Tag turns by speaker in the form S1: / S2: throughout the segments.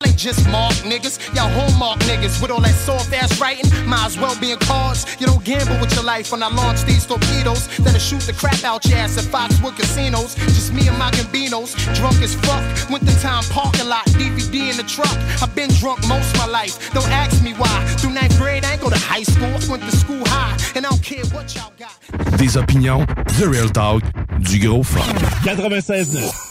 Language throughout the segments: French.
S1: They just mark niggas, y'all hallmark niggas with all that soft ass writing. Might as well be in cards. You don't gamble with your life when I launch these torpedoes. That'll shoot the crap out your ass at Foxwood casinos. Just me and my gambinos, drunk as fuck. Went to time parking lot, DVD in the truck. I've been drunk most my life. Don't ask me why. Through ninth grade, I ain't go to high school. I went to school high, and I don't care what y'all got.
S2: Des opinions, The Real Talk, du gros fun. 96.9.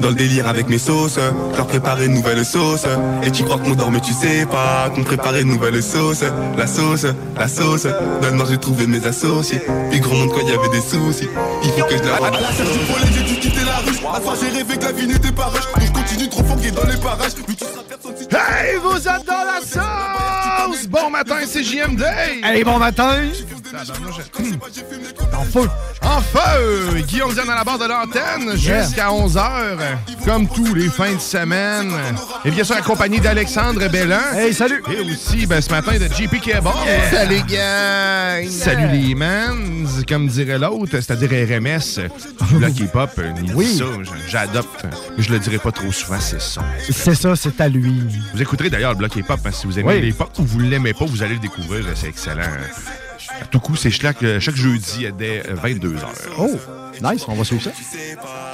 S3: dans le délire avec mes sauces, je leur préparer une nouvelle sauce. Et tu crois qu'on dort mais tu sais pas qu'on préparait une nouvelle sauce. La sauce, la sauce, dans le noir j'ai trouvé mes associés. Puis gros monde quand il y avait des soucis, il faut que je la À la cherche du problème, j'ai dû quitter la ruche. À fois j'ai rêvé que la vie n'était pas rush. Donc je continue trop fort dans les parages. Puis tu seras personne si tu
S2: Hey, vous êtes dans la sauce! Bon matin, c'est JMD!
S4: Hey, bon matin!
S2: Ah, ben, En feu! En feu! Guillaume Diane à la barre de l'antenne
S4: Yeah.
S2: jusqu'à 11h, comme tous les fins de semaine. Et bien sûr, accompagné d'Alexandre Bellan.
S4: Hey, salut!
S2: Et aussi, ben, ce matin, de JP Cable. Salut, gang! Salut, les mans, comme dirait l'autre, c'est-à-dire RMS. Le K-pop, euh, il dit
S4: Oui.
S2: ça, je- j'adopte. Je le dirai pas trop souvent, c'est ça.
S4: C'est ça, c'est à lui.
S2: Vous écouterez d'ailleurs le bloc hip-hop. hein, si vous aimez
S4: Oui.
S2: les pop ou vous ne l'aimez pas, vous allez le découvrir. C'est excellent. À tout coup, c'est chaque, euh, chaque jeudi dès euh, 22h.
S4: Oh, nice, on va suivre ça.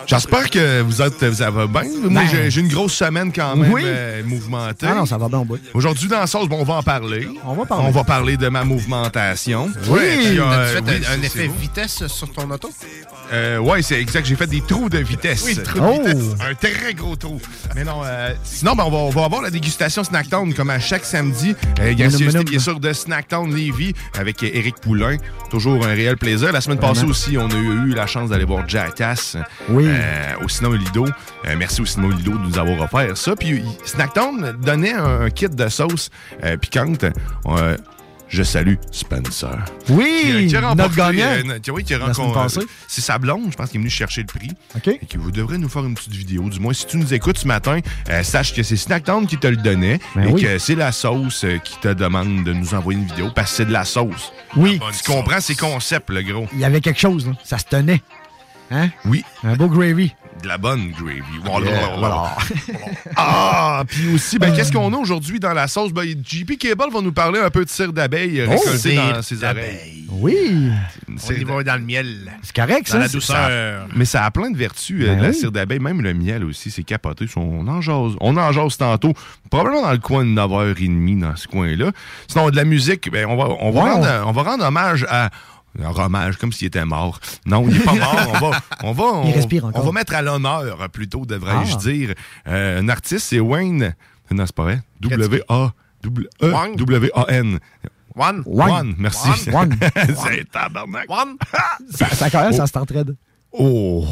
S2: J'espère que vous êtes vous avez bien. Moi,
S4: Ben.
S2: j'ai- j'ai une grosse semaine quand même
S4: Oui.
S2: euh, mouvementée.
S4: Ah non, ça va bien au bout.
S2: Aujourd'hui, dans la sauce, bon, on va en parler.
S4: On va parler.
S2: On va parler de ma mouvementation.
S4: Oui.
S2: puis, euh,
S5: As-tu fait
S2: oui,
S5: un, un
S2: c'est-
S5: effet
S2: c'est beau.
S5: vitesse sur ton auto?
S2: Euh, ouais, c'est exact. J'ai fait des trous de vitesse.
S4: Oh!
S2: Un très gros trou. Mais non, euh, sinon, ben, on, va, on va avoir la dégustation Snacktown comme à chaque samedi. Euh, Gracieuseté,
S4: Bonhomme.
S2: bien sûr, de Snacktown Levy avec Eric Poulain. Toujours un réel plaisir. La semaine passée
S4: Vraiment.
S2: aussi, on a eu, eu la chance d'aller voir Jackass
S4: Oui.
S2: euh, au Cinéma Lido. Euh, merci au Cinéma Lido de nous avoir offert ça. Puis il- Snacktown donnait un, un kit de sauce euh, piquante. Euh, je salue Spencer qui,
S4: Oui,
S2: qui a remporté,
S4: notre
S2: euh,
S4: gagnant.
S2: no- qui- oui, qui a
S4: La semaine
S2: rencontré-
S4: passée.
S2: euh, C'est sa blonde, je pense, qui est venue chercher le prix.
S4: OK.
S2: Et qui vous devrez nous faire une petite vidéo. Du moins, si tu nous écoutes ce matin, euh, sache que c'est Snacktown qui te le donnait
S4: Ben
S2: et
S4: oui.
S2: que c'est la sauce euh, qui te demande de nous envoyer une vidéo parce que c'est de la sauce.
S4: Oui,
S2: Tu comprends ces concepts, le gros.
S4: il y avait quelque chose, là. ça se tenait. Hein?
S2: Oui,
S4: Un beau gravy.
S2: de la bonne gravy.
S4: Yeah, voilà.
S2: Ah, puis aussi, ben, qu'est-ce qu'on a aujourd'hui dans la sauce? Ben, JP Cable va nous parler un peu de cire d'abeille euh, récolté dans ses oreilles.
S4: Oh, Oui,
S5: On y va dans le miel.
S4: c'est correct,
S5: Dans
S4: ça.
S5: la douceur.
S2: Mais ça a plein de vertus, euh,
S4: Ben
S2: la
S4: oui.
S2: cire d'abeille, même le miel aussi, c'est capoté. So, On en jase. On en jase tantôt. Probablement dans le coin de 9h30, dans ce coin-là. Sinon, de la musique, ben, on, va, on, va
S4: Ouais,
S2: rendre, on va rendre hommage à. Un hommage, comme s'il était mort. Non, il n'est pas mort. On va, on va, on,
S4: Il respire encore.
S2: on va mettre à l'honneur, euh, plutôt, devrais-je
S4: Ah.
S2: dire. Euh, un artiste, c'est Wayne. Non, c'est pas vrai. W-A-W-E-W-A-N.
S5: One.
S4: Wang.
S2: Wayne, merci.
S4: Wang.
S2: c'est tabarnak.
S5: One.
S4: Ça, ça, quand même, ça s'entraide.
S2: Oh.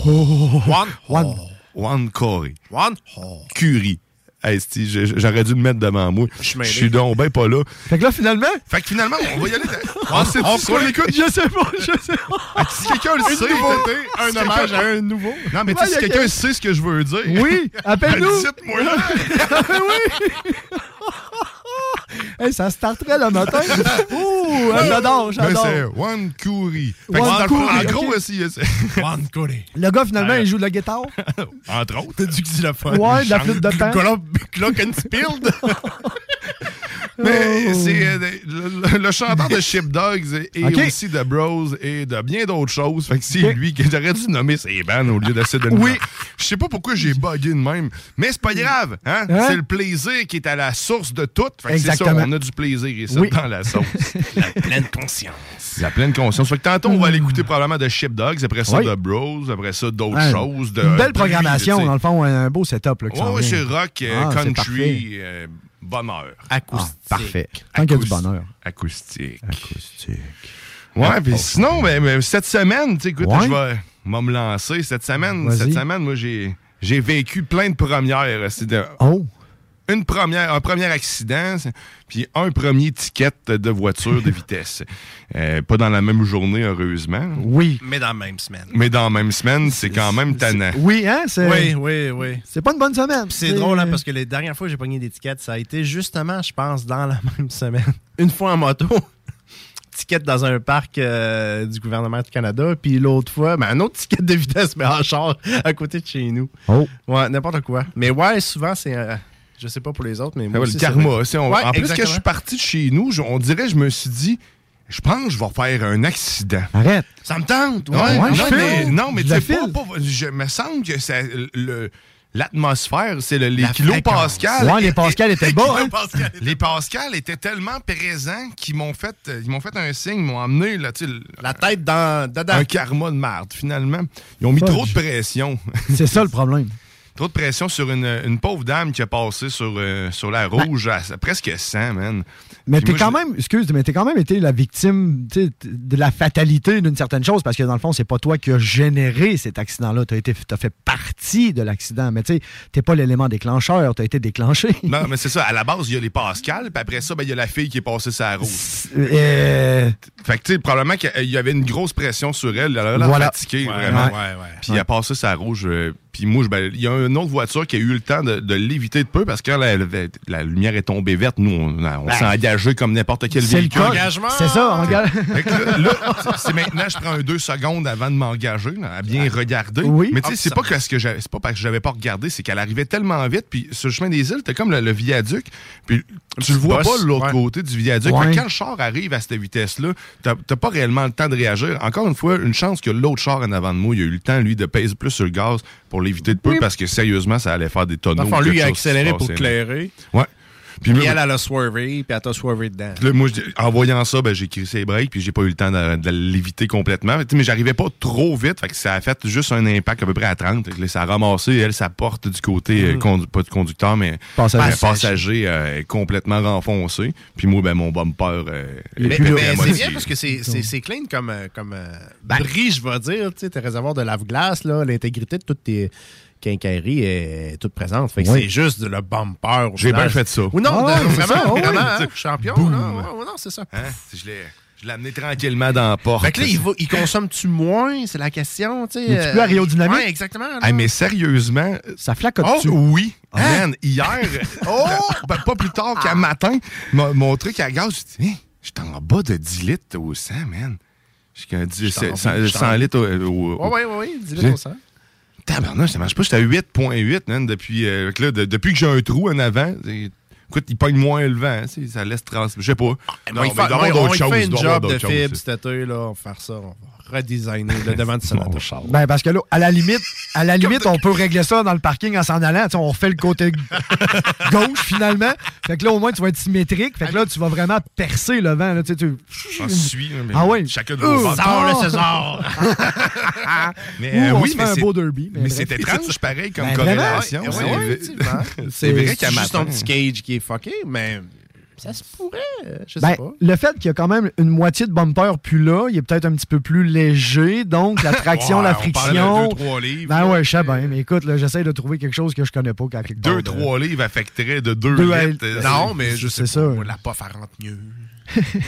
S5: One.
S4: Juan.
S2: Juan Corey. Oh.
S5: One.
S2: Curie. Hey, sti, je- je- j'aurais dû le mettre devant moi. Je
S5: mêlé.
S2: suis donc ben pas là.
S4: Fait que là, finalement,
S2: Fait que finalement, on va y aller. Ah, On sait
S5: on
S2: on l'écoute.
S4: je sais pas, je sais pas.
S2: Ah, Si quelqu'un le sait, peut-être,
S5: un
S2: si
S5: hommage
S2: quelqu'un-
S5: à un nouveau.
S2: Non, mais tu sais,
S4: Ouais,
S2: si
S4: y a-
S2: quelqu'un sait ce que je veux dire.
S4: Oui,
S2: ben,
S4: appelle-nous.
S2: dites-moi.
S4: Hey, ça starterait le matin. Ouh, hein, j'adore,
S2: Ben,
S4: j'adore.
S2: c'est One Curry.
S4: One
S2: en,
S4: Curry,
S2: en
S4: ok.
S2: gros, aussi,
S5: One Curry.
S4: Le gars, finalement, il joue de la guitare.
S2: Entre autres. du xylophone.
S4: Ouais, de la flûte de temps.
S2: Glockenspield.
S4: Oh.
S2: Mais c'est euh, le, le- le chanteur de Ship Dogs et
S4: Ok.
S2: aussi de Bros et de bien d'autres choses. Fait que c'est lui que j'aurais dû nommer ses bandes au lieu de ces
S4: Oui.
S2: Je sais pas pourquoi j'ai bugué de même, mais c'est pas grave. Hein?
S4: Hein?
S2: C'est le plaisir qui est à la source de tout. Fait que c'est ça,
S4: Exactement.
S2: on a du plaisir et ça
S4: Oui.
S2: dans la sauce. la pleine conscience. La pleine conscience. Fait que tantôt, on va aller écouter probablement de Ship Dogs, après ça
S4: Hmm. Oui.
S2: de Bros, après ça d'autres
S4: Ouais.
S2: choses. De,
S4: Une belle
S2: de lui, tu
S4: programmation,
S2: sais.
S4: dans le fond, un beau setup. Là, qui s'en
S2: Oui,
S4: vient.
S2: c'est rock, euh,
S4: Ah, c'est parfait.
S2: country, euh, Ah, bonheur.
S5: Acoustique.
S4: Parfait. Tant qu'il y a du
S2: Acoustique.
S4: bonheur.
S2: Acoustique.
S4: Acoustique. Ah,
S2: Ouais, puis sinon, ben, ben, cette semaine, tu sais, écoute,
S4: Ouais.
S2: je vais m'en me lancer. Cette semaine,
S4: Vas-y.
S2: cette semaine, moi, j'ai, j'ai vécu plein de premières. euh, C'est de-
S4: Oh!
S2: une première, un premier accident, c'est- puis un premier ticket de voiture de vitesse. Euh, pas dans la même journée, heureusement.
S4: Oui.
S5: Mais dans la même semaine.
S2: Mais dans la même semaine, c'est quand même tannant.
S4: Oui, hein? C'est
S5: Oui, oui, oui.
S4: c'est pas une bonne semaine.
S5: Puis C'est drôle, hein, parce que les dernières fois que j'ai pogné des tickets, ça a été justement, je pense, dans la même semaine. Une fois en moto, ticket dans un parc euh, du gouvernement du Canada, puis l'autre fois, ben, un autre ticket de vitesse, mais en char, à côté de chez nous.
S4: Oh.
S5: Ouais, n'importe quoi. Mais ouais, souvent, c'est. euh, je sais pas pour les autres, mais
S2: Ah
S5: moi.
S2: ouais,
S5: aussi,
S2: le
S5: c'est vrai.
S2: karma. c'est- on-
S5: Ouais,
S2: en plus que je suis
S5: exactement.
S2: parti de chez nous, je- on dirait, je me suis dit, je pense que je vais faire un accident.
S4: Arrête.
S5: Ça me tente, ouais.
S2: Ouais,
S4: ouais,
S2: non,
S4: je
S2: mais,
S4: file.
S2: non, mais
S4: Je
S2: tu sais,
S4: la
S2: pas,
S4: file.
S2: pas- je me semble que ça, le, l'atmosphère, c'est le- les
S5: La
S2: kilopascales.
S4: Ouais, les Pascal étaient bas, hein?
S5: Pascal.
S2: Les pascals étaient tellement présents qu'ils m'ont fait, euh, ils m'ont fait un signe, ils m'ont emmené là, tu sais, le-
S5: La tête dans, dedans.
S2: un karma de marde, finalement. Ils ont mis
S4: Fudge.
S2: trop de pression.
S4: C'est ça le problème.
S2: trop de pression sur une, une pauvre dame qui a passé sur, euh, sur la
S4: Ben
S2: rouge à, à presque 100, man.
S4: Mais
S2: Puis
S4: t'es
S2: moi,
S4: quand même, excuse, mais t'es quand même été la victime tu sais, t- de la fatalité d'une certaine chose, parce que dans le fond, c'est pas toi qui as généré cet accident-là. T'as été, t'as fait partie de l'accident, mais tu sais, t'es pas l'élément déclencheur, t'as été déclenché.
S2: je- Non, mais c'est ça. À la base, il y a les pascals, puis après ça, ben, il y a la fille qui est passée sur la rouge.
S4: Euh,
S2: Fait que, tu sais, probablement qu'il y avait une grosse pression sur elle. Elle a l'air
S4: Voilà.
S2: fatiguée,
S5: Ouais,
S2: vraiment.
S5: ouais, ouais.
S2: Puis elle a passé sa rouge. euh, puis moi, je- ben, il y a une autre voiture qui a eu le temps de, de l'éviter de peu parce que quand la, la- la lumière est tombée verte, nous, on, on s'est engagé comme n'importe quel
S4: Ben. c'est le
S2: véhicule.
S4: cas.
S5: engagement.
S4: C'est ça, on regarde.
S2: Fait que là, là, c'est maintenant, je prends un deux secondes avant de m'engager, là, à bien regarder.
S4: Oui.
S2: Mais tu sais, c'est pas,
S5: Observe.
S2: parce que j'avais- c'est pas parce que j'avais pas regardé, c'est qu'elle arrivait tellement vite. Puis sur le chemin des îles, t'as comme le, le viaduc. Puis tu le vois
S5: boss,
S2: pas de l'autre
S5: ouais.
S2: côté du viaduc.
S4: Ouais.
S2: Fait que quand le char arrive à cette vitesse-là, t'as t'as pas réellement le temps de réagir. Encore une fois, une chance que l'autre char en avant de moi, il a eu le temps, lui, de peser plus sur le gaz pour l'éviter de peu parce que sérieusement, ça allait faire des tonneaux.
S5: Dans le fond,
S2: ou
S5: lui,
S2: quelque
S5: il a
S2: chose qui se
S5: accéléré pour
S2: passait, là.
S5: clairer.
S2: Ouais.
S5: Puis
S2: Puis moi,
S5: elle, elle a swervé, puis elle t'a swervé dedans.
S2: Là, moi, je- en voyant ça, ben, j'ai crissé les breaks, puis j'ai pas eu le temps de, de l'éviter complètement. Mais, tu sais, mais j'arrivais pas trop vite, fait que ça a fait juste un impact à peu près à 30. Fait que là, ça a ramassé, elle, sa porte du côté, euh, condu- pas du conducteur, mais
S4: Passager.
S2: euh, passager euh, complètement renfoncé. Puis moi, ben, mon bumper... Euh,
S5: Mais,
S2: était
S5: mais
S2: à
S5: c'est
S2: moitié.
S5: bien parce que c'est- c'est c'est clean comme, euh, comme euh, bris, je vais dire. Tu sais, tes réservoirs de lave-glace, là, l'intégrité de toutes tes quincailleries est toute présente. Fait que
S4: Oui.
S5: c'est juste de le bumper. au
S2: J'ai
S5: final.
S2: bien fait ça.
S5: Ou non,
S4: Ah,
S5: de-
S4: ouais, c'est
S5: vraiment,
S4: ça, ouais,
S5: vraiment,
S2: ouais.
S5: hein, champion.
S2: Boum.
S5: là, ouais, ouais, non, c'est ça.
S2: Hein? Je l'ai je l'ai amené tranquillement dans la porte.
S5: Fait que là, il, va- il consomme-tu moins? C'est la question, tu sais. euh,
S4: Il est-tu plus aérodynamique?
S5: Ouais, exactement. là.
S2: Hey, mais sérieusement,
S4: Ça flacote
S2: Oh,
S4: dessus.
S2: oui.
S5: Ah.
S2: Man, hier, oh, ben, pas plus tard qu'à matin, mon, mon truc à gaz, je dis, Hein, j'étais en bas de 10 litres au 100, man. J'étais à 10,
S5: J'étais en bas,
S2: 100,
S5: j'étais en bas.
S2: litres au, au-
S5: Ouais,
S2: au-
S5: ouais, ouais, ouais, oh, dis-le pour ça.
S2: Tabarnak, ça marche pas. J'étais à 8,8, man, depuis, euh, fait que là, de- depuis que j'ai un trou en avant. c'est- Écoute, il pogne moins le vent, tu sais, ça laisse trans. Je sais pas.
S5: Non, Ah, Eh, il
S2: il doit
S5: fait,
S2: y avoir
S5: on-
S2: d'autres
S5: on y
S2: choses,
S5: fait
S2: il
S5: une
S2: doit y avoir
S5: job de
S2: d'autres choses,
S5: fibre
S2: ça.
S5: cet été, là. On va faire ça. On va redesigner le devant du Sonata.
S4: Ben, parce que là, à la limite, à la limite, on peut régler ça dans le parking en s'en allant. Tu sais, on refait le côté g- gauche finalement. Fait que là, au moins, tu vas être symétrique. Fait que là, tu vas vraiment percer le vent. Là, tu sais, tu-
S2: J'en suis, mais
S4: Ah ouais.
S2: Chacun de Ah.
S4: Euh,
S2: vos
S4: ça-
S5: Sors le César!
S2: Mais
S4: Ou
S2: euh,
S4: on
S2: oui,
S4: se
S2: mais
S4: fait un
S2: c'est-
S4: beau derby. Mais,
S2: Mais
S4: bref.
S2: c'est étrange, pareil, comme
S4: Ben, vraiment.
S2: corrélation.
S5: Ouais,
S2: c'est
S5: ouais,
S2: vrai.
S5: effectivement.
S2: c'est vrai qu'à
S5: C'est juste
S2: matin.
S5: ton petit cage qui est fucké, mais ça se pourrait. euh, Je sais
S4: Ben,
S5: pas.
S4: le fait qu'il y a quand même une moitié de bumper plus là, il est peut-être un petit peu plus léger, donc la traction,
S2: Ouais,
S4: la
S2: on parlait de
S4: friction.
S2: 2-3 livres.
S4: Ben ouais, je sais bien, mais écoute, là, j'essaie de trouver quelque chose que je connais pas quand quelque part,
S2: 2-3 livres affecteraient de 2
S4: Deux à-
S2: litres. euh,
S5: Non, mais je sais
S4: c'est
S5: pas.
S4: ça.
S5: La pof elle rentre mieux.
S4: euh,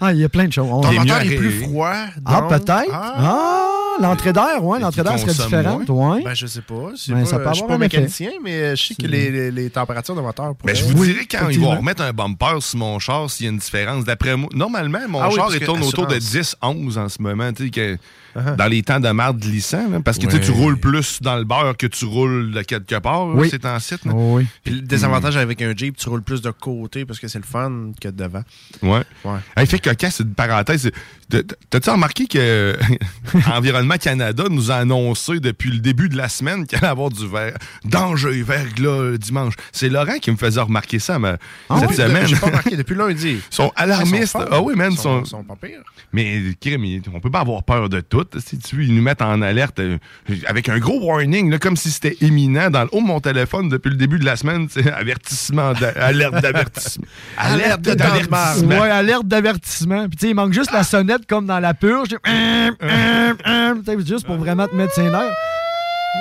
S4: Ah, il y a plein de choses. On-
S5: Ton
S2: mieux
S5: moteur
S2: à
S5: est plus
S2: ré-
S5: froid.
S4: Ah,
S5: donc-
S4: peut-être.
S5: Ah,
S4: Ah, l'entrée d'air, ouais, l'entrée d'air serait
S2: consomme
S4: différente, ouais.
S5: Ben, je sais pas. c'est
S4: Ben,
S5: pas-
S4: ça peut
S5: je suis
S4: avoir
S5: pas
S4: un effet.
S5: mécanicien, mais je sais que les, les- les températures de moteur
S2: Ben,
S5: pourraient.
S2: je vous
S4: Oui,
S2: dirais quand ils
S4: effectivement.
S2: vont remettre un faire bumper sur mon char s'il y a une différence. D'après moi, normalement, mon
S5: Ah oui,
S2: char
S5: parce
S2: il
S5: que
S2: tourne autour de
S5: assurance.
S2: 10, 11 en ce moment, tu sais, que-
S4: Ah
S2: dans les temps de marde glissant, là, parce que tu sais,
S5: Ouais.
S2: tu roules plus dans le beurre que tu roules de quelque part, là,
S4: Oui.
S2: c'est en site. Hmm. là.
S4: Oh oui.
S5: Puis le désavantage avec un Jeep, tu roules plus de côté parce que c'est le fun que de devant.
S2: Ouais.
S5: Ouais.
S2: Hey, fait cocasse, c'est une parenthèse. De- de- T'as-tu remarqué que Environnement Canada nous a annoncé depuis le début de la semaine qu'il allait avoir du ver... danger verglas euh, dimanche? C'est Laurent qui me faisait remarquer ça mais
S4: Ah
S2: cette
S5: Ah oui,
S2: semaine.
S5: J'ai pas remarqué depuis lundi.
S2: Ils sont alarmistes.
S5: Ils sont forts.
S2: ah oui, man,
S5: Ils
S2: ils sont-
S5: Ils sont pas pires.
S2: Mais crime, il- on peut pas avoir peur de tout. Si tu veux, ils nous mettent en alerte euh, avec un gros warning, là, comme si c'était imminent. Dans le haut de mon téléphone, depuis le début de la semaine, c'est avertissement, d'a- alerte d'avertissement.
S5: Alerte de
S4: Ouais,
S2: d'avertissement.
S4: alerte d'avertissement. Puis tu sais, il manque juste la sonnette comme dans la purge. Tu hum, sais, Juste pour vraiment te mettre ses nerfs.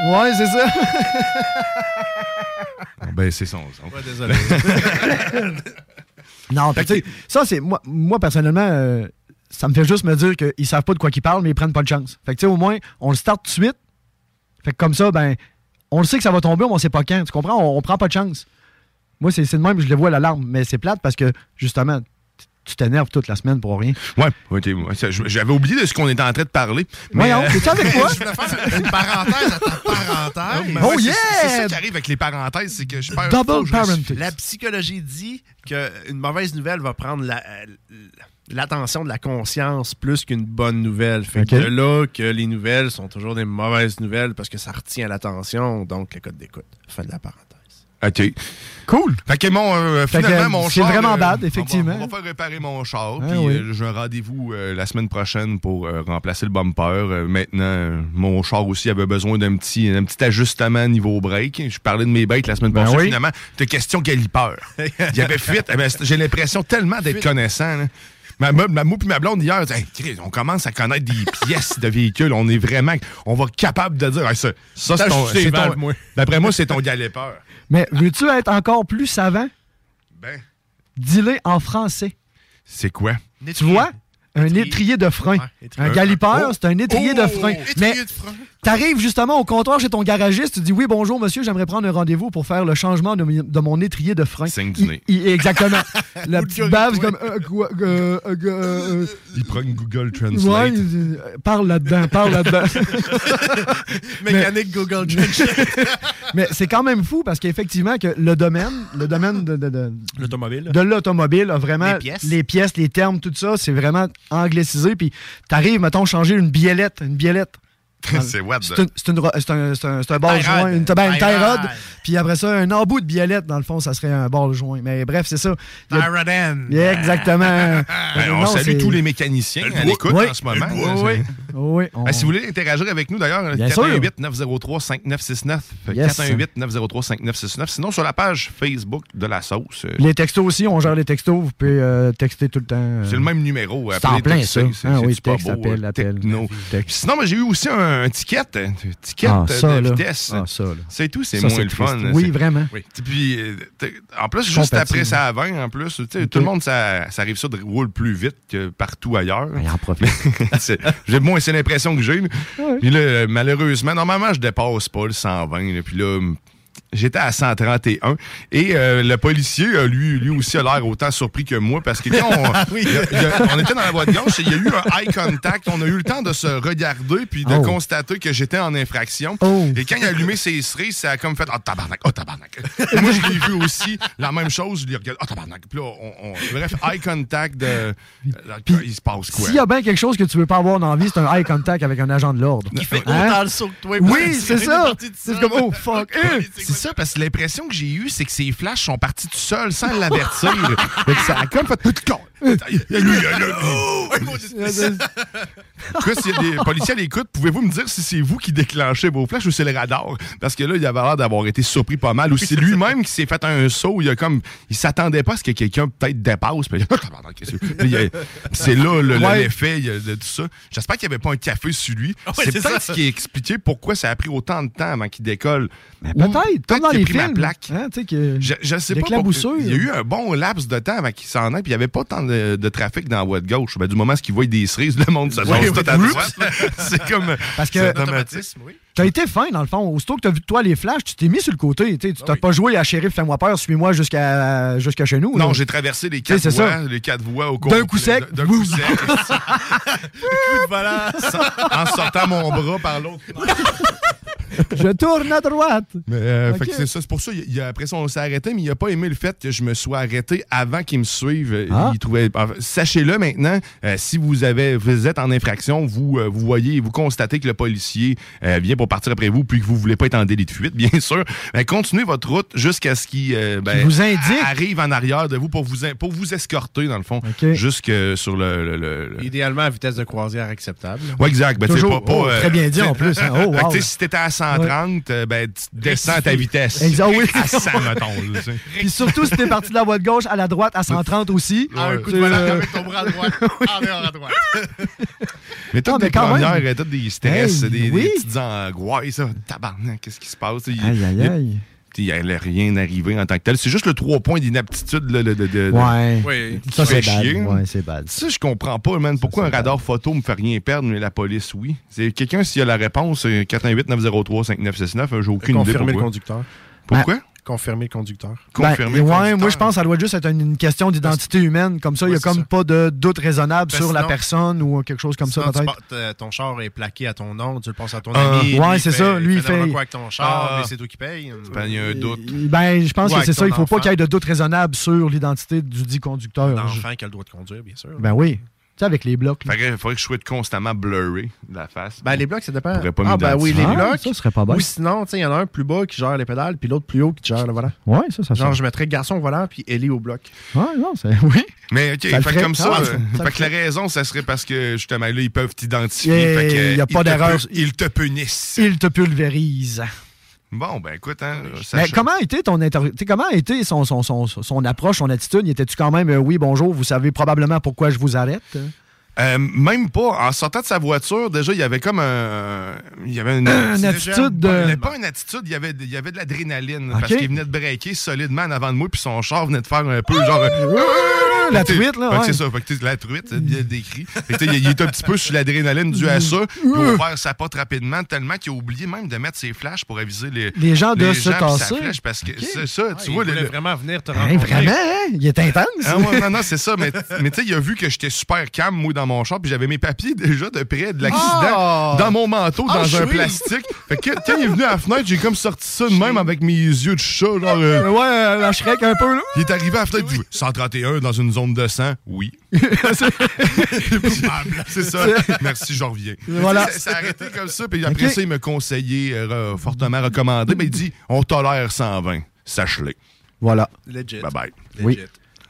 S4: Ouais, c'est ça.
S2: Ben, c'est son son.
S5: Ouais, désolé.
S4: Non, puis tu sais, ça, c'est. Moi, moi, personnellement, euh, ça me fait juste me dire qu'ils savent pas de quoi qu'ils parlent, mais ils prennent pas de chance. Fait que tu sais, au moins, on le start tout de suite. Fait que comme ça, ben, on le sait que ça va tomber, mais on sait pas quand. Tu comprends? On, on prend pas de chance. Moi, c'est c'est de même, je le vois à l'alarme, mais c'est plate parce que, justement, t- tu t'énerves toute la semaine pour rien.
S2: Ouais, ok. ouais, ça, je- J'avais oublié de ce qu'on était en train de parler. Mais,
S4: Voyons,
S2: euh,
S4: t'es-tu avec moi?
S5: Je voulais faire une parenthèse à ta parenthèse.
S2: ouais,
S4: Oh,
S2: c'est-
S4: yeah!
S2: C'est ça qui arrive avec les parenthèses, c'est que je perds.
S4: Double parenting.
S5: La psychologie dit qu'une mauvaise nouvelle va prendre la- euh, l'attention de la conscience plus qu'une bonne nouvelle. Fait que
S4: Ok.
S5: de là que les nouvelles sont toujours des mauvaises nouvelles parce que ça retient l'attention, donc le code d'écoute. Fin de la parenthèse.
S2: Ok.
S4: Cool!
S2: Fait que mon, euh,
S4: Fait que,
S2: finalement, mon
S4: c'est
S2: char.
S4: vraiment
S2: euh,
S4: bad,
S2: on va-
S4: effectivement.
S2: On va, faire réparer mon char.
S4: Ah
S2: puis
S4: oui.
S2: euh, j'ai un rendez-vous euh, la semaine prochaine pour euh, remplacer le bumper. Euh, maintenant, euh, mon char aussi avait besoin d'un petit, d'un petit ajustement niveau break. Je parlais de mes bikes la semaine
S4: Ben
S2: passée.
S4: oui.
S2: Finalement, c'était question galipeur. Il y avait fuite. Eh ben, c'est- j'ai l'impression tellement d'être connaissant. là. Ma, ma, ma, moi puis ma blonde hier, disait, Hey, Chris, on commence à connaître des pièces de véhicules. On est vraiment. On va être capable de dire Hey, ça, ça c'est ton.
S5: T'as ajusté
S2: c'est
S5: les valves,
S2: ton-
S5: moi.
S2: D'après moi, c'est ton galipeur.
S4: Mais veux-tu être encore plus savant?
S2: Ben,
S4: Dis-le en français.
S2: c'est quoi?
S4: Tu vois? Un
S5: Étrier.
S4: étrier de frein.
S5: Ouais, étrier.
S4: Un galipeur,
S2: Oh.
S4: c'est un étrier de
S2: Oh,
S4: frein.
S2: étrier
S4: Mais
S2: de frein.
S4: t'arrives justement au comptoir chez ton garagiste, tu dis oui, bonjour monsieur, j'aimerais prendre un rendez-vous pour faire le changement de, mi- de mon étrier de frein.
S2: Signe du
S4: Il-
S2: nez.
S4: il- exactement. La petite
S5: gorille,
S4: bave, c'est
S5: toi.
S4: comme. euh, quoi, euh, euh, euh,
S2: Il prend une Google
S4: euh,
S2: Translate.
S4: ouais, il- euh, parle là-dedans, parle là-dedans.
S5: Mécanique Google Translate.
S4: Mais c'est quand même fou parce qu'effectivement, que le domaine, le domaine de- de- de,
S5: L'automobile.
S4: de l'automobile a vraiment
S5: Les pièces.
S4: les pièces, les termes, tout ça, c'est vraiment anglicisé. Puis t'arrives, mettons, changer une biellette, une biellette.
S2: c'est what
S4: C'est
S2: the-
S4: une- c'est une ro- c'est un, c'est un, c'est un bord
S5: Tie rod.
S4: joint, une, ben, une
S5: Tie
S4: tie rod.
S5: rod.
S4: Puis après ça, un embout de biellette, dans le fond, ça serait un bord joint. Mais bref, c'est ça. Il y a-
S5: Tyroden.
S4: Yeah, exactement.
S2: Ben, on
S4: Non, c'est-
S2: salue tous les mécaniciens à l'écoute
S4: Oui.
S2: en ce moment.
S4: Oui,
S2: là, c'est-
S4: oui. oui, on-
S2: Ben, si vous voulez interagir avec nous, d'ailleurs,
S4: Bien
S2: 418-903-5969.
S4: Yes.
S2: 418-903-5969. Sinon, sur la page Facebook de la sauce, euh,
S4: Les textos aussi, on gère les textos. Vous pouvez euh, texter tout le temps. euh,
S2: c'est le même numéro.
S4: C'est en
S2: Appelez,
S4: plein,
S2: textez,
S4: ça.
S2: c'est-
S4: Ah
S2: c'est
S4: oui,
S2: du pas
S4: texte,
S2: beau,
S4: appel,
S2: euh,
S4: appel.
S2: techno.
S4: Texte.
S2: Sinon, ben, j'ai eu aussi un, un ticket, un ticket
S4: Ah,
S2: de-
S4: ça,
S2: de
S4: là.
S2: vitesse.
S4: Ah, ça, là.
S2: C'est tout, c'est
S4: Ça,
S2: moins le
S4: triste.
S2: fun. là,
S4: Oui,
S2: c'est-
S4: vraiment.
S2: Oui. Puis, euh, t'es- en plus, juste
S4: Compatible.
S2: après ça à 20, en plus, tu sais, tout le monde, ça, ça arrive ça de roule plus vite que partout ailleurs.
S4: Ben, Il en profite.
S2: C'est- j'ai moi, c'est l'impression que j'ai. là. Puis là, malheureusement, normalement, je dépasse pas le 120. là. puis là, m- j'étais à 131. Et euh, le policier, euh, lui, lui aussi, a l'air autant surpris que moi parce que quand
S4: Ah
S2: on, il y a- il y a- on était dans la voie de gauche, il y a eu un eye contact. On a eu le temps de se regarder puis de
S4: Oh.
S2: constater que j'étais en infraction.
S4: Oh.
S2: Et quand il a allumé ses cerises, ça a comme fait Ah, tabarnak, oh, tabarnak. Et moi, je l'ai vu aussi, la même chose, je l'ai regardé, Ah, tabarnak. Puis là, on, on- bref, eye contact de. euh, il se passe quoi?
S4: S'il y a bien quelque chose que tu veux pas avoir dans la vie, c'est un eye contact avec un agent de l'ordre. Hein?
S5: Autant le saut que toi.
S4: Oui, c'est ça. C'est comme, oh fuck. eh.
S2: C'est ça, parce que l'impression que j'ai eue, c'est que ses flashs sont partis tout seuls sans l'avertir. Fait que ça a comme fait. Chris, il y a des policiers à l'écoute, pouvez-vous me dire si c'est vous qui déclenchez vos flashs ou c'est le radar? Parce que là, il avait l'air d'avoir été surpris pas mal. Ou c'est lui-même qui s'est fait un saut. Il a comme. Il s'attendait pas à ce que quelqu'un peut-être dépasse. Puis il a- Tabarnak, qu'est-ce que- Puis il a- puis c'est là le- le-
S4: Ouais.
S2: l'effet il y a de tout ça. J'espère qu'il n'y avait pas un café sur lui.
S5: ouais,
S2: c'est
S5: c'est
S2: peut-être
S5: ça.
S2: ce qui expliquait pourquoi ça a pris autant de temps avant qu'il décolle. Ou
S4: Ben, Peut-être, comme dans
S2: qu'il a
S4: les
S2: pris ma
S4: films.
S2: plaque.
S4: Hein, tu sais que-
S2: Je, je sais pas.
S4: L'éclaboussure.
S2: pourquoi. Il y a eu un bon laps de temps avant qu'il s'en aille, puis il n'y avait pas tant de, de trafic dans la voie de gauche. Ben, du moment comment est-ce qu'ils voient des cerises, le monde se
S5: Oui,
S2: passe
S5: oui,
S2: tout à
S5: oui.
S2: droite. C'est comme.
S4: Parce que-
S2: c'est
S4: C'est un
S2: automatisme, oui.
S4: T'as été fin, dans le fond. Aussitôt que t'as vu de toi les flashs, tu t'es mis sur le côté. tu sais,
S2: Ah
S4: Tu t'as pas joué à shérif, fais-moi peur, suis-moi jusqu'à jusqu'à chez nous.
S2: Non,
S4: là.
S2: j'ai traversé les
S4: Tu sais, c'est
S2: quatre
S4: ça.
S2: voies, les quatre voies au cours
S4: D'un coup sec.
S2: D'un coup sec. coup de volant, sans- en sortant mon bras par l'autre.
S4: Je tourne à droite.
S2: Mais, euh,
S4: Ok.
S2: fait que c'est ça. C'est pour ça, il- il a- après ça, on s'est arrêté, mais il n'a pas aimé le fait que je me sois arrêté avant qu'il me suive. Euh,
S4: Ah.
S2: il trouvait- en fait, Sachez-le maintenant, euh, si vous, avez, vous êtes en infraction, vous, euh, vous voyez, vous constatez que le policier euh, vient pour partir après vous, puis que vous ne voulez pas être en délit de fuite, bien sûr, ben, continuez votre route jusqu'à ce qu'il euh, ben,
S4: Qu'il vous indique.
S2: a- arrive en arrière de vous pour vous, in- pour vous escorter, dans le fond,
S4: Ok.
S2: jusque sur le... le- le- le-
S5: Idéalement à vitesse de croisière acceptable.
S2: Ouais, exact. Ben, tu sais,
S4: Toujours.
S2: pas- pas,
S4: Oh,
S2: euh,
S4: très bien dit en plus. hein. Oh,
S2: Fait que,
S4: wow.
S2: tu sais, si t'étais à 130, euh, ben, tu descends à ta vitesse.
S4: Exact, oui.
S2: À 100, mettons. là, tu sais.
S4: Puis surtout si t'es parti de la voie de gauche à la droite à 130 aussi.
S2: Ah, un coup de
S4: Tu,
S2: volant
S4: euh,
S5: Avec ton bras à droite,
S2: Ah,
S5: en dehors à droite.
S2: Mais
S4: Ah,
S2: toutes
S4: mais
S2: des
S4: quand
S2: premières,
S4: même.
S2: euh, toutes des stress,
S4: Hey,
S2: des, des
S4: oui.
S2: petites angoisses. ça. Tabarnak, qu'est-ce qui se passe? Il-
S4: Aïe, aïe, aïe.
S2: Il n'allait rien arriver en tant que tel. C'est juste le trois points d'inaptitude. là, de- de- de-
S4: Ouais.
S5: Oui.
S4: Ça, c'est
S2: Fait chier.
S4: bad. Ouais, c'est bad.
S2: Ça, je comprends pas, man. Pourquoi un radar photo me fait rien perdre, mais la police, oui? C'est Quelqu'un, s'il a la réponse, euh, 418-903-5969, euh, j'ai aucune idée
S5: Confirmer le
S2: pourquoi.
S5: conducteur.
S2: Pourquoi?
S5: Confirmer le conducteur.
S2: Confirmer le
S4: Ben, ouais,
S2: conducteur.
S4: moi, je pense que ça doit juste être une, une question d'identité humaine. Comme ça, il n'y
S5: Ouais,
S4: a
S5: c'est
S4: comme
S5: ça.
S4: pas de doute raisonnable
S5: Parce
S4: sur la
S5: sinon-
S4: personne ou quelque chose comme ça,
S5: Sinon, tu
S4: peut-être.
S5: portes, euh, ton char est plaqué à ton nom, tu le passes à ton
S2: Ah.
S5: ami.
S4: Ouais,
S5: lui, il
S4: c'est
S5: fait-
S4: ça, lui, il
S5: n'importe
S4: fait-
S5: quoi avec ton char,
S2: Ah.
S5: mais c'est toi qui paye.
S2: Ben, Il y a un doute.
S4: Ben, je pense
S5: Ouais,
S4: que c'est
S5: avec
S4: ça. Il
S5: ton
S4: faut pas
S5: enfant.
S4: qu'il y ait de doute raisonnable sur l'identité du dit conducteur. Ben, Je-
S5: L'enfant qui a le droit de conduire, bien sûr.
S4: Ben oui. Tu sais, avec les blocs. là.
S2: Fait que, il faudrait que je sois constamment blurry de la face.
S5: Ben, les blocs, ça dépend.
S2: Pourrais pas
S5: ah, ben oui, les
S2: m'identifier.
S4: Ah,
S5: blocs.
S4: ça serait pas bon.
S5: Ou sinon, tu sais, il y en a un plus bas qui gère les pédales, puis l'autre plus haut qui gère le volant.
S4: Ouais, ça, ça
S5: Genre,
S4: change.
S5: je mettrais garçon au volant, puis Ellie au bloc.
S4: Ouais, non, c'est. Oui.
S2: Mais OK,
S4: Ça le
S2: fait que
S4: ferait.
S2: comme ça,
S4: Ah,
S2: euh,
S4: ça le
S2: fait que la
S4: ferait.
S2: raison, ça serait parce que justement, là, ils peuvent t'identifier.
S4: Yeah,
S2: fait que,
S4: y a pas
S2: euh, ils te
S4: d'erreur.
S2: pu- Ils te punissent.
S4: Il te pulvérise.
S2: Bon, ben écoute, hein, ça
S4: Mais
S2: change.
S4: comment a été ton inter- tu sais, comment a été son, son, son, son approche, son attitude? Il Était-tu quand même euh, oui, bonjour, vous savez probablement pourquoi je vous arrête?
S2: Euh, même pas. En sortant de sa voiture, déjà, il y avait comme un. Il y avait une,
S4: Une attitude de-
S2: Mais pas une attitude, il y avait, il y avait de l'adrénaline. Parce
S4: OK.
S2: qu'il venait de breaker solidement en avant de moi, puis son char venait de faire un peu genre. un-
S4: Ah! La
S2: Fait que
S4: truite, là,
S2: fait que
S4: ouais.
S2: C'est ça. Fait que t'sais, la truite, c'est bien décrit. Fait que t'sais, il il est un petit peu sur l'adrénaline due à ça. Il a ouvert sa pote rapidement, tellement qu'il a oublié même de mettre ses flashs pour aviser les.
S4: Les gens de se
S2: gens puis sa
S4: tasser.
S2: flèche, parce que c'est ça, tu vois, le- le-
S5: Ah, vraiment venir te
S4: Hein, vraiment, hein? Il est intense.
S2: ah ouais, non, non, c'est ça. Mais, mais tu sais, il a vu que j'étais super calme, moi, dans mon char, puis j'avais mes papiers déjà de près de l'accident
S5: Ah!
S2: dans mon manteau,
S5: Ah,
S2: dans un
S5: chouette!
S2: plastique. Fait que quand il est venu à la fenêtre, j'ai comme sorti ça de même avec mes yeux de chat. Genre, euh,
S4: Ouais, euh, la Shrek un peu, là.
S2: il est arrivé à la fenêtre, il dit 131 dans une zone de sang, oui. c'est ça. Merci, je reviens.
S4: Voilà.
S2: Ça- Ça a arrêté comme ça, puis après
S4: Ok.
S2: ça, il me conseillait, euh, fortement recommandé, mais il dit on tolère 120. Sache-le.
S4: Voilà.
S5: Legit.
S2: Bye bye.
S4: Oui.
S5: Legit.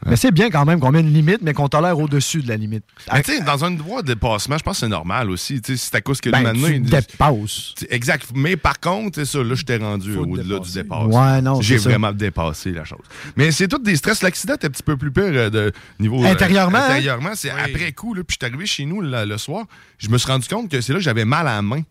S4: Mais c'est bien quand même qu'on met une limite, mais qu'on tolère au-dessus de la limite.
S2: Mais Ah, tu sais, dans un droit de dépassement, je pense que c'est normal aussi. Tu sais, si t'as cause que le
S4: Ben,
S2: maintenant,
S4: tu
S2: il-
S4: dépasses.
S2: C'est Exact. Mais par contre, c'est ça, là, je t'ai rendu
S5: Faut te
S2: au-delà du
S5: dépasser.
S2: départ.
S4: Ouais, non,
S2: J'ai
S4: c'est ça.
S2: vraiment dépassé la chose. Mais c'est tout des stress. L'accident était un petit peu plus pire euh, de niveau. euh,
S4: Intérieurement, hein?
S2: intérieurement, c'est après coup, là, puis je suis arrivé chez nous là, le soir, je me suis rendu compte que c'est là que j'avais mal à la main.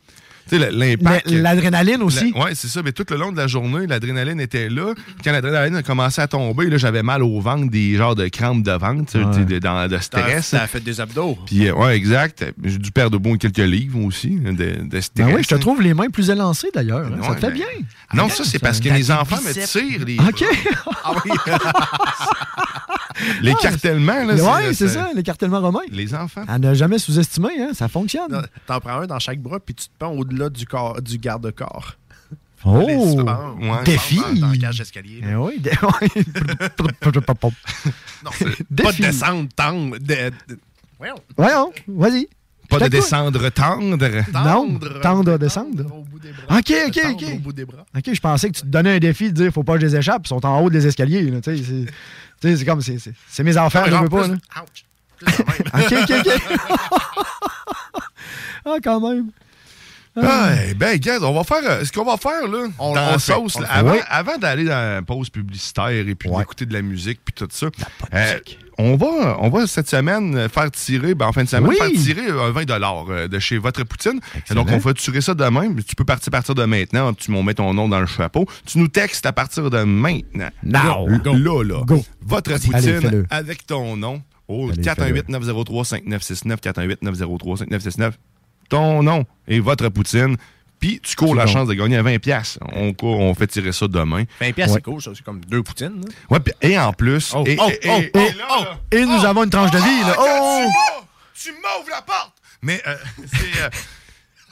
S2: Tu sais,
S4: Mais
S2: l'impact.
S4: L'adrénaline aussi.
S2: La- ouais, c'est ça. Mais tout le long de la journée, l'adrénaline était là. Quand l'adrénaline a commencé à tomber, là, j'avais mal au ventre, des genres de crampes de ventre, tu sais, de, dans- de
S5: T'as-
S2: stress.
S5: T'as fait des abdos.
S2: Puis, euh, ouais, exact. J'ai dû perdre au bout quelques livres aussi, de, de stress.
S4: Ben oui, je te trouve les mains plus élancées d'ailleurs. hein. ça
S2: Ouais,
S4: te fait
S2: ben-
S4: bien.
S2: Non, ça, c'est parce que les enfants me tirent les,
S4: OK. Ah,
S2: les cartellements. Là,
S4: ouais, c'est ça, l'écartèlement romain.
S2: Les enfants.
S4: À ne jamais sous-estimer, hein, ça fonctionne.
S5: Non, T'en prends un dans chaque bras, puis tu te pends au-delà du, corps- du garde-corps.
S4: Oh!
S2: Ouais.
S4: Défi!
S5: Dans, dans le cage d'escalier.
S4: Eh oui, dé- ouais.
S5: Non,
S4: Euh,
S5: pas
S4: Défi.
S5: de descendre, tendre. de- de- Voyons,
S4: Voyons, vas-y.
S2: Pas de
S4: Fais-toi.
S2: descendre tendre.
S4: Non, tendre à descendre.
S5: Au bout des bras.
S4: OK, OK,
S5: Tendre
S4: OK.
S5: Au bout des bras.
S4: OK, je pensais que tu te donnais un défi de dire faut pas que je les échappe, ils sont en haut des escaliers. là, tu sais, c'est- tu sais, c'est comme, c'est- c'est c'est mes enfants, je
S5: Genre,
S4: veux pas.
S5: plus-
S4: là.
S5: Ouch. Plus de même.
S4: OK, OK, OK. ah, quand même.
S2: Ouais, ben, regarde, on va faire euh, ce qu'on va faire, là,
S5: On-
S2: dans
S5: on
S2: la
S5: le fait,
S2: sauce,
S5: on
S2: là,
S5: le fait.
S2: avant,
S5: Oui.
S2: avant d'aller dans la pause publicitaire et puis
S4: Ouais.
S2: d'écouter de la musique puis tout ça. euh, on, va, on va cette semaine faire tirer, ben, en fin de semaine,
S4: Oui.
S2: faire tirer un 20 euh, de chez Votre Poutine. Donc, on va tirer ça demain. mais Tu peux partir à partir de maintenant. Tu m'en mets ton nom dans le chapeau. Tu nous textes à partir de maintenant.
S4: Now.
S2: Là, là.
S4: Go.
S2: Votre
S4: Allez,
S2: Poutine
S4: fais-le.
S2: avec ton nom Oh,
S4: Allez,
S2: 418-903-5969, 418-903-5969. Ton nom et votre poutine. Puis tu cours la
S4: bon.
S2: chance de gagner à 20$. piastres. On, court- on fait tirer ça demain.
S5: 20
S4: Ouais.
S5: piastres, c'est cool, ça. C'est comme deux poutines. là.
S2: Ouais, puis- et en plus.
S5: Oh,
S2: et,
S5: oh,
S2: et-
S5: oh,
S2: et-
S5: oh,
S2: et là,
S5: oh.
S2: là.
S4: Et nous avons une tranche de vie, là.
S2: Ah,
S4: Oh!
S2: quand tu m'ouvres, tu m'ouvres la porte! Mais euh, c'est. euh,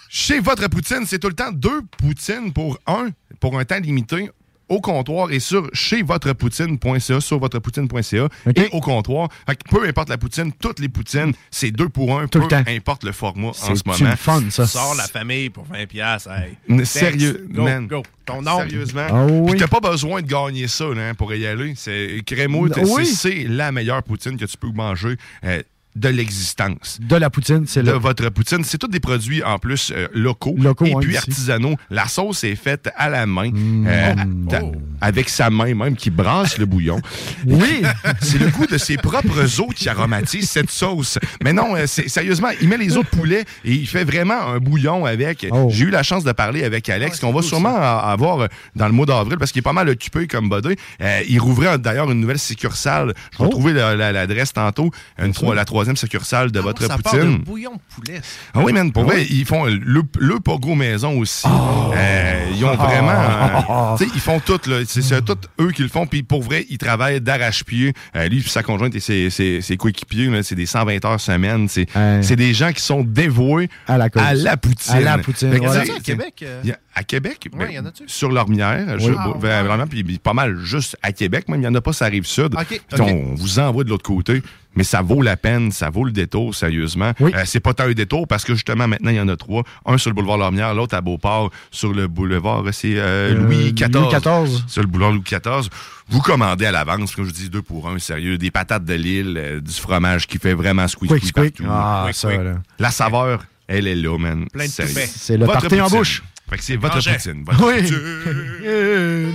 S2: chez votre poutine, c'est tout le temps deux poutines pour un, pour un temps limité au comptoir et sur chez votrepoutine.ca, sur votrepoutine.ca
S4: OK.
S2: et au comptoir. Fait que peu importe la poutine, toutes les poutines, c'est deux pour un,
S4: Tout
S2: peu
S4: le temps.
S2: importe le format en ce
S4: C'est-tu
S2: moment.
S4: le fun, ça?
S5: Sors la famille pour 20 piastres. Hey.
S2: Mais
S5: Thanks.
S2: Sérieux,
S5: Go,
S2: man.
S5: go. Ton nom.
S2: Sérieusement.
S4: Ah oui.
S2: Puis t'as pas besoin de gagner ça là, hein, pour y aller. C'est Crémo, t'as-
S4: Oui.
S2: c'est- c'est la meilleure poutine que tu peux manger euh, de l'existence.
S4: De la poutine, c'est
S2: de
S4: là.
S2: votre poutine. C'est tous des produits en plus euh, locaux,
S4: Locaux,
S2: et
S4: hein,
S2: puis
S4: ici. Mm.
S2: artisanaux. La sauce est faite à la main, euh,
S4: Oh,
S2: à- avec sa main même qui brasse le bouillon.
S4: Oui!
S2: C'est le goût de ses propres os qui aromatise cette sauce. Mais non, euh, c'est- sérieusement, il met les os de poulet et il fait vraiment un bouillon avec.
S4: Oh.
S2: J'ai eu la chance de parler
S5: Ah,
S2: avec Alex, qu'on va sûrement a- avoir euh, dans le mois d'avril, parce qu'il est pas mal occupé comme body. Euh, il rouvrait euh, d'ailleurs une nouvelle succursale. Je vais
S4: Oh.
S2: trouver la- la- l'adresse tantôt. Une trois- la troisième succursale de
S5: Ah,
S2: votre
S5: ça part de
S2: poutine.
S5: bouillon de poulet. ça.
S2: Ah oui, man, pour vrai, ils font le, le pogo maison aussi. Euh, ils ont vraiment. euh, tu sais, ils font tout, là. C'est c'est tout eux qui le font. Puis pour vrai, ils travaillent d'arrache-pied. Euh, lui, puis sa conjointe et ses, ses- ses coéquipiers, là, c'est des 120 heures semaine. C'est
S4: Ouais.
S2: c'est des gens qui sont dévoués
S4: À la cause.
S2: à la poutine.
S4: À la poutine,
S2: Fait que,
S4: voilà.
S2: tu sais,
S5: À Québec, euh,
S2: y a- à Québec,
S5: Ouais,
S2: ben,
S5: y en a-tu?
S2: sur l'ormière, je-
S5: Ah,
S2: ben,
S5: ouais.
S2: vraiment, puis puis pas mal juste à Québec, même il n'y en a pas, ça arrive sud.
S5: Ok,
S2: Puis
S5: ok.
S2: On vous envoie de l'autre côté, mais ça vaut la peine, ça vaut le détour, sérieusement.
S4: Oui.
S2: Euh, c'est pas tant un détour parce que justement, maintenant, il y en a trois. Un sur le boulevard Lormière, l'autre à Beauport, sur le boulevard, c'est euh, Louis XIV.
S4: Louis XIV.
S2: Sur le boulevard Louis XIV. Vous commandez à l'avance, comme je dis, deux pour un, sérieux. Des patates de Lille, euh, du fromage qui fait vraiment squeak,
S4: Quick, quick.
S2: partout.
S4: Ah,
S5: Quick,
S4: ça,
S5: quick.
S4: là.
S2: La saveur, elle est là, man.
S5: Plein de
S2: Sérieux.
S5: toupets.
S4: C'est le
S2: Votre
S4: party en
S2: poutine.
S4: bouche.
S2: Fait que c'est votre
S5: Mangez.
S2: poutine. votre
S4: Oui.
S2: poutine.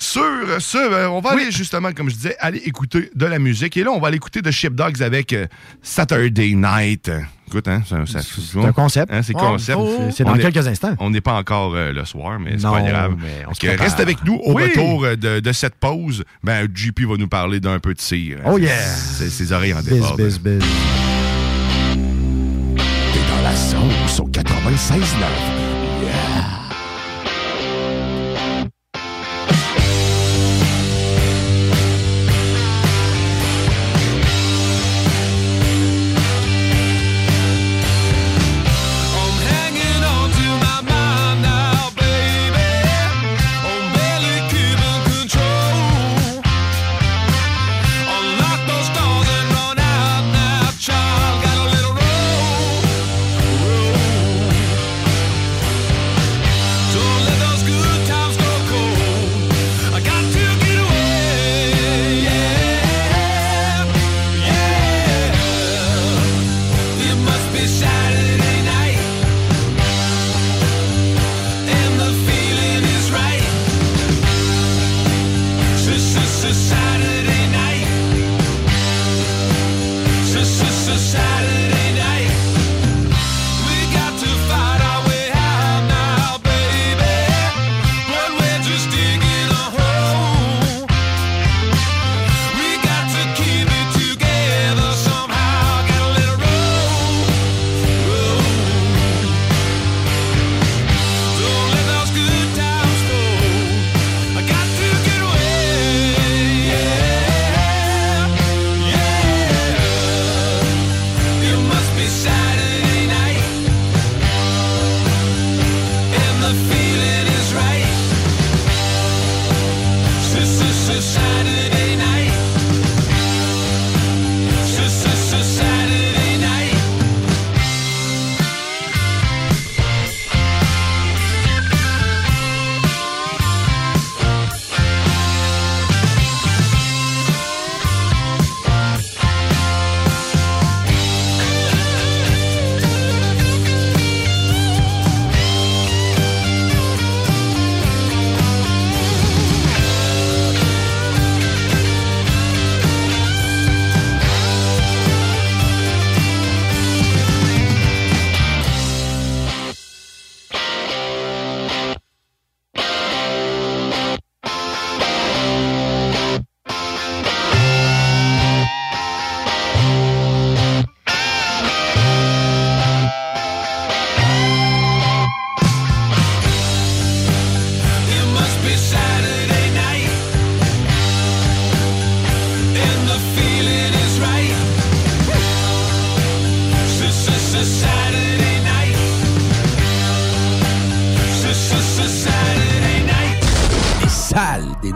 S2: Sur ce, euh, on va aller justement, comme je disais, aller écouter de la musique. Et là, on va aller écouter de Ship Dogs avec euh, Saturday Night. Euh, Écoute, hein, ça, ça-
S4: C'est un concept.
S2: Hein, c'est
S5: Ouais,
S2: concept.
S5: oh, oh.
S4: C'est dans
S2: On est-
S4: quelques instants.
S2: On n'est pas encore euh, le soir, mais c'est
S4: Non,
S2: pas grave.
S4: mais on
S2: Parce
S4: se
S2: que
S4: prépare.
S2: reste avec nous au
S4: Oui.
S2: retour euh, de, de cette pause. Ben, JP va nous parler d'un peu de cire.
S4: Oh yeah!
S2: Ses, ses oreilles en
S4: Biz,
S2: débordent.
S4: biz, biz.
S2: T'es dans la sauce au 96.9.
S6: I'm hanging on to my mind now, baby. I'm barely keeping control. Unlock those doors and run out now, child. Got a little roll, roll.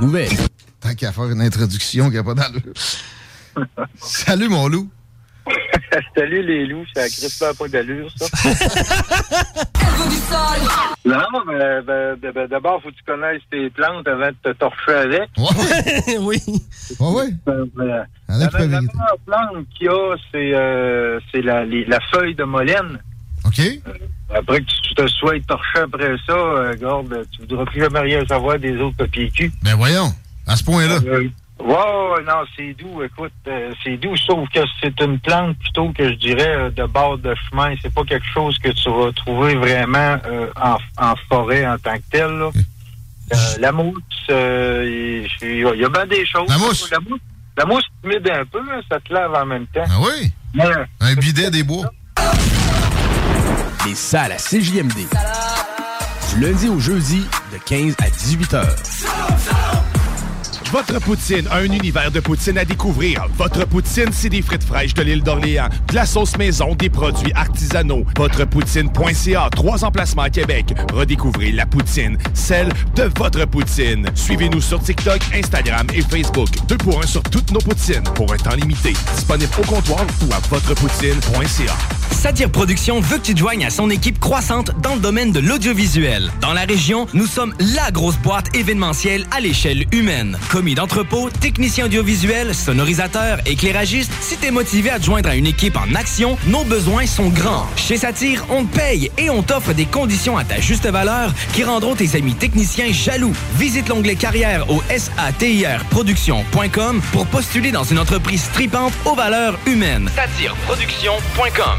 S7: nouvelles.
S8: Tant qu'à faire une introduction qui n'a pas d'allure. Salut, mon loup.
S9: Salut les loups, ça a crispé pas d'allure, ça. Non, ben, ben, ben, ben, d'abord, faut que tu connaisses tes plantes avant de te torcher avec.
S8: oui. oui.
S9: La, la meilleure plante qu'il y a, c'est euh, c'est la, les- la feuille de molène. Euh,
S8: OK.
S9: Après que tu te sois torché après ça, euh, garde, tu voudras plus jamais rien savoir des autres papiers cul.
S8: Ben voyons, à ce point-là.
S9: Euh, Wow, non, c'est doux, écoute, euh, c'est doux, sauf que c'est une plante plutôt que je dirais euh, de bord de chemin. C'est pas quelque chose que tu vas trouver vraiment euh, en, en forêt en tant que telle. là. Euh, la mousse, euh, il il y a bien des choses. La mousse? La mousse, humide un peu, hein, ça te lave en même temps.
S8: Ah oui? Un bidet des bois.
S7: Et ça à la CJMD. Du lundi au jeudi, de 15 à 18 heures.
S2: Votre poutine, un univers de poutine à découvrir. Votre poutine, c'est des frites fraîches de l'île d'Orléans, de la sauce maison, des produits artisanaux. Votrepoutine.ca, trois emplacements à Québec. Redécouvrez la poutine, celle de votre poutine. Suivez-nous sur TikTok, Instagram et Facebook. Deux pour un sur toutes nos poutines, pour un temps limité. Disponible au comptoir ou à votrepoutine.ca.
S10: Satire Productions veut que tu te joignes à son équipe croissante dans le domaine de l'audiovisuel. Dans la région, nous sommes la grosse boîte événementielle à l'échelle humaine. Commis d'entrepôt, technicien audiovisuel, sonorisateur, éclairagiste, si t'es motivé à te joindre à une équipe en action, nos besoins sont grands. Chez Satire, on te paye et on t'offre des conditions à ta juste valeur qui rendront tes amis techniciens jaloux. Visite l'onglet carrière au satirproduction.com pour postuler dans une entreprise tripante aux valeurs humaines. Satireproduction.com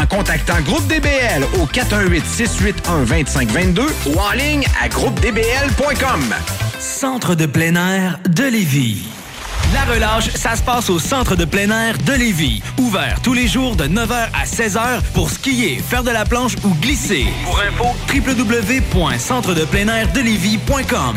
S11: en contactant Groupe DBL au 418-681-2522 ou en ligne à groupedbl.com.
S10: Centre de plein air de Lévis. La relâche, ça se passe au centre de plein air de Lévis. Ouvert tous les jours de 9h à 16h pour skier, faire de la planche ou glisser. Pour info, www.centredepleinairdelévis.com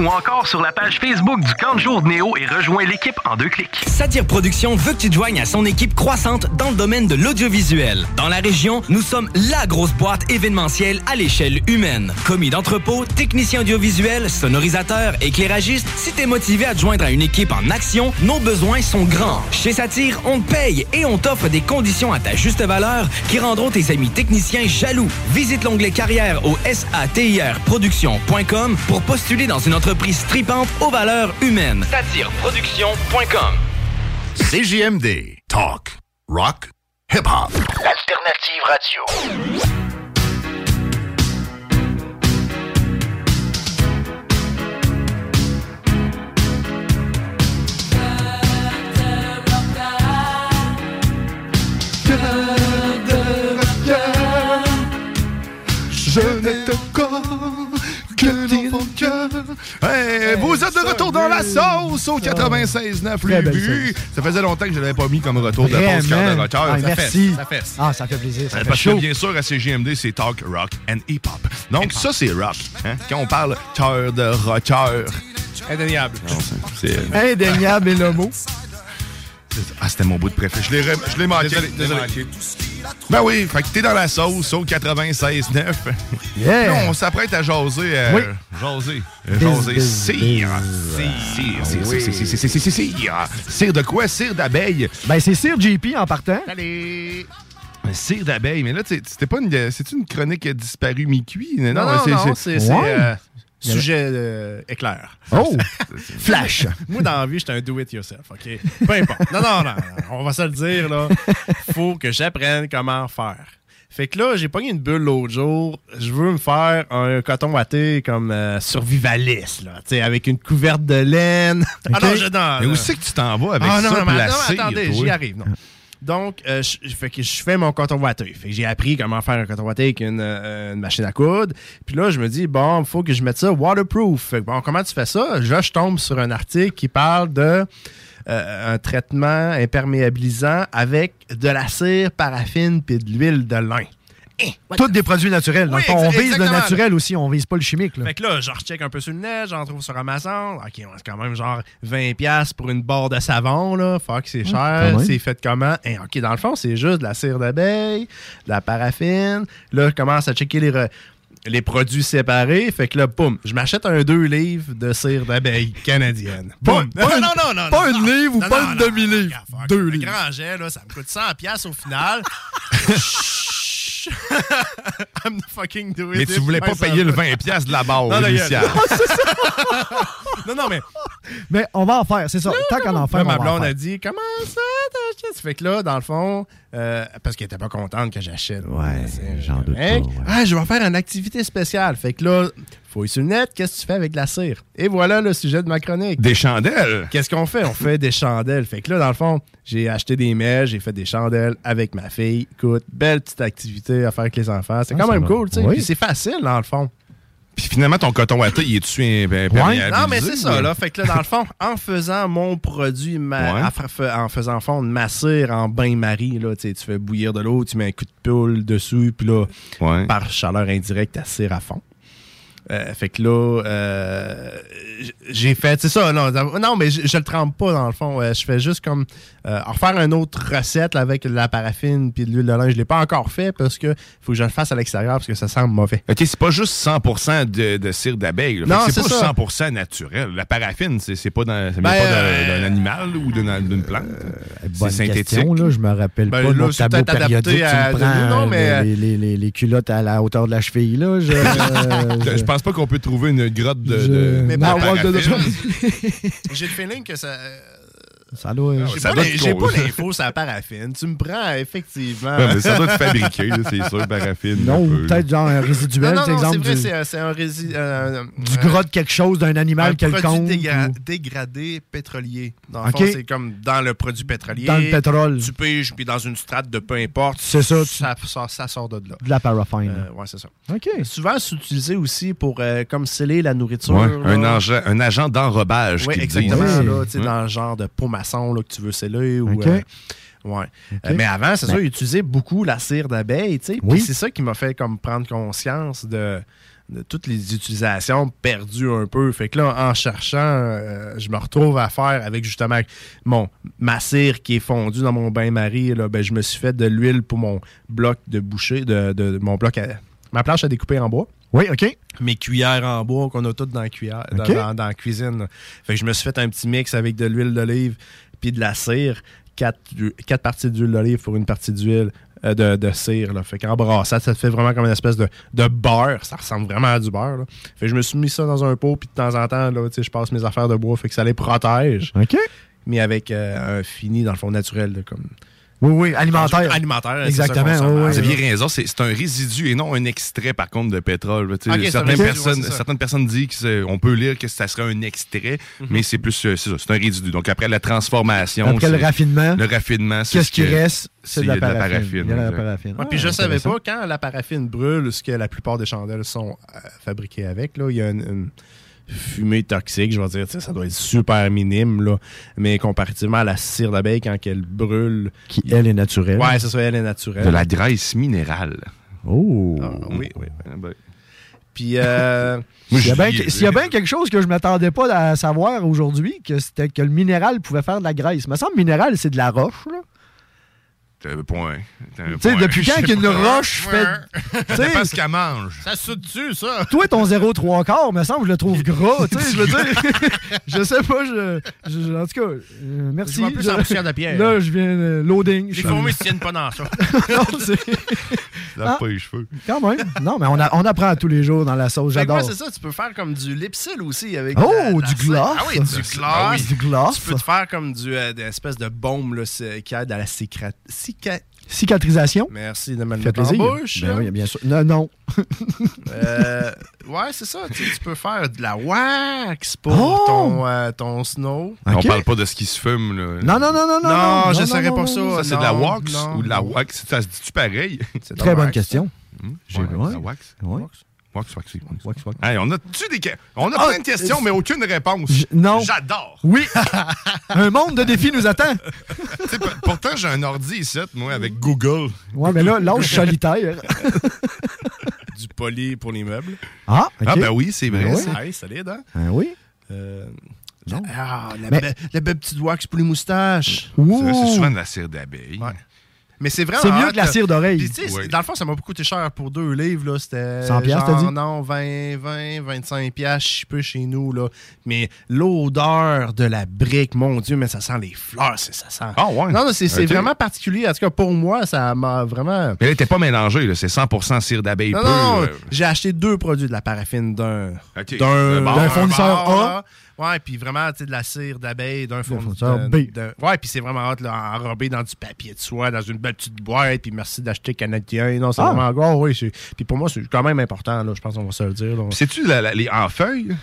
S12: ou encore sur la page Facebook du camp de jour de Néo et rejoins l'équipe en deux clics.
S10: Satire Productions veut que tu te joignes à son équipe croissante dans le domaine de l'audiovisuel. Dans la région, nous sommes la grosse boîte événementielle à l'échelle humaine. Commis d'entrepôt, technicien audiovisuel, sonorisateur, éclairagiste, si t'es motivé à te joindre à une équipe en action, nos besoins sont grands. Chez Satire, on te paye et on t'offre des conditions à ta juste valeur qui rendront tes amis techniciens jaloux. Visite l'onglet carrière au satirproduction.com pour postuler dans une entreprise tripante aux valeurs humaines. Satireproduction.com
S5: CJMD. Talk. Rock. Hip-hop.
S13: L'alternative radio.
S14: Rock
S2: Je ne te que mon cœur.
S4: Eh,
S2: Hey, Eh, vous êtes de retour dans la sauce au 96.9
S4: Ah. Très belle
S2: Lébu. Ça faisait longtemps que je l'avais pas mis comme retour de
S4: Vraiment.
S2: pause cœur de rocker.
S4: Ah,
S2: Ça
S4: merci.
S2: fesse, ça fesse.
S4: Ah, ça fait plaisir. Ça fait
S2: Parce que
S4: chaud.
S2: bien sûr, à CGMD, c'est talk, rock and hip-hop. Donc, ça, c'est rock. hein. Quand on parle cœur de rocker,
S5: Indéniable.
S2: non, c'est- c'est-
S4: Indéniable et le mot.
S2: Ah, c'était mon bout de préfet. Je l'ai rem- je l'ai manqué.
S5: Désolé,
S2: je l'ai
S5: désolé.
S2: manqué. Ben oui, fait que t'es dans la sauce au 96.9.
S5: Yeah.
S2: Là, on s'apprête à jaser. euh,
S5: Oui.
S2: Jaser.
S5: Biz,
S2: Jaser.
S5: biz, Ah
S2: Cire. Cire. Cire.
S4: oui.
S2: Cire. Cire. Cire. Cire. Cire. Cire. Cire de quoi? Cire d'abeille.
S4: Ben, c'est Sir JP en
S5: hein?
S4: partant.
S2: Allez. Cire d'abeille. Mais là, tu sais, c'était pas une... C'est une chronique disparue mi-cuit?
S5: Non,
S2: Non,
S5: non, non, c'est c'est,
S2: Ouais.
S5: euh, sujet euh, éclair.
S4: Oh! Flash!
S5: Moi, dans la vie, j'étais un do-it-yourself, OK? Peu importe. Non, non, non, non, on va se le dire, là. faut que j'apprenne comment faire. Fait que là, j'ai pogné une bulle l'autre jour. Je veux me faire un coton watté comme euh, survivaliste, là. Tu sais, avec une couverte de laine. Ah non, je non,
S2: Mais
S5: non.
S2: où c'est que tu t'en vas avec
S5: Ah non,
S2: ça
S5: non,
S2: pour
S5: mais
S2: la
S5: non,
S2: cire,
S5: attendez,
S2: toi?
S5: j'y arrive. non. Donc, euh, je, je- fait que je fais mon coton ouaté. Fait que j'ai appris comment faire un coton ouaté avec une, euh, une machine à coudre. Puis là, je me dis, bon, faut que je mette ça waterproof. Fait que, bon, comment tu fais ça? Là, je tombe sur un article qui parle de euh, un traitement imperméabilisant avec de la cire paraffine puis de l'huile de lin.
S2: Eh,
S4: Tous des produits naturels. Dans
S5: Oui,
S4: le fond, on
S5: exa-
S4: vise le
S5: exactement.
S4: naturel aussi, on vise pas le chimique. là.
S5: Fait que là, je recheck un peu sur le net, j'en trouve sur Amazon. Ok, ouais, c'est quand même genre 20$ pour une barre de savon, là. Fuck, c'est cher.
S4: quand même.
S5: c'est fait comment? Eh, ok, dans le fond, c'est juste de la cire d'abeille, de la paraffine. Là, je commence à checker les, re- les produits séparés. Fait que là, boum, je m'achète un 2 livres de cire d'abeille canadienne. Boum!
S4: pas une- pas une livre ou pas une demi-livre.
S5: Deux livres. grand jet, là, ça me coûte 100$ au final. Chut. I'm the fucking do it
S2: Mais tu voulais pas
S5: myself.
S2: payer le 20$ piastres de la barre
S5: Non, la gueule.
S2: initiale.
S5: Non, Ah, c'est ça. non, non, mais
S4: Mais on va en faire, c'est ça. Tant qu'on en fait,
S5: là,
S4: on va
S5: ma
S4: en
S5: blonde
S4: faire.
S5: a dit Comment ça t'as acheté ça? Fait que là, dans le fond, euh, parce qu'elle était pas contente que j'achète. Ouais, j'en doute. Ah, je vais faire une activité spéciale. Fait que là, fouille sur le net, qu'est-ce que tu fais avec de la cire Et voilà le sujet de ma chronique.
S2: Des chandelles.
S5: Qu'est-ce qu'on fait? On fait des chandelles. Fait que là, dans le fond, j'ai acheté des mèches, j'ai fait des chandelles avec ma fille. Écoute, belle petite activité à faire avec les enfants. C'est
S2: Ah,
S5: quand
S2: ça
S5: même
S2: va.
S5: cool, tu sais.
S2: Oui.
S5: Puis c'est facile, dans le fond.
S2: Puis finalement, ton coton watté, il hein, est-tu
S5: Ouais.
S2: imperméabilisé?
S5: Non, mais c'est ça, là. Fait que là, dans le fond, en faisant mon produit, ma-
S2: Ouais.
S5: en fa- fa- en faisant fondre ma cire en bain-marie, là, tu sais, tu fais bouillir de l'eau, tu mets un coup de poule dessus, puis là, par chaleur indirecte, ta cire à fond. Euh, fait que là, euh, j- j'ai fait, c'est ça, non, dans- non mais je, je le trempe pas dans le fond. Euh, je fais juste comme euh, en faire une autre recette là, avec de la paraffine puis de l'huile de linge. Je l'ai pas encore fait parce que faut que je le fasse à l'extérieur parce que ça semble mauvais.
S2: OK, c'est pas juste 100 de, de cire d'abeille. là. Fait
S5: Non,
S2: que
S5: c'est
S2: c'est
S5: ça.
S2: pas 100 naturel. La paraffine, c'est c'est pas dans- ça vient
S5: Ben,
S2: pas d'un
S5: euh,
S2: d'un animal ou d'une d'une plante. c'est
S4: euh, Bonne
S2: synthétique.
S4: question, là, je me rappelle
S2: Ben,
S4: pas
S2: là,
S4: le
S2: c'est
S4: tableau
S2: peut-être adapté
S4: périodique. Tu
S2: à-
S4: me prends
S2: non,
S4: euh,
S2: mais-
S4: les, les- les- les culottes à la hauteur de la cheville, là. Je,
S2: Je,
S4: euh,
S2: je pense pas qu'on peut trouver une grotte de. de-
S4: Mais
S2: de
S4: par-
S2: paraffine.
S5: J'ai le feeling que ça.
S4: ça doit...
S5: J'ai
S2: Ah, ça
S5: pas
S2: doit
S5: les-
S2: être
S5: J'ai
S2: gros.
S5: pas l'info sur la paraffine. Tu me prends effectivement.
S2: Ouais, mais ça doit être fabriqué, là, c'est sûr, paraffine.
S4: Non,
S2: un peu,
S4: ou
S2: là.
S4: peut-être genre un résiduel,
S5: Non, non,
S4: c'est
S5: non, c'est
S4: exemple
S5: vrai,
S4: du,
S5: c'est un- c'est un, rési- euh,
S4: du gras de quelque chose, d'un animal
S5: un produit
S4: quelconque.
S5: dégra-
S4: ou-
S5: dégradé pétrolier. Dans le
S4: Ok.
S5: fond, c'est comme dans le produit pétrolier.
S4: Dans le pétrole.
S5: Tu piges, puis dans une strate de peu importe.
S4: C'est ça, tu-
S5: Ça, ça- ça sort de là.
S4: De la paraffine.
S5: Euh, ouais, c'est ça.
S4: OK.
S5: Souvent, c'est utilisé aussi pour euh, comme sceller la nourriture.
S2: Ouais,
S5: là.
S2: un, agent, un agent d'enrobage.
S5: Oui,
S2: qu'ils
S5: exactement.
S2: disent.
S5: Là, tu sais,
S2: Ouais.
S5: Dans le genre de peau maçon là, que tu veux sceller. Ou,
S2: Ok.
S5: euh, ouais. Euh, mais avant, c'est
S2: Ben-
S5: ça, ils utilisaient beaucoup la cire d'abeille. tu sais. Puis
S2: Oui.
S5: C'est ça qui m'a fait comme prendre conscience de, de toutes les utilisations perdues un peu. Fait que là, en cherchant, euh, je me retrouve à faire avec justement mon, ma cire qui est fondue dans mon bain-marie. là, Ben, je me suis fait de l'huile pour mon bloc de boucher, de, de- de mon bloc à- ma planche à découper en bois.
S4: Oui, OK.
S5: Mes cuillères en bois qu'on a toutes dans la, cuillère, dans-
S4: OK.
S5: dans- dans la cuisine. là. Fait que je me suis fait un petit mix avec de l'huile d'olive puis de la cire. Quatre, du- quatre parties d'huile d'olive pour une partie d'huile euh, de, de cire. Là. Fait qu'en brassade, ça te fait vraiment comme une espèce de, de beurre. Ça ressemble vraiment à du beurre. là. Fait que je me suis mis ça dans un pot puis de temps en temps, là, tu sais, je passe mes affaires de bois. Fait que ça les protège.
S4: OK.
S5: Mais avec euh, un fini, dans le fond, naturel. là, comme
S4: Oui, oui, alimentaire.
S5: Alimentaire, c'est ça
S4: Exactement.
S5: qu'on s'en
S4: oui, oui.
S2: Vous aviez raison, c'est c'est un résidu et non un extrait, par contre, de pétrole. Tu sais,
S5: Ok, c'est un
S2: certaines,
S5: résidu,
S2: personnes,
S5: ouais, c'est ça.
S2: certaines personnes disent qu'on peut lire que ça serait un extrait,
S5: Mhm.
S2: mais c'est plus euh, c'est ça, c'est un résidu. Donc après la transformation.
S4: Après le
S2: c'est-
S4: raffinement,
S2: Le raffinement, c'est
S4: qu'est-ce
S2: ce
S4: qui
S2: que-
S4: reste? C'est de la
S2: il y a
S4: paraffine. Il y a de la
S2: exact.
S4: Euh, paraffine. Ah,
S5: Ouais, puis je savais pas, quand la paraffine brûle, ce que la plupart des chandelles sont euh, fabriquées avec, là, il y a une, une fumée toxique, je vais dire, tu sais, ça doit être super minime, là, mais comparativement à la cire d'abeille, quand elle brûle...
S4: Qui, elle, est naturelle.
S5: Ouais, c'est ça, elle est naturelle.
S2: De la graisse minérale. Ah,
S4: Oh!
S5: Oui, oui. Puis... euh,
S4: S'il y a bien s'il y a bien quelque chose que je m'attendais pas à savoir aujourd'hui, que c'était que le minéral pouvait faire de la graisse. Il me semble que minéral, c'est de la roche. là.
S2: T'as un point. T'as un
S4: Tu sais,
S2: point.
S4: depuis
S2: Je
S4: quand
S2: sais
S4: qu'une
S2: pas.
S4: roche fait-
S2: Ça
S4: Tu sais- Ah.
S2: dépend ce qu'elle mange.
S5: Ça se dessus, ça!
S4: Toi, ton 0,3 quarts, me semble, je le trouve gras. Tu sais, je veux dire, je sais pas, je, je- en tout cas, euh, merci.
S5: Je vois plus en poussière de pierre.
S4: Là, je viens euh, loading.
S5: Les
S4: Je-
S5: fourmis se tiennent pas dans ça.
S4: Non, c'est-
S5: Lave
S2: pas les cheveux.
S4: Ah. Quand même. Non, mais on, a- on apprend tous les jours dans la sauce,
S5: Fait que ouais,
S4: j'adore.
S5: c'est ça, tu peux faire comme du lipsil aussi avec.
S4: Oh,
S5: la- la
S4: du
S5: cire.
S4: gloss.
S5: Ah oui, du gloss.
S4: Ah oui, du gloss.
S5: Tu peux te faire comme du, euh, des espèces de bombe là, c'est- qui aide à la cicatrice.
S4: Cicatrisation.
S5: Merci de me le
S4: Fait
S5: mettre en
S4: plaisir.
S5: bouche.
S4: Ben oui, bien sûr. Non, non.
S5: Euh, ouais, c'est ça. Tu, tu peux faire de la wax pour
S4: Oh!
S5: ton, euh, ton snow.
S2: On parle pas de ce qui se fume. Là.
S4: Non, non, non, non, non.
S5: Non,
S4: non,
S5: je
S4: non,
S5: saurais
S4: non,
S5: pas
S4: non,
S5: ça.
S4: non.
S2: Ça, c'est de la
S5: Non,
S2: wax
S5: non.
S2: ou de la wax. Ça se dit-tu pareil?
S4: Très bonne question.
S2: J'ai
S4: ouais.
S2: la wax.
S4: Ouais.
S2: Wax, wax, wax. Hey, on a, des... on a
S4: Ah,
S2: plein de questions,
S4: euh,
S2: mais aucune réponse.
S4: non.
S2: J'adore.
S4: Oui. un monde de défis nous attend.
S2: Tu sais, pour- Pourtant, j'ai un ordi ici, moi, avec Google.
S4: Ouais, mais là, l'âge solitaire.
S5: Du poly pour les meubles.
S4: Ah, ok.
S2: Ah, ben oui, c'est vrai.
S4: Ben oui.
S2: ça.
S5: Ah oui, solide, hein?
S4: Ben oui. Ben
S5: Euh, Ah, la,
S4: Mais-
S5: belle, la belle petite wax pour les moustaches.
S4: Ouh. C'est vrai,
S2: C'est souvent de la cire d'abeille.
S5: Mais c'est vraiment.
S4: C'est mieux que la
S5: hot.
S4: cire d'oreille.
S5: Puis, tu sais,
S4: Ouais.
S5: Dans le fond, ça m'a beaucoup coûté cher pour deux livres. là. C'était.
S4: 100 piastres, t'as
S5: genre,
S4: dit?
S5: Non, 20, 20, 25 piastres, je sais peu chez nous. là. Mais l'odeur de la brique, mon Dieu, mais ça sent les fleurs, c'est- ça sent.
S2: Ah ouais.
S5: Non, non, c'est c'est
S2: Ok.
S5: vraiment particulier. En tout cas, pour moi, ça m'a vraiment.
S2: Mais là, t'es pas mélangé, là. C'est 100% cire d'abeille
S5: Non,
S2: pure.
S5: non, non,
S2: euh,
S5: j'ai acheté deux produits de la paraffine d'un
S2: Ok.
S5: d'un-
S2: Un bar,
S5: d'un
S2: un
S5: fournisseur
S2: bar,
S5: A. Ouais, puis vraiment, tu sais, de la cire d'abeille d'un
S4: fournisseur
S5: fournisseur
S4: B.
S5: ouais, puis c'est vraiment hot, là, enrobé dans du papier de soie, dans une belle petite boîte, puis merci d'acheter canadien. Non, c'est
S4: Ah.
S5: vraiment gros, oui. c'est- Puis pour moi, c'est quand même important, là, je pense qu'on va se le dire. là.
S2: Puis C'est-tu la- la- les en feuilles?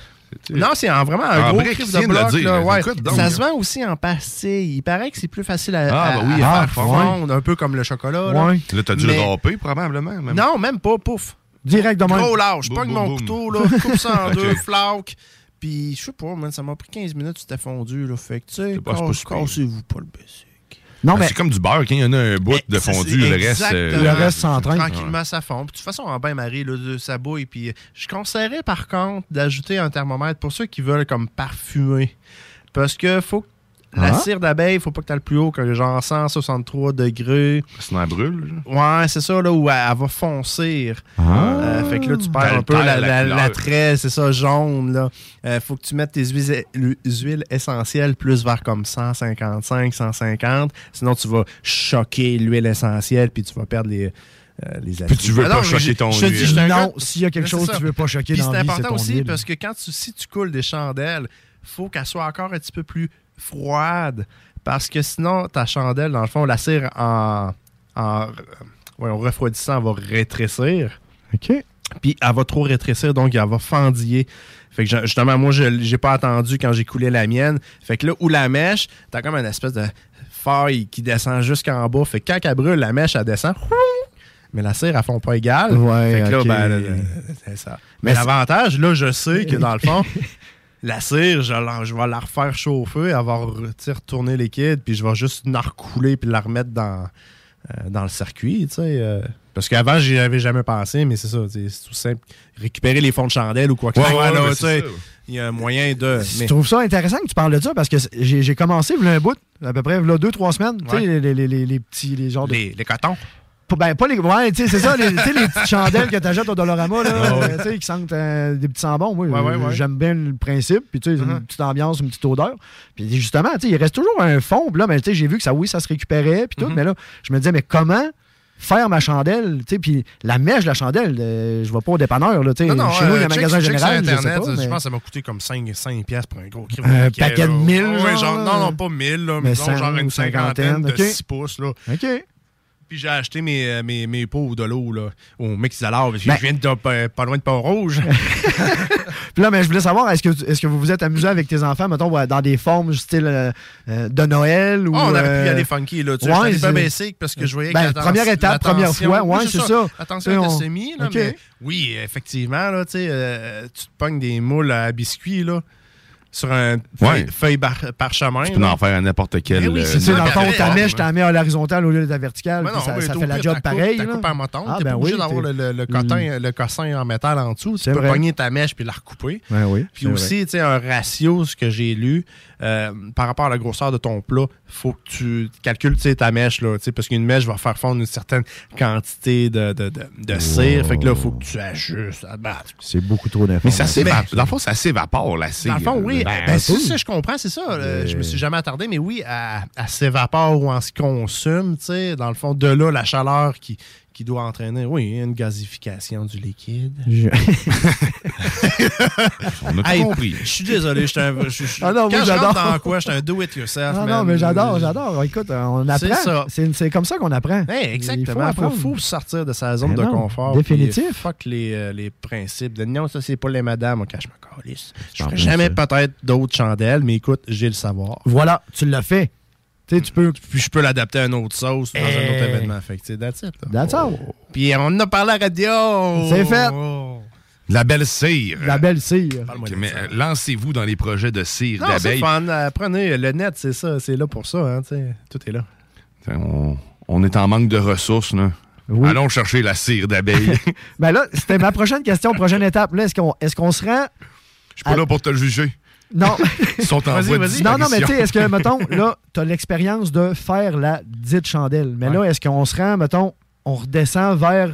S5: Non, c'est en- vraiment un
S2: En
S5: gros
S2: brique,
S5: crise
S2: viens
S5: de
S2: de le
S5: bloc.
S2: dire,
S5: là,
S2: mais
S5: ouais.
S2: écoute donc,
S5: Ça
S2: là.
S5: se vend aussi en pastilles. Il paraît que c'est plus facile à,
S2: Ah,
S5: à-
S2: bah oui,
S5: à
S2: à
S5: faire
S2: faire
S5: fondre, un peu comme le chocolat. là.
S4: Ouais.
S2: Là, t'as dû
S5: Mais-
S2: le râper, probablement. même.
S5: Non, même pas, pouf.
S4: Direct de même.
S5: Gros lâche, je
S2: Boum,
S5: pogne
S2: boum,
S5: mon
S2: boum.
S5: couteau, là, coupe ça en
S2: Ok.
S5: deux, flaque. Puis, je sais pas, man, ça m'a pris 15 minutes, c'était fondu, là. Fait que, tu sais,
S2: pas- c'est pas
S5: casse-
S2: si pire.
S5: cassez-vous pas le baiser.
S4: Non,
S2: Ben,
S4: mais
S2: C'est comme du beurre, quand il y en a un bout de
S5: Eh, Ça, c'est
S2: fondu, le reste. euh,
S5: exactement.
S4: Le reste s'entraîne.
S5: Tranquillement, ça fond. Puis, de toute façon, en bain-marie, là, de- ça bouille. Puis, euh, je conseillerais, par contre, d'ajouter un thermomètre pour ceux qui veulent, comme, parfumer. Parce que faut que la
S2: Ah.
S5: cire d'abeille, faut pas que t'ailles plus haut que genre 163 degrés.
S2: Sinon, elle brûle. Ah. là.
S5: Ouais, c'est ça, là, où elle, elle va foncir. Euh, fait que là, tu perds
S2: Elle
S5: un peu
S2: perd
S5: la-
S2: la
S5: la-
S2: couleur.
S5: l'attrait, c'est ça, jaune, là. Euh, faut que tu mettes tes huiles, les huiles essentielles plus vers comme 155, 150. Sinon, tu vas choquer l'huile essentielle, puis tu vas perdre les... euh, les
S2: Puis tu veux pas
S5: je-
S2: choquer ton
S5: je te dis,
S2: huile.
S5: je te
S4: non,
S5: raconte-
S4: s'il y a quelque
S5: Mais
S4: chose
S5: c'est
S4: que tu
S5: ça.
S4: veux pas choquer
S5: Puis
S4: dans
S5: c'est
S4: la vie,
S5: important
S4: ton
S5: aussi
S4: huile.
S5: parce que quand tu, si tu coules des chandelles, faut qu'elle soit encore un petit peu plus froide parce que sinon ta chandelle, dans le fond, la cire en, en, ouais, en refroidissant va rétrécir.
S4: OK.
S5: Puis elle va trop rétrécir, donc elle va fendiller. Fait que je- justement, moi, je j'ai pas attendu quand j'ai coulé la mienne. Fait que là, où la mèche, t'as comme une espèce de faille qui descend jusqu'en bas. Fait que quand elle brûle, la mèche, elle descend. Mais la cire, elle fond pas égale.
S4: Ouais,
S5: fait que là,
S4: ok.
S5: ben, là, là,
S1: Euh,
S5: c'est ça. Mais l'avantage, là, je sais que dans le fond, la cire, je, la- je vais la refaire chauffer, avoir retourné liquide, puis je vais juste la recouler puis la remettre dans, euh, dans le circuit, tu sais. euh. parce qu'avant, j'y avais jamais pensé, mais c'est ça, tu sais, c'est tout simple. Récupérer les fonds de chandelle ou quoi que ce
S2: Ouais,
S5: soit,
S2: ouais,
S5: là,
S2: ouais,
S5: tu sais,
S2: c'est ça.
S5: il y a un moyen de...
S4: Je
S5: mais-
S4: trouve ça intéressant que Euh, tu parles de ça parce que c'est- j'ai j'ai commencé, voilà un bout, à peu près, voilà deux, trois semaines. Tu sais,
S5: Ouais.
S4: les, les- les- les petits, les genres de.
S5: les, les cotons.
S4: P- Ben, pas les. Ouais, tu sais, c'est ça, les, tu sais, les petites chandelles que t'achètes au Dolorama, là, euh, tu sais, qui sentent euh, des petits sambons. Moi,
S5: Ah Ouais, ouais, ouais. Uh-huh.
S4: j'aime bien le principe. Puis, tu sais, une petite ambiance, une petite odeur. Puis, ben,
S5: Uh-huh.
S4: justement, tu sais, il reste toujours un fond. Puis là, mais tu sais, j'ai vu que ça, oui, ça se récupérait. Puis tout. Mais là, je me disais, mais comment faire ma chandelle, tu sais, puis la mèche de la chandelle, euh, je vais pas au dépanneur, là, tu sais.
S5: Non, euh, non,
S4: Chez nous, il y a un magasin général,
S5: Internet,
S4: je sais pas,
S5: je
S4: mais-
S5: pense que ça m'a coûté comme 5, 5 piastres pour un gros kilo.
S4: Un
S5: paquet,
S4: paquet de
S5: là.
S4: mille,
S5: Ouais,
S4: genre,
S5: genre,
S4: là.
S5: non, non, pas 1000, là,
S4: Mais
S5: mais disons, genre
S4: cent
S5: une
S4: ou cinquantaine,
S5: cinquantaine de
S4: ok.
S5: 6 pouces. Là.
S4: OK.
S5: Puis j'ai acheté mes, euh, mes, mes pots de l'eau là, au Mexizalar, parce que
S4: Ben-
S5: je viens de pas, pas loin de Pont-Rouge.
S4: Puis là, mais je voulais savoir, est-ce que, est que vous vous êtes amusé avec tes enfants, mettons, ouais, dans des formes style euh, euh, de Noël ou.
S5: Ah, on aurait pu y
S4: euh,
S5: aller funky, là. Tu sais,
S4: ouais,
S5: j'étais pas
S4: c'est-
S5: basic parce que je voyais
S4: Ben,
S5: que la
S4: première
S5: tension-
S4: étape,
S5: la
S4: première
S5: tension-
S4: fois,
S5: oui,
S4: ouais, c'est ça.
S5: Attention
S4: Tu sais,
S5: était
S4: on-
S5: semi, là,
S4: Ok.
S5: mais oui, effectivement, là, tu sais, euh, tu te pognes des moules à biscuits, là, sur un feuille,
S2: Ouais.
S5: feuille bar- parchemin.
S2: Tu peux
S5: là.
S2: en faire à n'importe quel.
S5: Mais oui,
S2: euh,
S5: c'est Ah, ben
S4: Tu sais, dans le
S5: Ouais,
S4: fond,
S5: mais
S4: ta
S5: ouais,
S4: mèche, t'as mis à l'horizontale au lieu de la verticale,
S5: Mais
S4: puis
S5: non,
S4: ça,
S5: mais
S4: ça
S5: au
S4: fait la
S5: pire,
S4: job
S5: t'as coupé-
S4: pareil.
S5: T'as
S4: là.
S5: coupé en mouton,
S4: Ah,
S5: t'es
S4: ben
S5: pas
S4: oui.
S5: obligé d'avoir
S4: t'es- Mm.
S5: le, le, le cotin, euh, le cossin en métal en dessous. Tu
S4: C'est
S5: peux
S4: vrai.
S5: pogner ta mèche puis la recouper.
S4: Ben oui,
S5: Puis
S4: c'est
S5: aussi, tu sais, un ratio, ce que j'ai lu, euh, par rapport à la grosseur de ton plat, faut que tu calcules, tu sais, ta mèche, là, tu sais, parce qu'une mèche va faire fondre une certaine quantité de, de, de, de cire. Fait que là, faut que tu ajustes. Ah, bah,
S4: C'est beaucoup trop d'informations.
S2: Mais ça
S4: ben,
S2: s'évapore.
S5: Mais-
S2: Dans le fond, ça s'évapore, la cire.
S5: dans le
S4: euh,
S5: fond, oui.
S2: Ben,
S5: Ben,
S2: un
S5: c'est
S2: peu.
S5: ça, je comprends, c'est ça. Euh, Je me suis jamais attardé, mais oui, à, à s'évapore ou en se consume, tu sais, dans le fond, de là, la chaleur qui, qui doit entraîner, oui, une gazification du liquide.
S2: On a
S5: Hey,
S2: compris.
S5: Je suis désolé, je suis un. je- je-
S4: Ah non, moi,
S5: quand je
S4: j'adore. Ah
S5: rentre dans quoi, je suis un do-it-yourself.
S4: Non, non, mais j'adore, j'adore. Écoute, euh, on
S5: C'est ça. Ben,
S4: apprend. C'est c'est comme ça qu'on apprend.
S5: Exactement.
S4: Il
S5: Il
S4: faut
S5: faut,
S4: apprendre.
S5: faut sortir de sa zone
S4: Ben
S5: de
S4: non,
S5: confort.
S4: définitif.
S5: puis Fuck les, euh, les principes de non, ça c'est pas les madames, ok, je me calisse. Je ferai
S4: bien
S5: jamais peut-être d'autres chandelles, mais écoute, j'ai le savoir.
S4: Voilà, tu l'as fait. Tu sais, tu peux.
S5: Puis je peux l'adapter à une autre sauce dans un
S4: Eh.
S5: autre événement. Fait que, tu sais, that's it, là.
S4: That's all.
S5: Puis on en a parlé à la radio.
S4: C'est fait.
S2: La belle cire.
S4: La belle cire.
S2: Ok, mais euh, lancez-vous dans les projets de cire
S5: Non, c'est
S2: d'abeille.
S5: fun. Euh, Prenez le net, c'est ça. C'est là pour ça. Hein, tu sais. tout est là.
S2: On, on est en manque de ressources, là. Allons chercher la cire d'abeille.
S4: Ben là, c'était ma prochaine question, prochaine étape. Là, Est-ce qu'on est qu'on se rend.
S2: Je suis pas là pour te le juger.
S4: Non.
S2: Ils sont en
S4: Vas-y,
S2: voie de
S4: vas-y. Non, non, mais tu sais, est-ce que,
S2: disparition.
S4: mettons, là, tu as l'expérience de faire la dite chandelle. Mais là, est-ce qu'on se rend, mettons, on redescend vers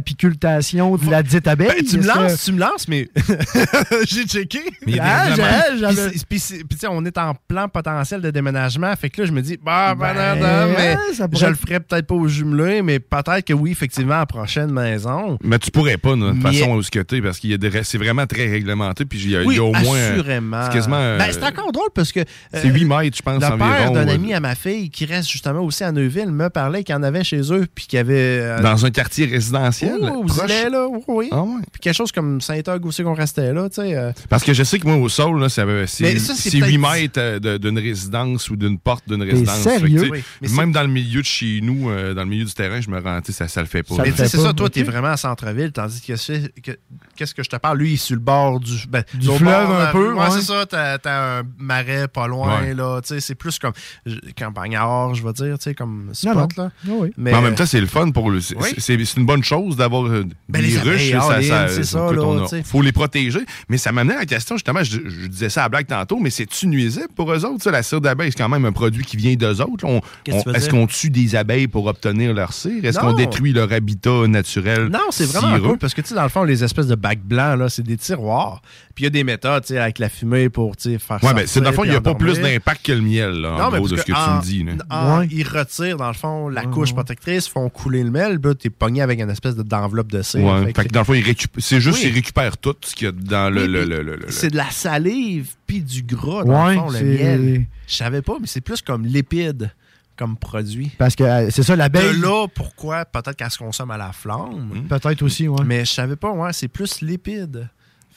S4: l'apicultation de la dite abeille?
S5: Ben, tu me
S4: Est-ce que-
S5: lances, tu me lances, mais j'ai checké.
S4: il y a des Ah, règlements. j'ai- j'avais-
S5: Puis, c'est- puis c'est- puis tu sais, on est en plan potentiel de déménagement. Fait que là, je me dis, bah, ben,
S4: Ben,
S5: non, non, mais
S4: ça pourrait
S5: je le
S4: être-
S5: ferai peut-être pas au jumelé, mais peut-être que oui, effectivement, à la prochaine maison.
S2: Mais tu pourrais pas, de toute
S5: Mais-
S2: façon, où ce que t'es, parce qu'il y a des ré- c'est vraiment très réglementé, puis il y a, il y a au moins. euh,
S5: assurément.
S2: C'est quasiment. euh,
S5: Ben, c'est encore drôle parce que. euh,
S2: c'est 8 mètres, je pense,
S5: le
S2: environ.
S5: père d'un
S2: euh,
S5: ami à ma fille qui reste justement aussi à Neuville me parlait qu'il y en avait chez eux puis qu'il y avait euh,
S2: Dans un quartier résidentiel.
S5: Oh,
S2: proche.
S5: Zillet, là, oui.
S2: Ah ouais.
S5: Puis quelque chose comme Saint-Hugues aussi qu'on restait là, tu sais. euh.
S2: Parce que je sais que moi, au sol, là, ça veut-
S5: Mais
S2: c'est
S5: ça, c'est
S2: c'est 8
S5: peut-être-
S2: mètres euh, de- d'une résidence ou d'une porte d'une résidence. Fait que,
S5: sérieux?
S2: tu sais,
S5: Oui, mais
S2: Même dans le milieu de chez nous, euh, dans le milieu du terrain, je me rends, tu sais, ça, ça le fait pas.
S5: mais tu sais, c'est ça, toi, t'es vraiment à centre-ville, tandis que c'est- que- qu'est-ce que je te parle? Lui, il est sur le bord du, ben,
S4: Du
S5: au
S4: fleuve
S5: bord,
S4: un
S5: euh,
S4: peu,
S5: Ouais,
S4: ouais.
S5: c'est ça, t'as t'as un marais pas loin,
S2: Ouais.
S5: là. Tu sais, c'est plus comme je- campagnard, je vais dire, tu sais, comme spot,
S4: Non, non.
S5: là.
S4: Ah oui.
S2: Mais, en même temps, c'est le fun pour le. c'est-
S5: Oui.
S2: C'est c'est une bonne chose d'avoir euh,
S5: Ben,
S2: des
S5: les
S2: ruches.
S5: abeilles,
S2: ça-
S5: all
S2: ça-
S5: in, c'est ça,
S2: écoute,
S5: là,
S2: on a-
S5: tu sais.
S2: faut les protéger. Mais ça m'amenait à la question, justement, je, je disais ça à la blague tantôt, mais c'est-tu nuisible pour eux autres? ça, la cire d'abeille, c'est quand même un produit qui vient d'eux autres. On-
S5: Qu'est-ce que tu
S2: on-
S5: veux
S2: Est-ce
S5: dire?
S2: qu'on tue des abeilles pour obtenir leur cire? Est-ce qu'on
S5: Non.
S2: détruit leur habitat naturel?
S5: Non, c'est vraiment
S2: cireux?
S5: cool parce que, tu sais, dans le fond, les espèces de bacs blancs, là, c'est des tiroirs. Puis il y a des méthodes, tu sais, avec la fumée pour, tu sais, faire
S2: Ouais, mais c'est dans
S5: sortir,
S2: le fond, il n'y a
S5: puis
S2: pas plus
S5: endormir.
S2: d'impact que le miel, là, en
S5: mais
S2: gros,
S5: parce
S2: de ce que, tu
S5: en-
S2: me dis. là.
S5: en- Ils retirent, dans le fond, la couche protectrice, font couler le miel, puis là, t'es pogné avec une espèce de- d'enveloppe de cire.
S2: Ouais,
S5: Fait
S2: fait
S5: que-
S2: que dans le fond, ils récupèrent- c'est juste
S5: Oui.
S2: qu'ils récupèrent tout ce qu'il y a dans le.
S5: Oui,
S2: le-
S5: puis
S2: le- le- le-
S5: C'est de la salive puis du gras, dans
S4: Ouais,
S5: le fond, le
S4: c'est-
S5: miel. Je savais pas, mais c'est plus comme lipide comme produit.
S4: Parce que euh, c'est ça, l'abeille.
S5: De là, pourquoi peut-être qu'elle se consomme à la
S2: Hmm.
S5: flamme.
S4: Peut-être aussi, ouais.
S5: Mais je savais pas, ouais, c'est plus lipide.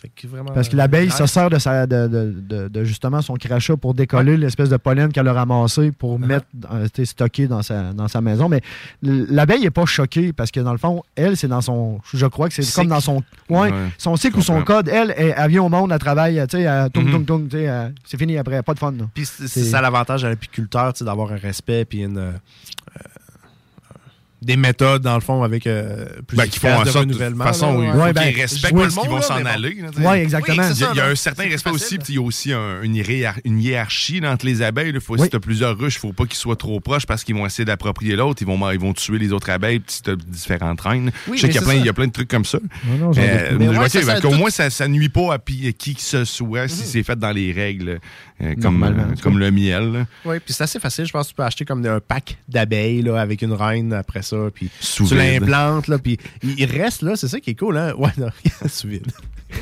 S5: Fait que vraiment, euh,
S4: Parce que l'abeille
S5: Ouais.
S4: se sert de, sa, de, de- de- de justement son crachat pour décoller l'espèce de pollen qu'elle a ramassé pour
S5: Uh-huh.
S4: mettre, euh, tu sais, stocker dans sa, dans sa maison. Mais l- l'abeille n'est pas choquée parce que dans le fond, elle, c'est dans son. Je crois que c'est
S5: Cycle.
S4: comme dans son. Ouais,
S5: Ouais,
S4: son cycle ou son
S5: comprends.
S4: code. Elle, elle, elle vient au monde, elle travaille, tu sais, elle tourne,
S5: Mhm.
S4: tourne, tourne, tu sais, elle- c'est fini après, pas de fun. là.
S5: Puis c'est c'est ça l'avantage à l'apiculteur, tu sais, d'avoir un respect puis une. euh, euh, des méthodes, dans le fond, avec euh, plus
S2: Ben, qui font en
S5: efficaces de
S2: sorte, de toute
S5: renouvellement. là,
S2: façon, il
S5: ouais.
S2: faut
S5: Ouais, ben,
S2: qu'ils respectent
S5: jouer
S2: parce
S5: le monde,
S2: qu'ils vont
S5: là,
S2: s'en
S5: mais bon.
S2: aller. là, tu sais.
S4: Ouais, exactement.
S2: Il y a, il y a
S5: là.
S2: un certain respect aussi, puis il y a aussi un- une, hiérar- une hiérarchie là, entre les abeilles. là. Faut, Si tu as plusieurs ruches, il ne faut pas qu'ils soient trop proches parce qu'ils vont essayer d'approprier l'autre, ils vont, ma- ils vont tuer les autres abeilles, puis si tu as différentes reines.
S5: Oui,
S2: je
S5: mais
S2: sais qu'il y a
S5: c'est
S2: plein-
S5: ça.
S2: il y a plein de trucs comme ça.
S4: non, j'en doute pas.
S2: Euh,
S4: Mais
S2: je
S4: ouais,
S2: vois
S4: ça,
S2: que-
S4: ça
S2: Au
S4: tout-
S2: moins, ça ça nuit pas à pi- qui que ce soit
S5: Mm-hmm.
S2: si c'est fait dans les règles, euh, comme,
S5: Normalement.
S2: euh, comme le miel. là.
S5: Oui, puis c'est assez facile. Je pense que tu peux acheter comme un pack d'abeilles là, avec une reine après ça. ça, puis
S2: Sous
S5: tu
S2: vide.
S5: l'implantes, là, puis il il reste là, c'est ça qui est cool, hein? Ouais, non, sous vide.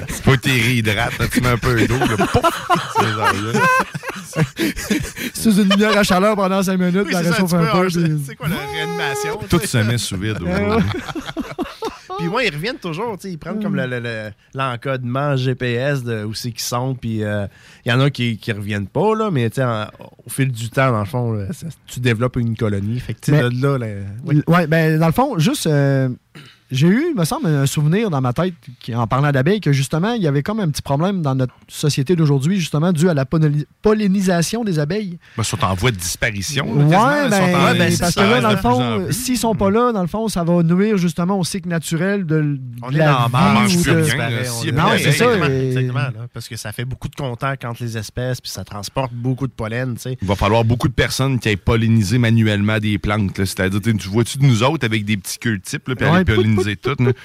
S2: C'est pas tes réhydrates, là, tu mets un peu d'eau, là, pouf! C'est genre, là.
S4: Sous une lumière à chaleur pendant 5 minutes,
S5: Oui,
S4: la
S5: c'est ça,
S4: réchauffe
S5: tu peux,
S4: un peu.
S5: hein,
S4: puis-
S5: C'est quoi la réanimation?
S2: Tout se met sous vide.
S5: Ouais, ouais. Puis moi, ils reviennent toujours, tu sais, ils prennent comme le- le- le- l'encodement GPS de où c'est qu'ils sont, puis euh, il y en a qui, qui reviennent pas, là, mais tu sais, en- au fil du temps, dans le fond, là, ça- tu développes une colonie. Fait que tu sais,
S4: Mais-
S5: de là, là,
S4: Oui. Ouais, ben, dans le fond, juste. euh, j'ai eu, il me semble, un souvenir dans ma tête qui- en parlant d'abeilles que justement, il y avait comme un petit problème dans notre société d'aujourd'hui, justement, dû à la pollini- pollinisation des abeilles.
S2: Ben, ils sont en voie de disparition.
S4: Ouais,
S2: là, quasiment,
S4: ben,
S2: ils sont en-
S4: ouais, ben,
S2: ils
S4: parce que
S2: sont en-
S4: là, dans le
S2: de plus en
S4: fond, euh,
S2: plus.
S4: s'ils sont pas là, dans le fond, ça va nuire justement au cycle naturel de, l- de
S5: est
S4: la
S5: en
S4: vie
S5: manque,
S4: ou
S5: on
S4: de-
S5: disparaît, on est-
S4: Non, c'est ça.
S5: Exactement,
S4: et-
S5: exactement, là, parce que ça fait beaucoup de contacts entre les espèces, puis ça transporte beaucoup de pollen, tu sais.
S2: Il va falloir beaucoup de personnes qui aient pollinisé manuellement des plantes. là. C'est-à-dire, tu sais, tu vois-tu de nous autres avec des petits cultipes, là, puis
S4: Ouais,
S2: aller
S4: pout,
S2: polliniser toutes. là?
S4: Tu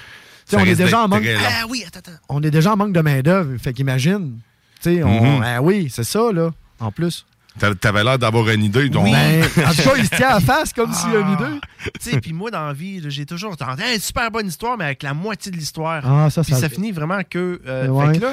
S4: sais,
S2: Ça
S4: on est
S2: risque
S4: déjà en
S2: d'être
S4: manque.
S2: très long.
S4: Ah oui, attends, attends. On est déjà en manque de main-d'œuvre. Fait qu'imagine. Tu sais, on.
S2: Mhm.
S4: Ah oui, c'est ça, là. Ah, En plus.
S2: T'a- T'avais l'air d'avoir une idée. donc-
S4: Ben, en tout cas, il se tient à la face comme s'il y a une idée.
S5: Tu sais, puis moi, dans la vie, là, j'ai toujours entendu Hey, super bonne histoire, mais avec la moitié de l'histoire.
S4: Ah, ça,
S5: Puis
S4: ça-
S5: ça finit vraiment que. euh,
S4: Ouais.
S5: fait que là-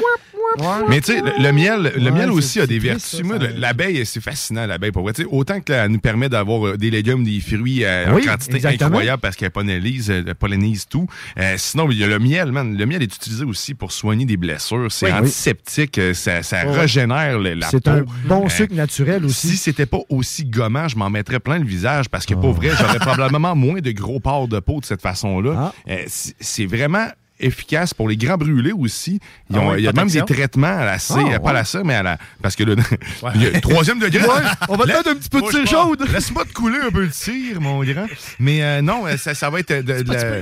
S2: Mais tu sais, le, le miel, le
S5: Ouais,
S2: miel
S5: c'est-
S2: aussi a
S5: c'est
S2: des
S5: triste,
S2: vertus.
S5: ça,
S2: Moi,
S5: ça.
S2: le- l'abeille, c'est fascinant, l'abeille, pour vrai. Tu sais, autant qu'elle nous permet d'avoir euh, des légumes, des fruits euh,
S4: Oui,
S2: en quantité
S4: exactement.
S2: incroyable parce qu'elle pollinise, euh, elle pollinise tout. Euh, sinon, il y a le miel, man. Le miel est utilisé aussi pour soigner des blessures. C'est
S4: Oui.
S2: antiseptique, euh, ça, ça
S4: Ouais.
S2: régénère le- la peau.
S4: C'est un bon
S2: Euh,
S4: sucre naturel aussi.
S2: si c'était pas aussi gommant, je m'en mettrais plein le visage parce que,
S4: Ah.
S2: pour vrai, j'aurais probablement moins de gros pores de peau de cette façon-là.
S4: Ah.
S2: Euh, c'est- c'est vraiment efficace pour les grands brûlés aussi. Ils
S5: Ah
S2: ont-
S5: oui,
S2: il y a même des
S5: protection.
S2: traitements à la C,
S5: Ah,
S2: euh, pas
S5: ouais.
S2: à la C, mais à la... Parce que le il y a- troisième degré...
S5: Ouais, on va te
S2: La-
S5: mettre un petit peu de
S2: Moi,
S5: cire
S2: je pars.
S5: chaude.
S2: Laisse-moi te couler un peu de cire, mon grand. Mais euh, non, euh, ça, ça va être euh, de- de la-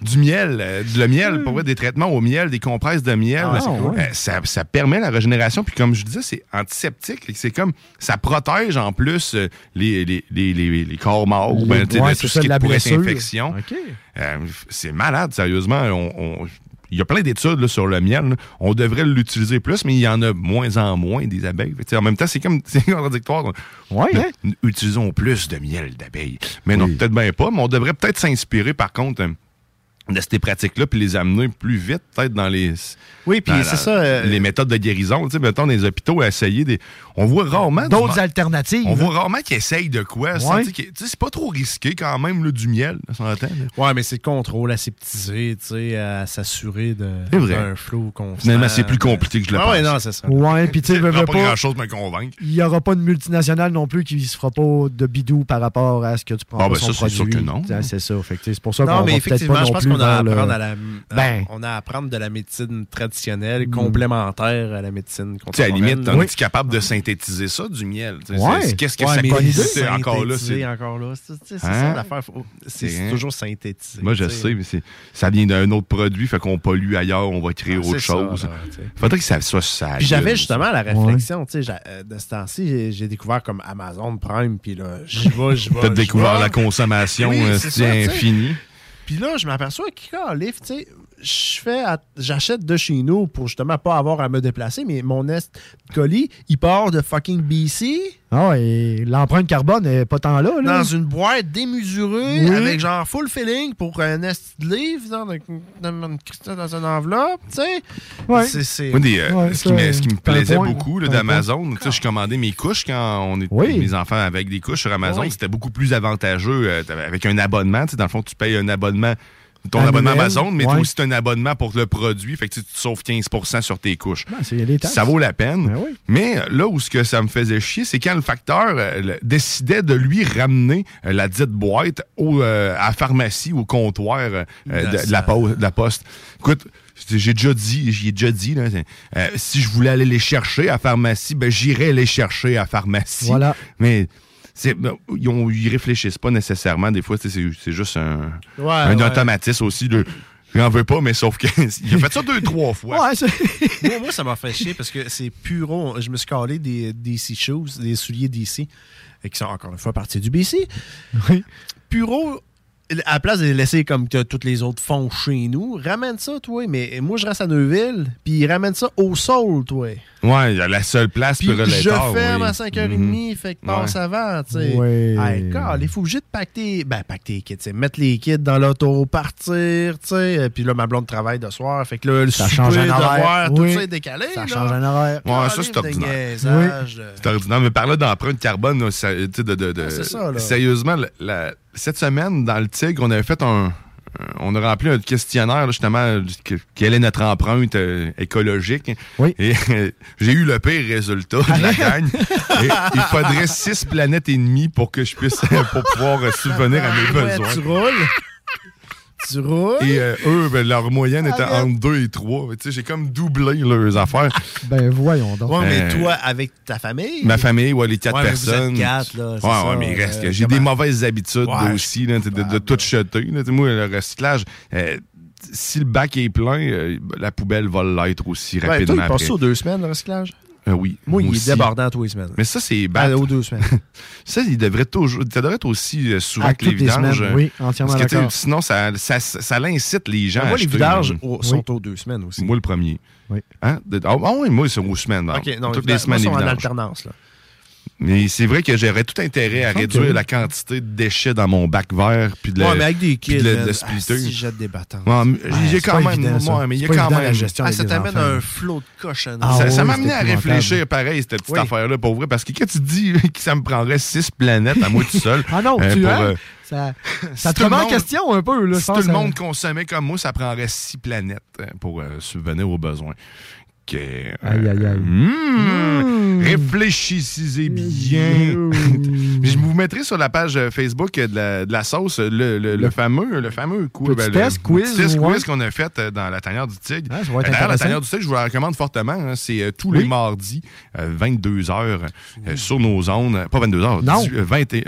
S2: du miel, euh, de le miel,
S5: Hmm.
S2: pour vrai, des traitements au miel, des compresses de miel.
S4: Ah, c'est cool.
S2: Euh, ça, ça permet la régénération. Puis comme je disais, c'est antiseptique. C'est comme ça protège en plus euh, les, les, les, les- les corps morts,
S4: Les-
S2: ben, tu sais,
S4: ouais,
S2: de
S4: c'est
S2: tout
S4: ça,
S2: ce qui
S4: de la
S2: pourrait être
S4: blessure.
S2: infection. Euh, c'est malade, sérieusement. On- on- il y a plein d'études là, sur le miel. là. On devrait l'utiliser plus, mais il y en a moins en moins des abeilles. Fait que, tu sais, en même temps, c'est comme c'est contradictoire.
S4: Ouais,
S2: Ne-
S4: hein?
S2: n- Utilisons plus de miel d'abeilles. Mais non, peut-être bien pas, mais on devrait peut-être s'inspirer, par contre, euh, de ces pratiques-là, puis les amener plus vite, peut-être dans les...
S5: Oui, puis
S2: dans
S5: c'est
S2: la-
S5: ça, euh,
S2: les méthodes de guérison, tu sais, mettons, des hôpitaux à essayer des... On voit rarement... du
S4: D'autres
S2: ma-
S4: alternatives.
S2: Ah, On voit rarement qu'ils essayent de quoi. sans-
S4: Ouais.
S2: tu sais, qu'ils- tu sais, c'est pas trop risqué quand même, là, du miel, on s'entend, là.
S5: Ouais, mais c'est le contrôle aseptisé, tu sais, à s'assurer de-
S2: C'est vrai.
S5: d'un flow constant.
S2: Finalement, c'est plus compliqué que je le
S5: Ah
S2: pense.
S5: ouais, non, c'est ça.
S4: Ouais, puis tu sais, veux,
S2: Il
S4: veux
S2: pas
S4: pas.
S2: grand-chose me convaincre.
S4: Il n'y aura pas de multinationale non plus qui se fera pas de bidou par rapport à ce que tu prends
S2: Ah,
S4: pour
S2: ben
S4: son
S2: ça, c'est
S4: produit.
S2: sûr que non.
S4: Tu sais, C'est ça. Fait que, tu sais, c'est pour ça qu'on
S5: Non,
S4: va
S5: mais
S4: peut-être
S5: effectivement,
S4: pas
S5: je
S4: non
S5: pense
S4: plus
S5: qu'on a à
S4: vers le-
S5: apprendre à la,
S4: Ben. Mm.
S5: on a à apprendre de la médecine traditionnelle complémentaire à la médecine
S2: Tu sais, à la limite, on
S5: contemporaine.
S2: est capable de synthétiser ça, du miel? Tu sais,
S5: Ouais.
S2: c'est- Qu'est-ce que
S5: Ouais,
S2: ça
S5: mais
S2: coûte?
S5: c'est
S2: C'est encore là?
S5: synthétisé,
S2: c'est-
S5: encore là. C'est tu sais, c'est
S2: Hein?
S5: ça l'affaire. Faut- C'est c'est
S2: Hein?
S5: toujours synthétisé.
S2: Moi, je
S5: tu
S2: sais, mais c'est- ça vient d'un autre produit, fait qu'on pollue ailleurs, on va créer
S5: Ah,
S2: autre
S5: c'est ça,
S2: chose.
S5: là, tu sais.
S2: Faudrait que ça soit ça.
S5: Puis j'avais
S2: gueule.
S5: justement la réflexion, tu sais, j'a- euh, de ce temps-ci, j'ai- j'ai découvert comme Amazon Prime, puis là, j'y vais, j'y vais.
S2: T'as
S5: j'y
S2: découvert
S5: vais.
S2: la consommation,
S5: Oui,
S2: euh,
S5: c'est
S2: c'est
S5: ça, tu sais.
S2: infini.
S5: Puis là, je m'aperçois que, livre, tu sais, je fais, à- j'achète de chez nous pour justement pas avoir à me déplacer, mais mon est de colis, il part de fucking BC
S4: Ah, et l'empreinte carbone n'est pas tant là. là.
S5: dans une boîte démesurée
S4: Oui.
S5: avec genre full filling pour un est de livre dans, dans- dans- dans une enveloppe, tu sais.
S4: Ouais.
S5: C'est- c'est-
S2: Moi, des, euh,
S5: Ouais,
S2: ce, qui me,
S5: ça,
S2: ce qui me
S5: t'as un
S2: plaisait
S5: point,
S2: beaucoup là,
S5: t'as un point.
S2: d'Amazon, tu sais, je commandais mes couches quand on était mes enfants avec des couches sur Amazon,
S5: Oui.
S2: c'était beaucoup plus avantageux euh, t'avais- avec un abonnement. tu sais, Dans le fond, tu payes un abonnement, ton
S4: Annuel,
S2: abonnement Amazon, mais
S4: ouais.
S2: toi aussi, tu as un abonnement pour le produit. Fait que tu sais, tu sauves 15 sur tes couches.
S4: Ah, c'est- il y a des taxes. Ben
S2: Ça vaut la peine.
S4: oui.
S2: Mais euh, là où ce que ça me faisait chier, c'est quand le facteur euh, le- décidait de lui ramener euh, la dite boîte au, euh, à la pharmacie, au comptoir euh, euh, de, de la po- de la poste. Écoute, j'ai déjà dit, j'y ai déjà dit, là, c'est- euh, si je voulais aller les chercher à la pharmacie, ben j'irais les chercher à la pharmacie.
S4: Voilà.
S2: Mais c'est- ben, ils, ont- ils réfléchissent pas nécessairement. Des fois, tu sais, c'est c'est juste un,
S4: Ouais,
S2: un
S4: ouais.
S2: automatisme aussi. de- J'en veux pas, mais sauf qu'il a fait ça deux, trois fois.
S4: Ouais, c'est-
S5: moi, moi, ça m'a fait chier parce que c'est puro. Je me suis calé des DC shoes, des souliers DC, euh, qui sont encore une fois partis du BC. Puro à la place de les laisser comme que toutes les autres font chez nous, ramène ça, toi. Mais moi, je reste à Neuville, puis ramène ça au sol, toi.
S2: Ouais, la seule place
S5: Puis
S2: pour le
S5: je
S2: tard,
S5: ferme
S2: oui. Mhm.
S5: à 5h30, fait que passe
S2: Ouais.
S5: avant, tu sais.
S2: Ouais.
S5: Hey, God, il faut obligé de pacter, ben, pacter les kids, tu sais, mettre les kids dans l'auto, partir, tu sais. Euh, Puis là, ma blonde travaille de soir, fait que là, le
S4: Ça
S5: souper,
S4: change un
S5: devoir,
S4: horaire.
S5: tout
S4: Oui.
S5: ça est décalé,
S4: Ça
S5: là.
S4: change un horaire.
S2: Ouais, ça,
S5: Calibre
S2: c'est
S5: de
S2: ordinaire.
S5: niaisage, là.
S2: C'est ordinaire. Mais parler d'empreinte carbone, là, ça- tu sais, de, de- de-
S5: Ah, c'est ça, là.
S2: sérieusement, la- la- cette semaine, dans le Tigre, on avait fait un. un- On a rempli un questionnaire, là, justement, du- que- quelle est notre empreinte euh, écologique. Et j'ai eu le pire résultat de la gagne. Et il faudrait six planètes et demie pour que je puisse pour pouvoir euh, subvenir à mes
S5: Ouais,
S2: besoins.
S5: tu roules. tu roules.
S2: Et euh, eux, ben, leur moyenne était
S4: Ah,
S5: Arrête.
S2: entre 2 et 3. J'ai comme doublé leurs affaires.
S4: Ben voyons donc.
S5: Ouais, mais
S2: Euh,
S5: toi, avec ta famille.
S2: Ma famille, ouais, les quatre
S5: Ouais, mais vous êtes
S2: personnes.
S5: quatre, là,
S2: ouais,
S5: c'est
S2: ouais,
S5: ça,
S2: mais il reste
S5: euh,
S2: que j'ai des mauvaises habitudes
S5: Ouais,
S2: aussi, là, de, de- de tout jeter. là. Tu sais, moi, le recyclage, euh, si le bac est plein, euh, la poubelle va l'être aussi
S5: Ouais, Ben,
S2: rapidement.
S5: toi, il passe
S2: après.
S5: aux deux semaines, le recyclage.
S2: Euh, oui.
S5: Moi, il
S2: aussi.
S5: est débordant tous les semaines.
S2: Mais ça, c'est
S5: Ah,
S2: bad.
S5: aux deux semaines.
S2: ça, il devrait toujours. Ça devrait être aussi euh, souvent
S5: À
S2: que les
S5: toutes les
S2: vidanges.
S5: semaines,
S2: euh,
S5: oui, entièrement
S2: parce que, tu sais,
S5: d'accord.
S2: Sinon, ça, ça, ça, ça l'incite les gens
S5: Ah,
S2: à
S5: moi, les
S2: acheter,
S5: vidanges
S2: euh,
S5: au- sont aux deux semaines aussi.
S2: Moi, le premier. Hein? De- Ah, ah oui, moi, c'est aux semaines. par
S5: Ok,
S2: exemple.
S5: non,
S2: Toutes
S5: moi,
S2: les semaines,
S5: ils sont en
S2: évidemment.
S5: alternance. Là.
S2: Mais c'est vrai que j'aurais tout intérêt à
S5: Ok.
S2: réduire la quantité de déchets dans mon bac vert puis de le-
S5: ouais, mais avec des kids,
S2: puis de le-
S5: man,
S2: de le
S5: ah,
S2: splitter.
S5: si jette des bâtons.
S2: Ouais, mais il y a
S5: c'est
S2: quand
S5: pas
S2: même- ouais, mais il y a quand même- Ah,
S5: Ah,
S2: ça
S5: ça t'amène
S2: t'amène
S5: un
S2: un
S5: flot de cochonneries.
S2: ça ça m'a amené à réfléchir pareil, cette petite
S5: Oui.
S2: affaire-là, pour vrai, parce que quand tu dis que ça me prendrait six planètes à moi tout seul.
S4: Ah non,
S2: euh,
S4: tu
S2: pour,
S4: hein?
S2: euh,
S4: ça,
S2: si
S4: ça te
S2: tout le
S4: remet en
S2: monde-
S4: question un peu. Là, je
S2: si tout
S4: pense,
S2: le
S4: euh,
S2: monde consommait comme moi, ça prendrait six planètes euh, pour euh, subvenir aux besoins. Que, euh,
S4: Aïe, aïe, aïe.
S2: hmm, Réfléchissez bien. Je vous mettrai sur la page euh, Facebook euh, de la, de la sauce euh, le, le- le fameux, le fameux quiz.
S4: Petit test, quiz,
S2: petit test
S4: ouais. Ah,
S2: quiz qu'on a fait euh, dans la tanière du tigre.
S4: va être
S2: Euh, D'ailleurs, la
S4: intéressant.
S2: tanière du tigre, je vous la recommande fortement. hein, C'est euh, tous les mardis, euh, 22h, euh, sur nos zones. Pas 22h,
S4: Non.
S2: 20 euh, et-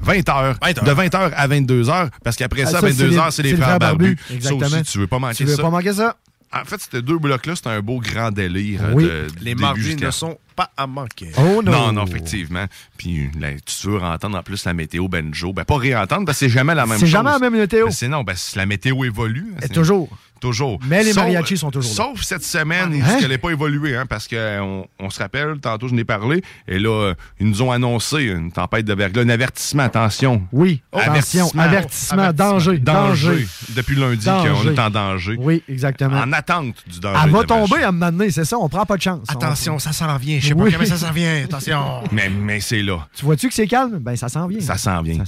S2: voyons, 20 heures, de 20h à 22h, parce qu'après
S4: Ah,
S2: ça,
S4: ça,
S2: 22h, c'est les frères barbus. Ça
S4: Exactement.
S2: aussi, tu veux pas manquer
S4: Tu veux
S2: ça.
S4: pas manquer ça.
S2: En fait, ces deux blocs-là, c'est un beau grand délire. euh,
S4: Oui.
S2: de-
S5: Les
S2: début
S5: mardis
S2: jusqu'à- Oh,
S5: ne sont pas à manquer.
S4: Oh,
S2: Non, non, effectivement. Puis, là, tu veux entendre en plus la météo banjo. Ben, pas réentendre, parce que c'est jamais la même
S4: C'est
S2: chose.
S4: jamais la même météo.
S2: Ben, c'est non, ben, c'est- la météo évolue. hein,
S4: Et
S2: c'est-
S4: toujours.
S2: Toujours.
S4: Mais les
S2: Sauf-
S4: mariachis sont toujours là. Ah,
S2: Sauf cette semaine, ils disent qu'elle n'est pas évoluée, hein, parce qu'on on se rappelle, tantôt je n'ai parlé, et là, euh, ils nous ont annoncé une tempête de verglas, un avertissement, attention.
S4: Oui, attention, avertissement, danger, danger.
S2: Depuis lundi
S4: Danger.
S2: qu'on est en danger.
S4: Oui, exactement.
S2: En attente du danger.
S4: Elle va
S2: dommage.
S4: tomber à un moment donné, c'est ça, on prend pas de chance.
S5: Attention, ça s'en vient. Je sais
S4: Oui.
S5: pas comment ça s'en vient. Attention.
S2: Ah. Mais, mais c'est là.
S4: On- Tu vois-tu que c'est calme? Ben, ça s'en vient.
S2: Ça s'en vient.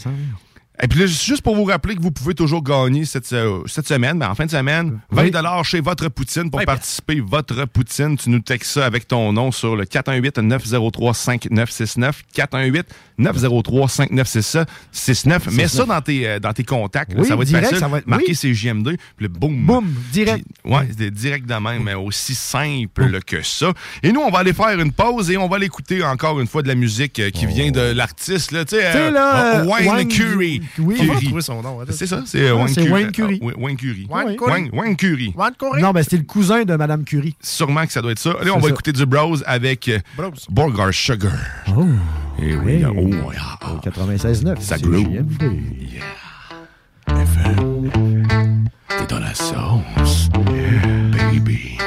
S2: Et puis là, juste pour vous rappeler que vous pouvez toujours gagner cette, euh, cette semaine, ben, en fin de semaine, 20 chez Votre Poutine
S4: ben-
S2: pour participer. Votre Poutine, tu nous textes ça avec ton nom sur le 418-903-5969. 418-903-5969. Mets ça dans tes, euh, dans tes contacts. là,
S4: Oui,
S2: ça va être
S4: direct,
S2: facile.
S4: ça va être-
S2: Marquez
S4: oui.
S2: CGM2, puis le boum.
S4: Boum, direct.
S2: Ouais, c'est direct de même, mais aussi simple que ça. Et nous, on va aller faire une pause et on va aller écouter encore une fois de la musique euh,
S4: Oh.
S2: qui vient de l'artiste, là, tu sais,
S5: Tu sais,
S2: euh,
S5: là,
S2: euh, Wayne,
S5: Wayne-
S2: Curie.
S5: Oui.
S2: Curie.
S5: On va trouver son nom, attends.
S2: C'est ça, c'est euh,
S5: Ah,
S2: Wayne,
S5: c'est
S2: Curie.
S5: Wayne Curie.
S2: Ah, oui, Wayne Curie.
S5: Wayne
S2: Oui.
S5: Curie.
S2: Wayne, Wayne Curie.
S4: Non, ben, c'était le cousin de Madame Curie.
S2: Sûrement que ça doit être ça. Allez, on
S4: C'est
S2: va
S4: ça.
S2: écouter du Bros avec euh,
S4: Bros.
S2: Burger Sugar.
S4: Oh.
S2: Et oui, oh, ouais.
S4: 96.9.
S2: Ça
S4: c'est
S2: glow.
S4: JMD.
S2: T'es dans la sauce, Yeah, baby.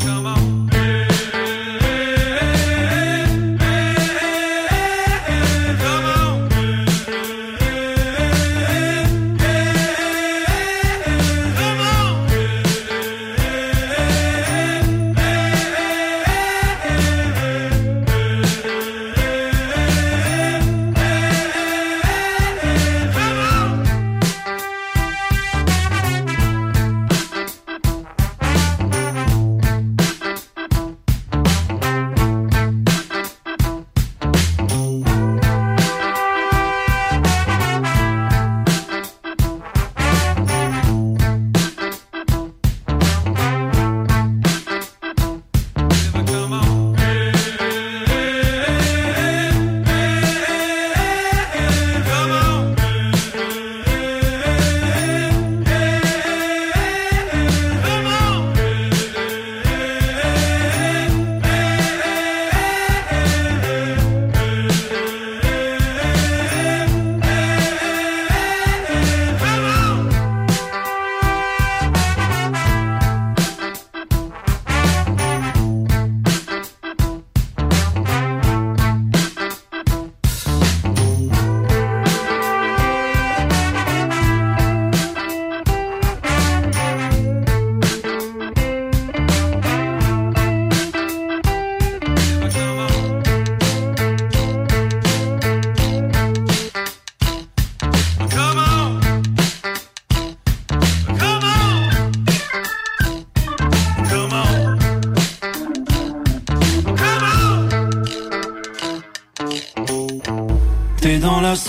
S15: Come on. Hey, hey, hey, hey,
S13: T'es dans la sauce.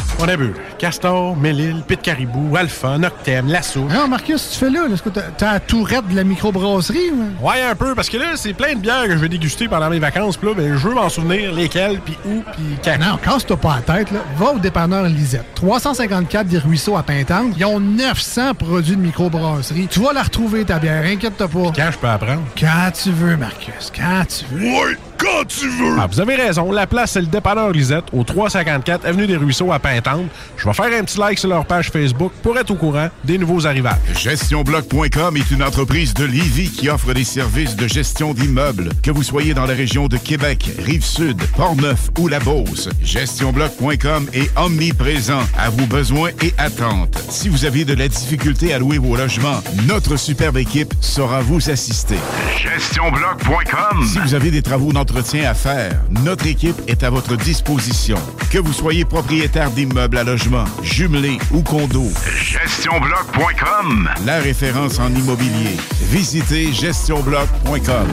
S16: On a bu Castor, Mélile, Pit Caribou, Alpha, Noctem, Lasso.
S5: Non, Ah, Marcus, tu fais là. Est-ce que t'as t'as la tourette de la microbrasserie? ou-
S16: Ouais, un peu, parce que là, c'est plein de bières que je vais déguster pendant mes vacances. Puis là, ben, je veux m'en souvenir lesquelles, puis où, puis quand.
S5: Non, casse-toi pas la tête, là. va au dépanneur Lisette. 354 des Ruisseaux à Pintendre. Ils ont 900 produits de microbrasserie. Tu vas la retrouver, ta bière, inquiète-toi pas.
S16: Quand je peux apprendre?
S5: Quand tu veux, Marcus, quand tu veux.
S16: Oui, quand tu veux! Ah, vous avez raison. La place, c'est le dépanneur Lisette, au 354 Avenue des Ruisseaux à Pintante. Je vais faire un petit like sur leur page Facebook pour être au courant des nouveaux arrivages.
S3: GestionBloc.com est une entreprise de Lévis qui offre des services de gestion d'immeubles, que vous soyez dans la région de Québec, Rive-Sud, Portneuf ou La Beauce. GestionBloc.com est omniprésent à vos besoins et attentes. Si vous avez de la difficulté à louer vos logements, notre superbe équipe saura vous assister. GestionBloc.com Si vous avez des travaux d'entretien à faire, notre équipe est à votre disposition. Que vous soyez propriétaire d'immeubles à logement, jumelés ou condos, GestionBloc.com la référence en immobilier. Visitez gestionbloc.com.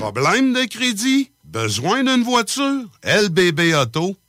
S17: Problème de crédit? Besoin d'une voiture? lbbauto.com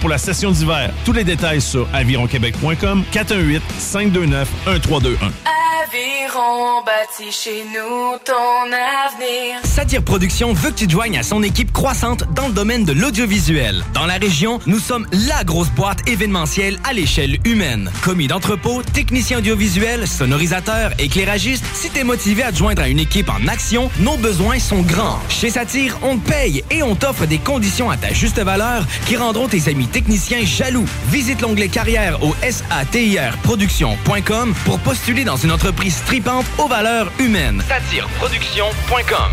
S18: pour la session d'hiver. Tous les détails sur avironquebec.com 418 529 1321.
S19: Aviron bâti chez nous ton avenir.
S10: Satire Productions veut que tu te joignes à son équipe croissante dans le domaine de l'audiovisuel. Dans la région, nous sommes la grosse boîte événementielle à l'échelle humaine. Commis d'entrepôt, technicien audiovisuel, sonorisateur, éclairagiste, si t'es motivé à te joindre à une équipe en action, nos besoins sont grands. Chez Satire, on te paye et on t'offre des conditions à ta juste valeur qui rendront tes amis techniciens jaloux. Visite l'onglet carrière au satirproduction.com pour postuler dans une entreprise tripante aux valeurs humaines. Satireproduction.com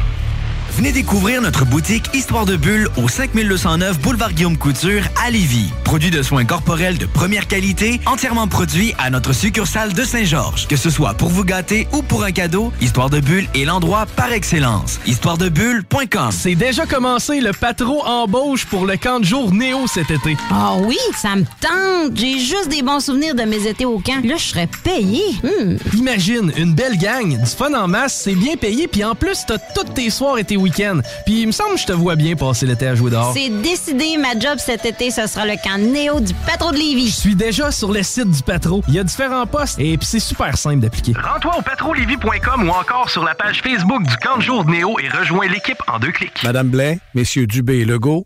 S20: Venez découvrir notre boutique Histoire de Bulle au 5209 Boulevard Guillaume Couture à Lévis. Produit de soins corporels de première qualité, entièrement produit à notre succursale de Saint-Georges. Que ce soit pour vous gâter ou pour un cadeau, Histoire de Bulle est l'endroit par excellence. Histoiredebulle.com
S21: C'est déjà commencé le patro embauche pour le camp de jour Néo cet été.
S22: Ah oui, ça me tente. J'ai juste des bons souvenirs de mes étés au camp. Là, je serais Hmm. payé.
S21: Imagine, une belle gang, du fun en masse, c'est bien payé, puis en plus, t'as tous tes soirs et tes week-ends. Puis il me semble que je te vois bien passer l'été à jouer dehors.
S22: C'est décidé, ma job cet été, ce sera le camp Néo du Patro de Lévis.
S21: Je suis déjà sur le site du patro. Il y a différents postes et puis c'est super simple d'appliquer.
S23: Rends-toi au patrolivy.com ou encore sur la page Facebook du camp de jour de Néo et rejoins l'équipe en deux clics.
S24: Madame Blais, Messieurs Dubé et Legault,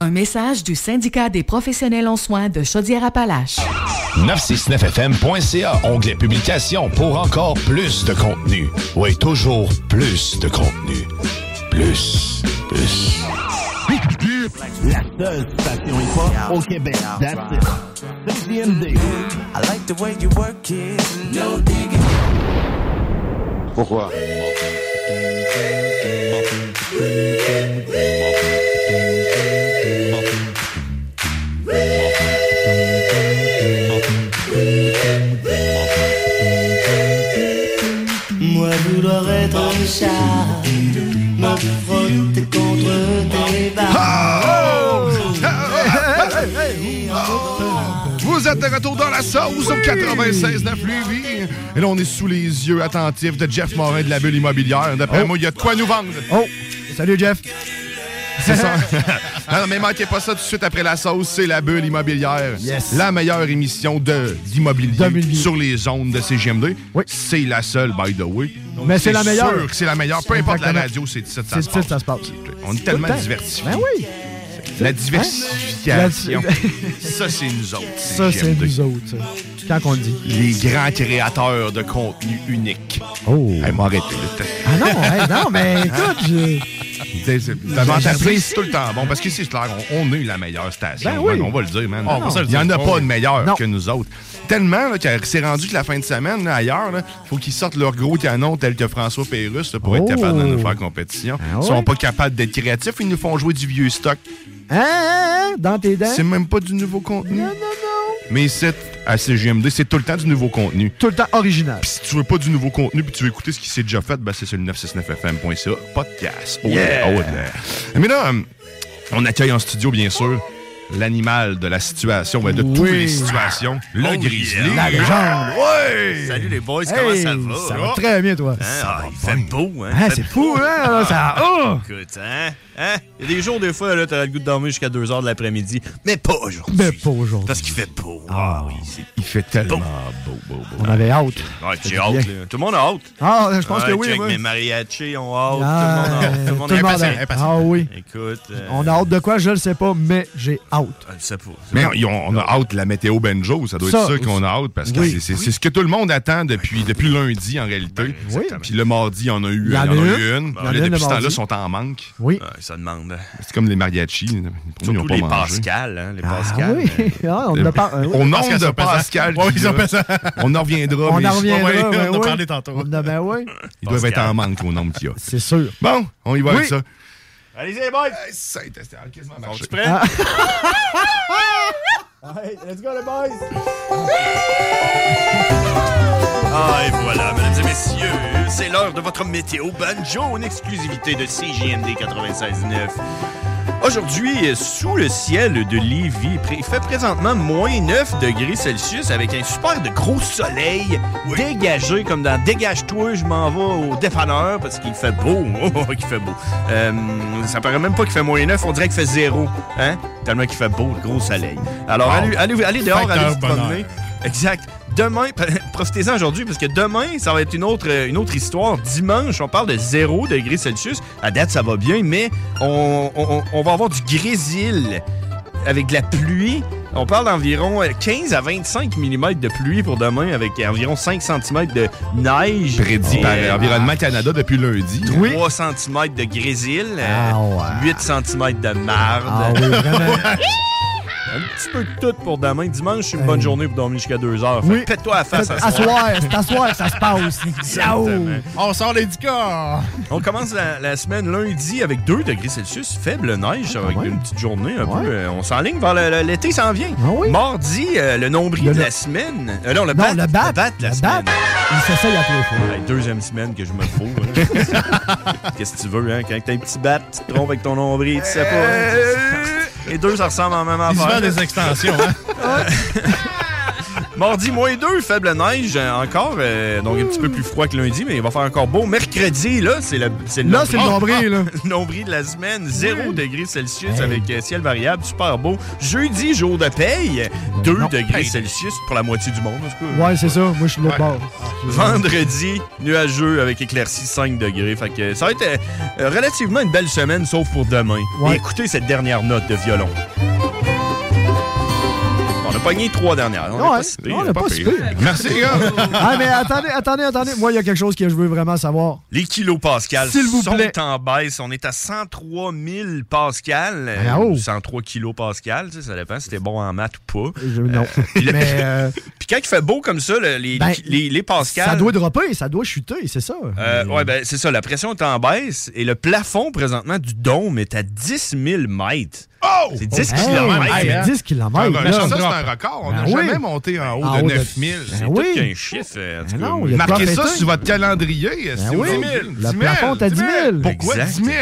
S19: Un message du syndicat des professionnels en soins de Chaudière-Appalaches.
S25: 969fm.ca, onglet publication pour encore plus de contenu. Oui, toujours plus de contenu. Plus, plus.
S18: La seule station hip-hop au Québec. That's it. CGMD. I like the way you work it. No digging.
S9: Pourquoi?
S13: Moi vouloir être un chat, ma frotte contre tes barres.
S2: Vous êtes de retour dans la sauce au 96 9 Lévis. Et là, on est sous les yeux attentifs de Jeff Morin de la bulle immobilière. D'après moi, il y a de quoi nous vendre.
S4: Oh, salut Jeff.
S2: C'est ça. non, non, mais manquez pas ça tout de suite après la sauce, c'est la bulle immobilière.
S4: Yes.
S2: La meilleure émission de d'immobilier sur les ondes de CGMD. C'est la seule, by the way. Donc,
S4: Mais c'est la meilleure.
S2: sûr que c'est la meilleure. Peu importe la
S4: Exactement.
S2: radio, c'est de ça que ça
S4: C'est
S2: se
S4: de ça
S2: passe.
S4: que ça se passe.
S2: On est tellement
S4: Tout le temps.
S2: diversifiés.
S4: Ben oui.
S2: La
S4: Hein?
S2: diversification.
S4: La-
S2: ça, c'est nous autres.
S4: Ça, c'est
S2: CGMD.
S4: nous autres. ça. Quand qu'on le dit.
S2: Les grands créateurs de contenu unique.
S4: Oh.
S2: Hey, m'arrêtez, là.
S4: Ah non, hey, non, mais
S2: Ah.
S4: écoute, j'ai-
S2: C'est- c'est- Devant ta
S4: J'apprécie.
S2: place, c'est tout le temps bon. Parce que c'est clair, on, on est la meilleure station.
S4: Ben oui.
S2: man, on va le dire, man.
S4: Ah, on va se le
S2: Il n'y en
S4: dire.
S2: a pas de meilleure
S4: Non.
S2: que nous autres. Tellement là, que c'est rendu que la fin de semaine, là, ailleurs, il faut qu'ils sortent leur gros canon tel que François Pérusse là, pour être
S4: Oh. Ben
S2: capable de nous faire compétition.
S4: ouais?
S2: Ils sont pas capables d'être créatifs, ils nous font jouer du vieux stock.
S4: Hein, hein, hein, dans tes dents.
S2: C'est même pas du nouveau contenu. Mais c'est à CGMD, c'est tout le temps du nouveau contenu.
S4: Tout le temps original.
S2: Puis si tu veux pas du nouveau contenu puis tu veux écouter ce qui s'est déjà fait, ben c'est sur le 969fm.ca. Podcast. Oh,
S26: Yeah!
S2: yeah. oh, yeah. Mais là, euh, on accueille en studio, bien sûr, l'animal de la situation, ben, de toutes
S26: Oui.
S2: les situations, le
S26: Oh,
S2: grizzly.
S26: yeah. La légende.
S2: Ouais!
S26: Salut les boys, comment
S4: Hey,
S26: ça va?
S4: ça va très bien, toi.
S26: Hein, ah, il fait beau, hein?
S4: Hein,
S26: Il fait
S4: c'est fou,
S26: beau.
S4: hein, là, ça- oh!
S26: Écoute, hein? hein? Il y a des jours, des fois, là, t'as le goût de dormir jusqu'à 2 h de l'après-midi, mais pas aujourd'hui.
S4: Mais pas aujourd'hui.
S26: Parce qu'il fait beau. Ah oui, c'est
S2: Il fait tellement
S26: beau, beau, beau.
S4: On avait hâte.
S26: Ouais,
S4: C'était
S26: j'ai hâte,
S4: bien.
S26: là. Tout le monde a hâte.
S4: Ah, je pense que oui,
S26: check,
S4: moi.
S26: Mes mariachis ont hâte.
S4: Ah,
S26: tout le monde a hâte. Tout le monde est
S4: a-
S26: impatient. impatient.
S4: Ah oui.
S26: Écoute. euh,
S4: On a hâte de quoi, je le sais pas, mais j'ai hâte.
S26: Je le sais pas.
S2: Mais on, ils ont- on a hâte de la météo banjo, ça doit
S4: Ça
S2: être ça
S4: aussi.
S2: qu'on a hâte parce que
S4: Oui.
S2: c'est- c'est c'est ce que tout le monde attend depuis, depuis lundi en réalité.
S26: Ben,
S2: Puis le mardi, on a eu,
S4: Il y en
S2: on
S4: a
S2: a eu
S4: eu.
S2: une.
S4: Il y
S2: Puis
S4: en
S2: là,
S4: a une le
S2: depuis ce temps-là,
S4: mardi.
S2: ils sont en manque.
S4: Oui.
S26: ça demande.
S2: C'est comme les mariachis. Ils n'ont
S26: Surtout
S2: pas
S26: les
S2: mangé.
S26: Pascal, hein, les
S4: Ah
S26: Pascal.
S4: oui, Ah, on a pas. euh, oui.
S2: Au nom de Pascal.
S4: Ouais,
S2: qui
S4: ils ont
S2: l'a.
S4: fait ça.
S2: On en reviendra.
S4: On
S2: mais
S4: en reviendra.
S2: Ouais,
S4: ben oui.
S2: tantôt.
S4: On a- ben oui.
S2: Ils doivent être en manque au nombre qu'il y a.
S4: C'est sûr.
S2: Bon, on y va
S4: Oui.
S2: avec ça.
S26: Allez-y, les boys!
S2: Ça a testé, quasiment
S26: marché.
S2: prêts?
S26: Ah. let's go, les boys! Ah, et voilà, mesdames et messieurs, c'est l'heure de votre météo banjo en exclusivité de CJMD 96.9. Aujourd'hui, sous le ciel de Lévis, pr- il fait présentement moins 9 degrés Celsius avec un super de gros soleil dégagé, comme dans Dégage-toi, je m'en vais au dépanneur parce qu'il fait beau. Oh, oh, qu'il fait beau. Euh, ça paraît même pas qu'il fait moins 9, on dirait qu'il fait zéro. Hein? Tellement qu'il fait beau, le gros soleil. Alors,
S5: Wow.
S26: allez, allez, allez dehors,
S5: Facteur
S26: allez vous
S5: bonheur.
S26: promener. Exact. Demain, profitez-en aujourd'hui parce que demain, ça va être une autre, euh, une autre histoire. Dimanche, on parle de 0 degré Celsius. À date, ça va bien, mais on, on- on va avoir du grésil avec de la pluie. On parle d'environ euh, 15 à 25 mm de pluie pour demain avec environ 5 cm de neige.
S2: Prédit
S26: Et,
S2: par
S26: euh,
S2: Environnement Canada depuis lundi.
S26: 3 cm de grésil, euh, 8 cm de marde.
S2: Ah oui, vraiment.
S26: Un petit peu de tout pour demain. Dimanche, c'est une bonne journée pour dormir jusqu'à 2 heures. Fait que Pète-toi à la face à
S4: À soir, c'est à soir que ça se passe. Ciao.
S26: Exactement.
S4: On sort les dicas.
S26: On commence la, la semaine lundi avec 2 degrés Celsius, faible neige,
S4: Ah,
S26: avec une petite journée un peu. euh, on s'enligne vers le- le- l'été, ça en vient. Mardi, euh, le nombril
S4: Ah Le-
S26: de la semaine. Euh, non, le
S4: Non,
S26: bat.
S4: le bat.
S26: de la semaine.
S4: Il s'essaye à tous les fois.
S26: Hey, deuxième semaine que je me fous. hein. Qu'est-ce que tu veux, hein? Quand t'as un petit bat, tu te trompes avec ton nombril, tu sais pas.
S4: Euh.
S26: hein? Les deux, ça ressemble à la même
S5: Il se
S26: affaire.
S5: vend des extensions, hein?
S26: Mardi, moins 2, faible neige euh, encore. euh, donc, un petit peu plus froid que lundi, mais il va faire encore beau. Mercredi, là, c'est le, le
S27: Là, c'est le nombril, là.
S26: Le nombril de la semaine, 0 degré Celsius avec euh, ciel variable, super beau. Jeudi, jour de paye, 2 degrés Celsius pour la moitié du monde. en tout cas.
S4: Ouais, c'est ça. Moi, je suis de l'autre
S26: Ouais.
S4: bord.
S26: Vendredi, nuageux avec éclaircie 5 degrés. Fait que ça va être euh, relativement une belle semaine, sauf pour demain. Et écoutez cette dernière note de violon. On a pogné trois dernières. On
S4: Ouais,
S26: est pas si pire,
S4: hein? on est pas si pire.
S26: Merci, les gars.
S4: Ah, mais attendez, attendez, attendez. Moi, il y a quelque chose que je veux vraiment savoir.
S26: Les kilopascals
S4: S'il vous
S26: sont
S4: plaît.
S26: en baisse. On est à 103 000 pascals. euh,
S4: Ah, oh.
S26: ou 103 kilopascals, tu sais, ça dépend si t'es bon en maths ou pas.
S4: Je- non.
S26: Puis le-
S4: Mais, euh,
S26: Puis quand il fait beau comme ça, le- les,
S4: Ben,
S26: les, les pascals...
S4: Ça doit dropper, ça doit chuter, c'est ça.
S26: Euh, ouais, ben, c'est ça. La pression est en baisse et le plafond présentement du dôme est à 10 000 mètres. Oh! C'est 10
S4: Hey,
S26: kilomètres. Ben
S4: hey,
S26: mais-
S4: 10 kilomètres,
S2: Ah, ben, ça, c'est un record. On n'a jamais monté en haut
S26: En
S2: de
S26: haut de-
S2: 9000.
S26: C'est tout qu'un chiffre. euh, en tout cas, moi, je-
S2: Marquez ça sur votre calendrier.
S26: Ben
S2: c'est
S26: oui.
S2: 10 000.
S26: Le
S2: 10 000,
S26: plafond, t'as 10 000.
S2: Pourquoi
S26: Exact.
S2: 10 000?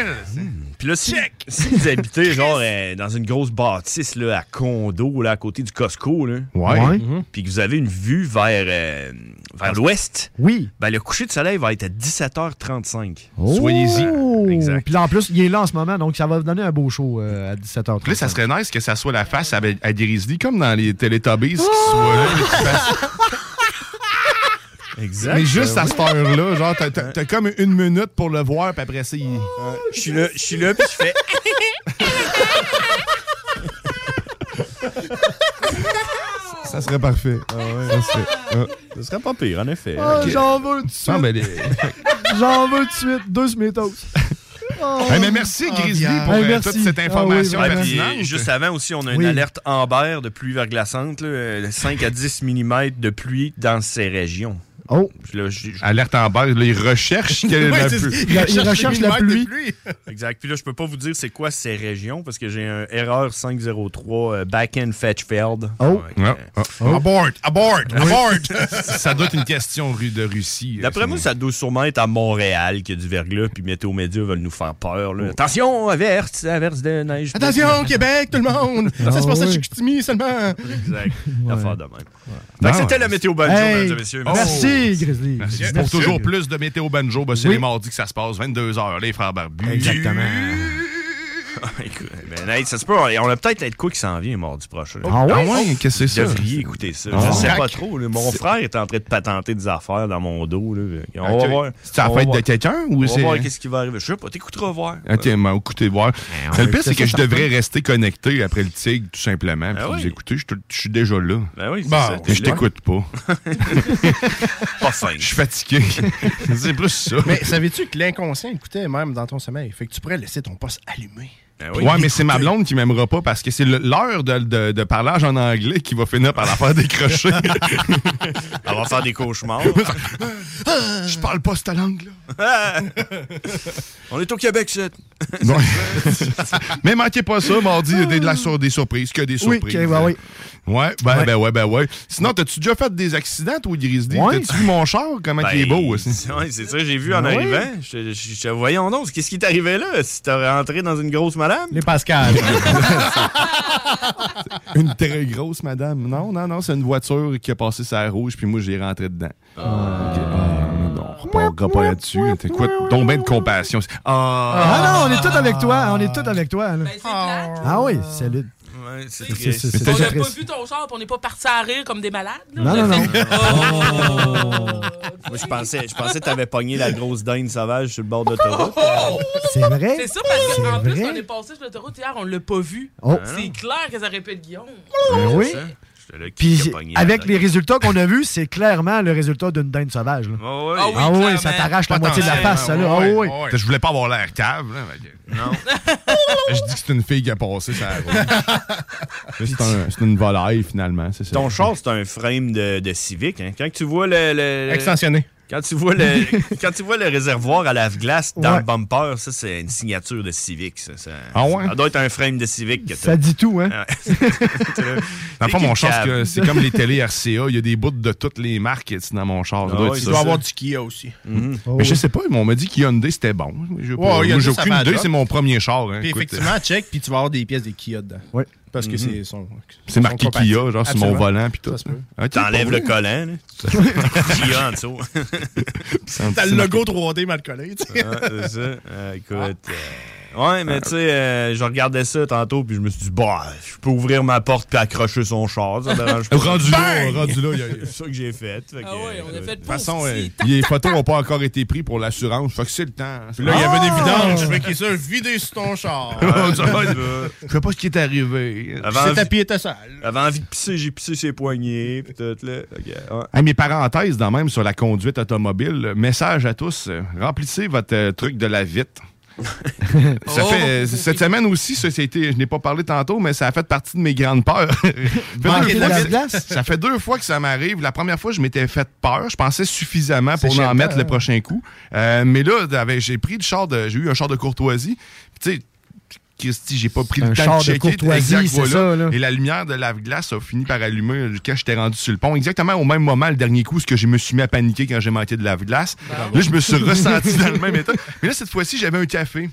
S26: Puis là, si, si vous habitez genre euh, dans une grosse bâtisse là, à condo là, à côté du Costco, là,
S2: Ouais. Ouais.
S26: Mhm. puis que vous avez une vue vers, euh, vers l'ouest,
S4: oui.
S26: ben, le coucher de soleil va être à 17h35.
S4: Oh! Puis là, en plus, il est là en ce moment, donc ça va donner un beau show euh, à 17h30.
S2: Là, ça serait nice que ça soit la face à, à Grizzly, comme dans les Teletubbies, qui
S4: Oh!
S2: soit là. mais qui fasse-
S26: Exact.
S2: Mais juste
S26: Ben
S2: à
S26: oui.
S2: cette heure-là, genre, t'as- t'as t'as comme une minute pour le voir, puis après ça, il.
S26: Je suis là, je suis là, puis je fais.
S2: Ça serait parfait. Ça serait- ah.
S26: Ce serait pas pire, en effet.
S4: Ah,
S2: Ok.
S4: J'en veux tout de
S2: Ah, ben,
S4: suite.
S2: les-
S4: J'en veux tout de suite. Deux smétos. Oh.
S26: Eh,
S2: Hey, mais merci, Grizzly, pour, euh, toute
S4: Ah
S2: cette information
S26: Ouais, puis,
S2: pertinente.
S26: juste avant aussi, on a une
S2: Oui.
S26: alerte Amber de pluie verglaçante, là, euh, 5 à 10 mm de pluie dans ces régions.
S4: Oh!
S2: Alerte en bas, là, ils recherchent quelle est
S26: Ouais,
S2: la
S26: c'est-
S2: pluie.
S26: ils recherchent les
S2: millimètres de
S26: millimètres de exact. Puis là, je peux pas vous dire c'est quoi ces régions parce que j'ai un erreur 503 euh, back-end fetch failed.
S4: Oh!
S2: Ah, Abort! Abort!
S26: Oui.
S2: Abort! ça doit être une question rue de Russie. euh,
S26: D'après moi, ça doit sûrement être à Montréal qu'il y a du verglas, puis Météo Média veulent nous faire peur.
S2: Oh.
S26: là. Attention, averse, averse de neige.
S27: Attention, Québec, tout le monde! Ça se passe à
S26: oui.
S27: Chicoutimi seulement!
S26: Exact. Affaire de même. Fait que C'était la météo banjo, mesdames et messieurs.
S4: Grizzly.
S2: Merci.
S26: Merci.
S2: Pour
S26: Merci.
S2: toujours plus de météo banjo, ben, c'est
S26: Oui.
S2: les mardis que ça se passe, 22h, les frères barbus.
S26: Exactement. Écoute, ben, hey, ça se peut, on a peut-être être quoi qui s'en vient mardi prochain. Ben,
S2: Ah ouais? Ah ouais, qu'est-ce que c'est ça?
S26: Vous devriez écouter ça.
S2: Ah.
S26: Je sais pas
S2: Crac.
S26: trop. là. Mon
S2: C'est-
S26: frère est en train de patenter des affaires dans mon dos. là. On
S2: Ok.
S26: va voir.
S2: C'est la
S26: On va
S2: fête
S26: voir.
S2: de quelqu'un ou
S26: On va
S2: c'est-
S26: voir qu'est-ce qui va arriver. Je sais pas, t'écouteras voir.
S2: Ok, mais écoutez voir.
S26: on
S2: le
S26: va
S2: pire, c'est
S26: écouter
S2: que
S26: Ben ça
S2: je devrais
S26: certain.
S2: rester connecté après le tigre, tout simplement. Puis
S26: Ah oui.
S2: vous écoutez, je, te- je suis déjà là.
S26: Ben oui, c'est
S2: Bon,
S26: ça, t'es
S2: mais je
S26: là.
S2: t'écoute pas.
S26: Pas fin.
S2: Je suis fatigué. c'est plus ça.
S5: Mais savais-tu que l'inconscient écoutait même dans ton sommeil? Fait que tu pourrais laisser ton poste allumé.
S26: Ben
S2: ouais, mais c'est ma blonde qui m'aimera pas parce que c'est le- l'heure de, de- de parlage en anglais qui va finir par la faire décrocher.
S26: Elle va faire des cauchemars.
S2: Je parle pas cette langue-là.
S26: on est au Québec, c'est.
S2: Bon. Mais manquez pas ça, mardi, il y a des, de la sur- des surprises, que des
S4: Oui,
S2: surprises.
S4: ok, ouais, oui.
S2: Ouais, ben, ben ouais, ben ouais. Sinon, t'as-tu déjà fait des accidents, toi, Grizzly?
S26: Ouais.
S2: T'as-tu vu mon char, comment il est
S26: Ben,
S2: beau aussi?
S26: Ouais, c'est ça, j'ai vu en
S2: Ouais.
S26: arrivant. Je, je, je- voyons donc, qu'est-ce qui t'arrivait là? Si t'aurais rentré dans une grosse madame?
S5: Les Pascal.
S2: Une très grosse madame. Non, non, non, c'est une voiture qui a passé sa rouge, puis moi, j'ai rentré dedans. Ok. Ah, non, on reparlera pas là-dessus. Écoute, donc ben de compassion. Ah,
S4: Ah non, on est tous avec toi. On est tous avec toi. là.
S28: Oh.
S4: ah oui, salut.
S26: Ouais, c'est
S4: C'est- c'est-
S26: triste.
S4: c'est-
S28: On n'a
S4: triste.
S28: pas vu ton char, puis on n'est pas parti à rire comme des malades. là.
S4: Non,
S28: On
S4: non,
S28: a
S4: non.
S28: fait-
S26: Moi, je pensais, je pensais que t'avais pogné la grosse dinde sauvage sur le bord de l'autoroute.
S4: C'est vrai?
S28: C'est ça, parce qu'en
S4: C'est
S28: plus,
S4: vrai?
S28: on est passé sur l'autoroute hier, on l'a pas vu.
S4: Oh.
S28: C'est clair que ça aurait pu être Guillaume.
S4: Ben oui. Puis j'ai-
S26: pogné la
S4: avec
S26: dinde.
S4: les résultats qu'on a vus, c'est clairement le résultat d'une dinde sauvage. là.
S26: oui.
S4: Ah oui, Ah oui, clairement. ça t'arrache la moitié de la face, ça, là. Ah oui.
S2: Je voulais pas avoir l'air cave, là.
S26: Non.
S2: Je dis que c'est une fille qui a passé sa rouge. Mais c'est un- c'est une volaille, finalement, c'est ça.
S26: Ton char, c'est un frame de, de Civic. hein. Quand tu vois le. le-
S2: Extensionné.
S26: Quand tu, vois le, quand tu vois le réservoir à lave-glace dans
S4: Ouais.
S26: le bumper, ça, c'est une signature de Civic. Ça, ça-
S2: Ah ouais?
S26: ça doit être un frame de Civic. Que Ah
S4: Ça dit tout, hein?
S2: Dans le
S26: C'est
S2: fond, mon
S26: qu'il
S2: char, c'est
S26: cave.
S2: que- c'est comme les télé RCA. Il y a des bouts de toutes les marques qui sont dans mon char. Ça doit être
S5: Ah il
S2: ça,
S5: doit
S2: ça.
S5: avoir du Kia aussi.
S4: Oh,
S2: Mais je sais pas, mais on m'a dit qu'Hyundai, c'était bon. J'ai pas-
S5: Ouais, Hyundai,
S2: j'ai
S5: ça
S2: aucune
S5: va,
S2: idée,
S5: là.
S2: c'est mon premier char. hein.
S5: Puis
S2: Écoute,
S5: effectivement, check, puis tu vas avoir des pièces de Kia dedans.
S4: Ouais.
S5: Parce que
S2: Mhm.
S5: c'est son.
S2: C'est marqué
S5: compatibles.
S2: Kia, genre, sur
S5: Absolument.
S2: mon volant, puis tout.
S5: Ça
S2: Ah,
S5: se peut.
S2: Ok,
S26: T'enlèves
S2: pour
S26: le
S2: vrai.
S26: collant, là. Kia en dessous.
S5: T'as le logo 3D mal collé, tu sais.
S26: Ouais, c'est ça. Euh, écoute.
S2: Ah.
S26: euh, ouais, mais tu sais, euh, je regardais ça tantôt, puis je me suis dit, bah, je peux ouvrir ma porte puis accrocher son char. Ça dérange pas.
S2: Rendu là,
S26: Bang!
S2: rendu là, il y a-
S26: C'est ça que j'ai fait. fait
S2: Ah
S26: que, euh,
S2: De toute façon, euh, les photos n'ont pas encore été prises pour l'assurance. Fait que c'est le temps. Ah! Puis là, il y avait une
S4: Ah!
S2: évidence.
S5: Je fais qu'il soit vidé sur ton char.
S2: Je sais pas ce qui est arrivé.
S5: Avant- C'est tapis était sale.
S26: J'avais envie de pisser, j'ai pissé ses poignets, puis tout, là. Fait que, ouais.
S2: Hey, mes parenthèses, dans même, sur la conduite automobile, euh, message à tous, euh, remplissez votre euh, truc de la vite. ça
S26: Oh!
S2: fait, euh, cette semaine aussi, ça, ça a été, je n'ai pas parlé tantôt, mais ça a fait partie de mes grandes peurs. Ça fait
S5: Manquer de
S2: deux
S5: la
S2: fois-
S5: place?
S2: ça fait deux fois que ça m'arrive. La première fois, je m'étais fait peur. Je pensais suffisamment pour en
S5: chiant,
S2: mettre
S5: hein?
S2: le prochain coup. Euh, mais là, j'avais- j'ai pris le char de, j'ai eu un char de courtoisie. Puis, Tu sais, Christy, j'ai pas pris
S4: Un
S2: le temps
S4: char
S2: de
S4: de
S2: checker.
S4: courtoisie,
S2: Exact,
S4: c'est ça, là.
S2: Et la lumière de la glace a fini par allumer quand j'étais rendu sur le pont. Exactement au même moment, le dernier coup, ce que je me suis mis à paniquer quand j'ai manqué de la glace. Là, je me suis ressenti dans le même état. Mais là, cette fois-ci, j'avais un café.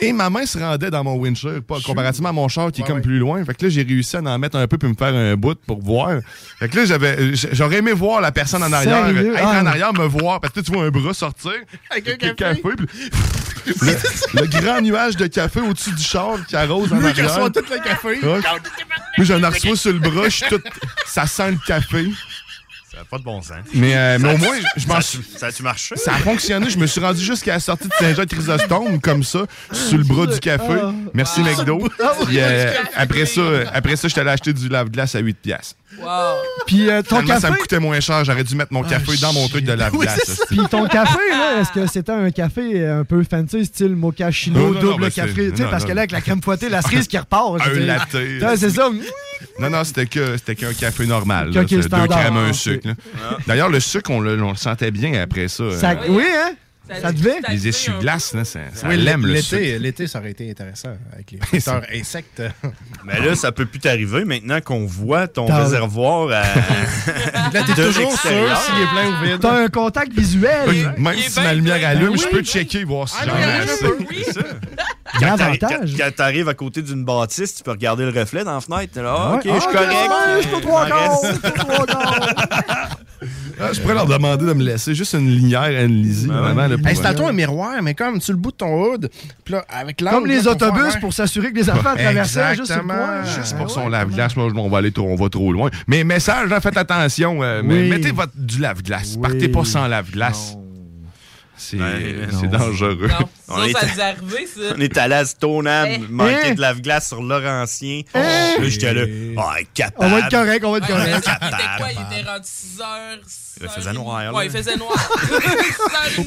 S2: Et ma main se rendait dans mon windshield, pas comparativement à mon char
S26: Ah
S2: qui est comme plus loin. Fait que là, j'ai réussi à en mettre un peu puis me faire un bout pour voir. Fait que là, j'avais, j'aurais aimé voir la personne en arrière,
S5: Sérieux?
S2: être
S5: Ah.
S2: en arrière, me voir. Parce que tu vois un bras sortir. Avec un café. puis le, le grand nuage de café au-dessus du char qui arrose en
S5: Lui qui
S2: arrière.
S5: reçoit tout le café.
S2: Ouais. Moi, j'en ai reçu sur le bras, je suis tout... ça sent le café.
S26: Ça n'a pas de bon sens.
S2: Mais, euh, mais
S26: Ça-
S2: au moins, je m'en
S26: ça-
S2: suis-
S26: Ça a-tu marché?
S2: Ça a fonctionné, je me suis rendu jusqu'à la sortie de Saint-Jean-Chrysostome, comme ça, sur le bras du café.
S4: Ah.
S2: Merci, McDo. Puis, euh, après ça, après ça, je suis allé acheter du lave-glace à 8 piastres.
S4: Puis euh, ton
S2: Finalement, ça me
S4: café. Ah,
S2: coûtait moins cher, j'aurais dû mettre mon café dans mon truc de lave-glace.
S4: Puis ton café, là, est-ce que c'était un café euh, un peu fancy, style mochaccino,
S2: Non, non, non,
S4: double
S2: ben, c'est-
S4: café? Tu sais,
S2: non,
S4: parce
S2: non.
S4: que là, avec la crème fouettée, la cerise qui repart. je
S2: Un
S4: veux dire.
S2: latte.
S4: Ouais, C'est ça.
S2: Non, non, c'était que c'était qu'un café normal.
S4: Ok,
S2: là.
S4: ok,
S2: C'est deux
S4: standard, hein.
S2: crèmes, un
S4: ok.
S2: sucre. là. D'ailleurs, le sucre, on le, on le sentait bien après ça.
S4: Ça-
S2: Euh,
S4: oui, hein?
S28: Ça,
S4: devait?
S2: Les essuie-glaces, là, ça, ça
S5: Oui,
S2: l'aime, le sucre.
S5: l'été, l'été, ça aurait été intéressant avec les facteurs insectes.
S26: Mais là, ça peut plus t'arriver maintenant qu'on voit ton
S5: T'as-
S26: réservoir à.
S5: Là, t'es
S26: de
S5: toujours sûr
S26: l'extérieur.
S5: s'il est plein ou vide.
S4: T'as un contact visuel. hein?
S2: Même si ma lumière allume, je peux checker, voir
S28: Ah,
S2: si j'en ai assez.
S26: Quand
S4: Grand
S26: t'arri-
S4: avantage.
S26: quand- quand t'arrives à côté d'une bâtisse, tu peux regarder le reflet dans la fenêtre. t'es Là, Ah,
S4: Ouais.
S26: ok, je suis
S4: Ah,
S26: correct.
S4: ouais, je suis au trois
S26: Il m'en
S4: quarts,
S26: reste-
S2: Ah, je pourrais leur demander de me laisser juste une linière à une lisie. vraiment, là, pour-
S5: Installe-toi un miroir, mais comme sur le bout de ton hood. puis là, avec l'angle,
S4: Comme les
S5: là, faut faire
S4: autobus
S5: un-
S4: pour s'assurer que les enfants
S5: Bah,
S4: traversaient juste hein. sur le coin.
S2: Juste pour son lave-glace, moi, je- on va aller trop, on va trop loin. Mais message, là, faites attention. euh, mais
S4: Oui.
S2: Mettez votre, du lave-glace. Partez pas sans lave-glace. C'est c'est dangereux.
S26: Ben, On est-
S28: Ça nous est arrivé, ça.
S26: On est allé à Stoneham,
S28: Eh.
S26: manquer
S28: Eh.
S26: de lave-glace sur Laurentien.
S28: Eh.
S26: Là, j'étais là, ah, capable. Ah,
S4: On va être correct, on va être
S28: Ouais, mais
S4: correct.
S28: Il était quoi? Il était rendu 6 heures.
S26: Il faisait noir.
S28: Ouais, il faisait noir.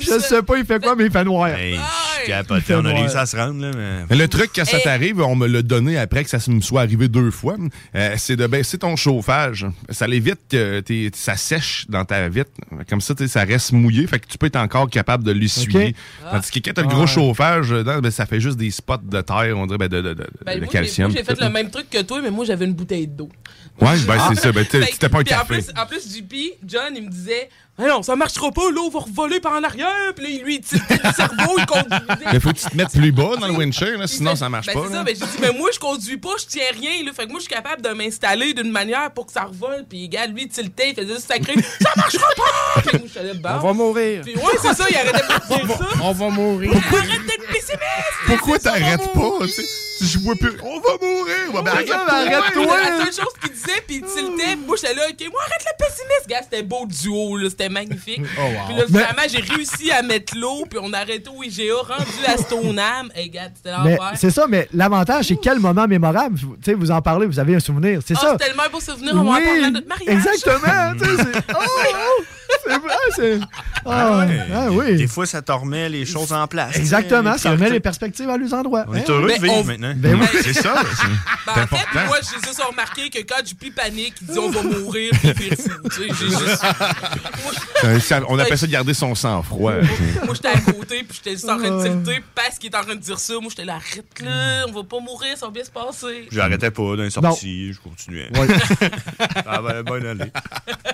S4: Je sais pas, il fait quoi, mais il fait noir.
S26: Eh,
S2: Ben,
S26: Je capotais, on a réussi à se rendre, là, mais.
S2: Mais Le truc, quand ça
S28: Eh.
S26: Hey.
S2: t'arrive, on me l'a donné après que ça se- me soit arrivé deux fois, euh, c'est de baisser ton chauffage. Ça l'évite que t'es- ça sèche dans ta vitre. Comme ça, tu sais, ça reste mouillé, fait que tu peux être encore capable de l'essuyer.
S4: Ok.
S2: Tandis que quand t'as le gros
S4: Ah.
S2: chauffage, dedans, ben, ça fait juste des spots de terre, on dirait, ben, de, de- de-
S28: Ben,
S2: de
S28: moi, j'ai-
S2: calcium.
S28: moi, J'ai fait le même truc que toi, mais moi, j'avais une bouteille d'eau.
S2: Ouais, ben, c'est ça. Ben, t'es-
S28: Fait que-
S2: c'était pas un
S28: puis en
S2: café.
S28: plus- En plus, JP, John, il me disait Ah Non, ça marchera pas, l'eau va revoler par en arrière. Puis là, lui, il tire le cerveau, il conduisait.
S2: Mais faut que tu te mettes plus bas dans le windshield, là, sinon ça marche
S28: Ben,
S2: pas.
S28: c'est
S2: là.
S28: ça, ben, j'ai dit, mais moi, je conduis pas, je tiens rien, là. Fait que moi, je suis capable de m'installer d'une manière pour que ça revole. Puis, gars, lui, il tiltait, il faisait juste sacré. Ça marchera pas! Fait que moi, j'étais là,
S4: Bah,
S28: bon.
S5: On va mourir.
S28: Puis, ouais, c'est ça, il arrêtait pas de dire ça. Ben,
S5: On va mourir.
S28: Arrête d'être pessimiste!
S2: Pourquoi t'arrêtes pas? tu sais? Je vois plus. On va mourir! Ouais, ben, arrête-toi!
S28: C'est la seule chose qu'il disait, puis il tiltait. Moi, j'étais là, OK, moi, arrête le pessimiste. Gars, c'était beau duo, là, c'était magnifique.
S4: Oh,
S5: wow.
S28: Puis là,
S5: Mais-
S28: finalement, j'ai réussi à mettre l'eau, puis on a arrêté au IGA, rendu à Stoneham. Hey, gars, c'était
S4: Mais
S28: l'enfer.
S4: c'est ça, mais l'avantage, c'est quel moment mémorable. Tu sais, vous en parlez, vous avez un souvenir. C'est
S28: Ah,
S4: ça.
S28: c'est tellement un beau souvenir, on va en
S4: Oui,
S28: parler à notre mariage.
S4: Exactement. tu sais, c'est- oh, oh, c'est vrai, c'est- ah, ah oui.
S26: Des fois, ça te remet les choses en place.
S4: Exactement,
S26: Les
S4: ça remet
S26: priorités.
S4: les perspectives à l'usendroit.
S26: On est heureux de vivre maintenant.
S4: Ben oui.
S26: C'est ça. c'est-
S28: Ben, en fait, moi, j'ai juste remarqué que quand du panique, ils disent on va mourir, puis puis, tu sais, j'ai juste.
S2: Euh, ça- On appelle ça de garder son sang-froid.
S28: Moi, j'étais à côté, puis j'étais juste en train de tilter, parce qu'il était en train de dire ça. Moi, j'étais là, arrête
S2: Mm.
S28: là, on va pas mourir, ça va bien se passer.
S26: J'arrêtais pas d'un sorti, je continuais.
S4: Ouais.
S26: ah ben, bonne allée.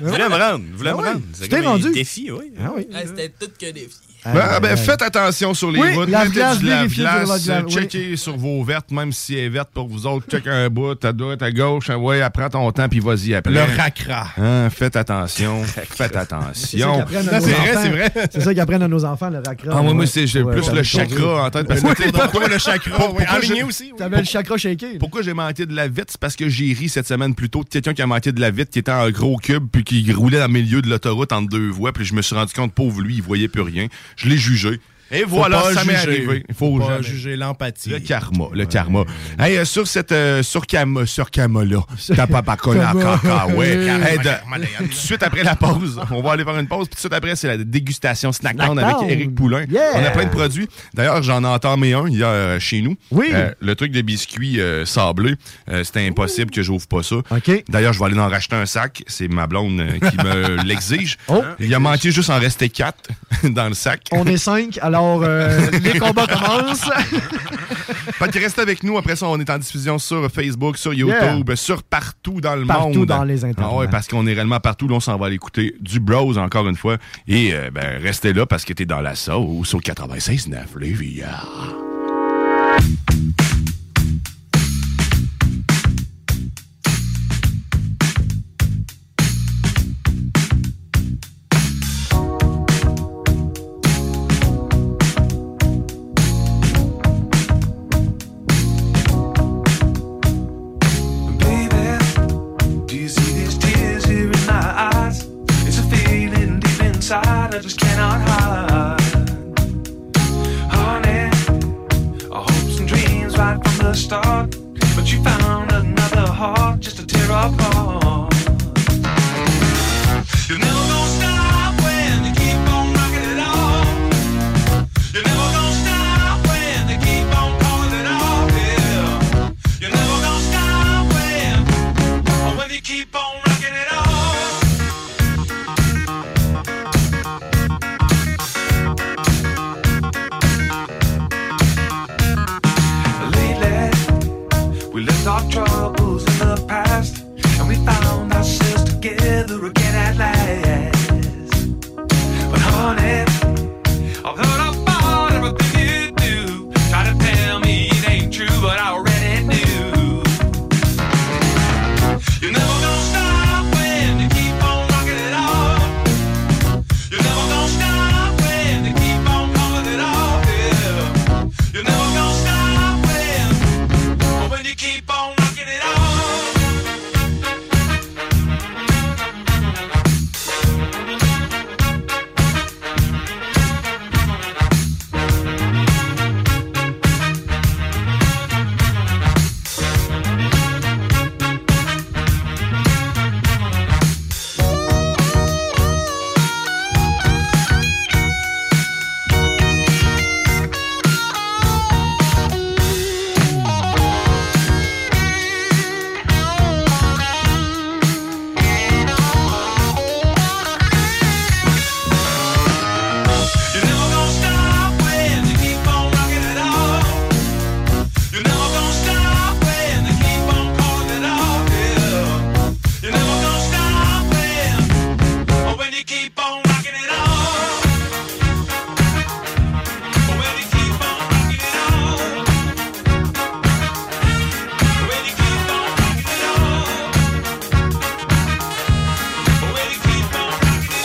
S26: Je voulais me rendre, je voulais me rendre.
S4: Tu
S26: C'est
S4: t'es C'est rendu.
S29: Défi, oui.
S4: Ah oui.
S28: Ouais, C'était tout que des filles.
S26: Euh,
S2: Ben, ah ben, faites attention sur les
S4: Oui,
S2: routes.
S4: lave-glace,
S2: Mettez du
S4: vérifiez sur le
S2: lave-glace, euh,
S4: lave-glace, oui.
S2: checkez sur vos vertes, même si elle est verte pour vous autres. Check un bout, à droite, à gauche. Ah Ouais, prends ton temps, puis vas-y après.
S26: Le racra.
S2: Hein, faites attention. faites attention.
S4: C'est ça qu'ils apprennent à nos enfants. C'est ça qu'ils apprennent à nos enfants, le racra.
S2: Ah, moi,
S4: Ouais.
S2: moi, c'est j'ai
S4: Ouais,
S2: plus
S4: ça
S2: le
S4: me conduit.
S2: chakra en tête. Parce que,
S4: Oui,
S2: tu sais,
S4: pourquoi
S2: pourquoi-
S4: le chakra, oui,
S2: pourquoi
S4: en
S2: j'ai-
S4: ligne aussi, oui. T'avais le chakra shaké.
S2: Pourquoi j'ai manqué de la vitre? C'est parce que j'ai ri cette semaine plus tôt de quelqu'un qui a manqué de la vitre, qui était en gros cube, puis qui roulait dans le milieu de l'autoroute entre deux voies, puis je me suis rendu compte, pauvre lui, il voyait plus rien. Je l'ai jugé. Et
S5: Faut
S2: voilà,
S5: pas
S2: ça m'est
S5: juger.
S2: arrivé. Il
S5: Faut
S2: faut,
S5: pas
S2: jamais-
S5: juger l'empathie.
S2: Le karma, le karma. Hey, euh, sur cette euh, sur Kama, sur Kama là, t'as pas pas connu
S5: Kama.
S2: encore, encore, ouais.
S5: Karma,
S2: Hey, de-
S5: karma, là.
S2: tout de suite après la pause, on va aller faire une pause. Puis tout de suite après, c'est la dégustation Snackdown
S5: Snackdown.
S2: Ben, avec Eric Poulain.
S5: Yeah.
S2: On a plein de produits. D'ailleurs, j'en ai entamé un hier euh, chez nous.
S4: Oui.
S2: le truc des biscuits euh, sablés, euh, c'était impossible que j'ouvre pas ça. D'ailleurs, je vais aller en racheter un sac. C'est ma blonde euh, qui me l'exige. Il a manqué juste en rester quatre dans le sac.
S4: On est cinq, alors euh, les combats commencent.
S2: Fait que reste avec nous. Après ça, on est en diffusion sur Facebook, sur YouTube, sur partout dans le
S4: Partout
S2: monde.
S4: dans les internets.
S2: Ah ouais, parce qu'on est réellement partout. Là, on s'en va aller écouter du Bros encore une fois. Et euh, ben, restez là parce que t'es dans la sauce au 96.9 Lévis. Ah.
S30: Do you see these tears here in my eyes? It's a feeling deep inside I just cannot hide. Honey, our hopes and dreams right from the start. But you found another heart just to tear apart. You're never gonna stop when you keep on rocking it off. You're never gonna stop when they keep on calling it off. Yeah. You're never gonna stop when. Or when you keep on rocking it off. Lately, we left our troubles in the past, and we found ourselves together again at last. But honey, although I fought everything you do, try to tell me it ain't true, but I already knew. You're never gonna stop when you keep on rocking it off. You're never gonna stop when you keep on calling it off. Yeah. You're never gonna stop when, when you keep on rocking it off. You're never gonna stop when you keep on rocking it off. You're never gonna stop when you keep on calling it off. Yeah. You're never gonna stop when, or when you keep on rocking it off. Or when you keep on rocking it off. Or when you keep on rocking it off. Or when you keep on rocking it off.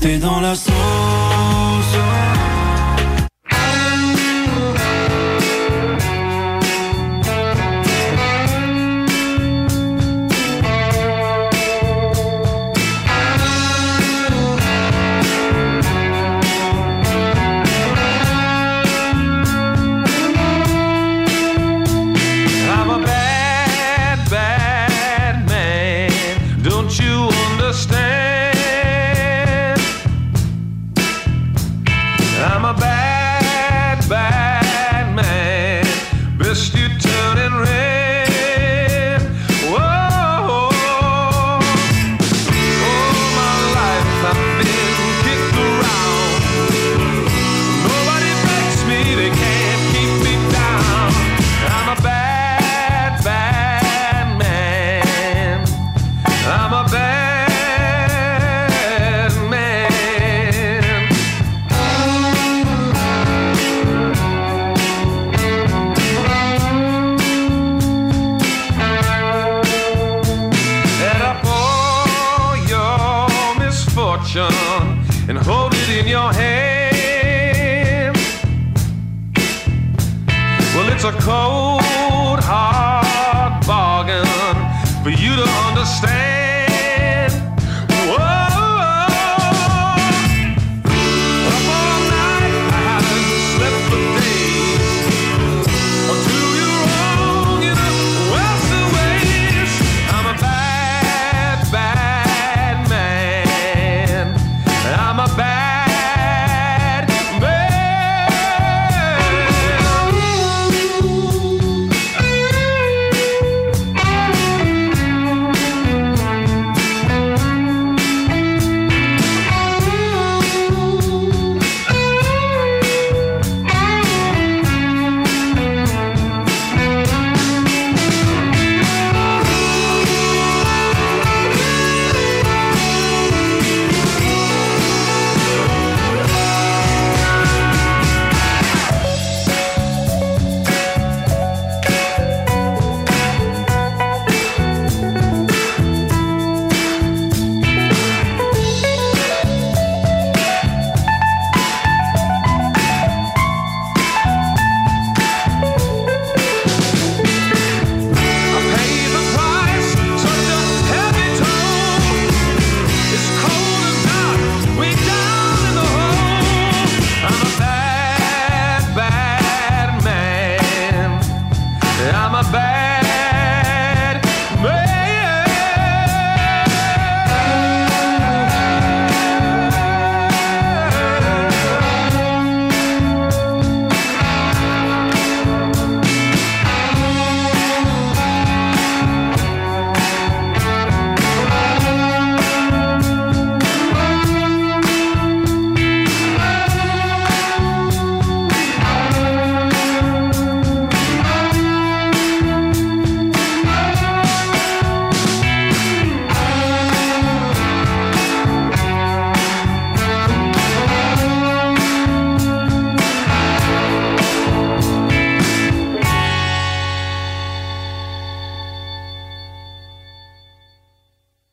S11: T'es dans la sauce.
S30: in your hand. Well, it's a cold, hard bargain for you to understand. Whoa, Up all night, I haven't slept for days. Or do you wrong in a worse ways? I'm a bad, bad man. I'm a bad man. I'm a bad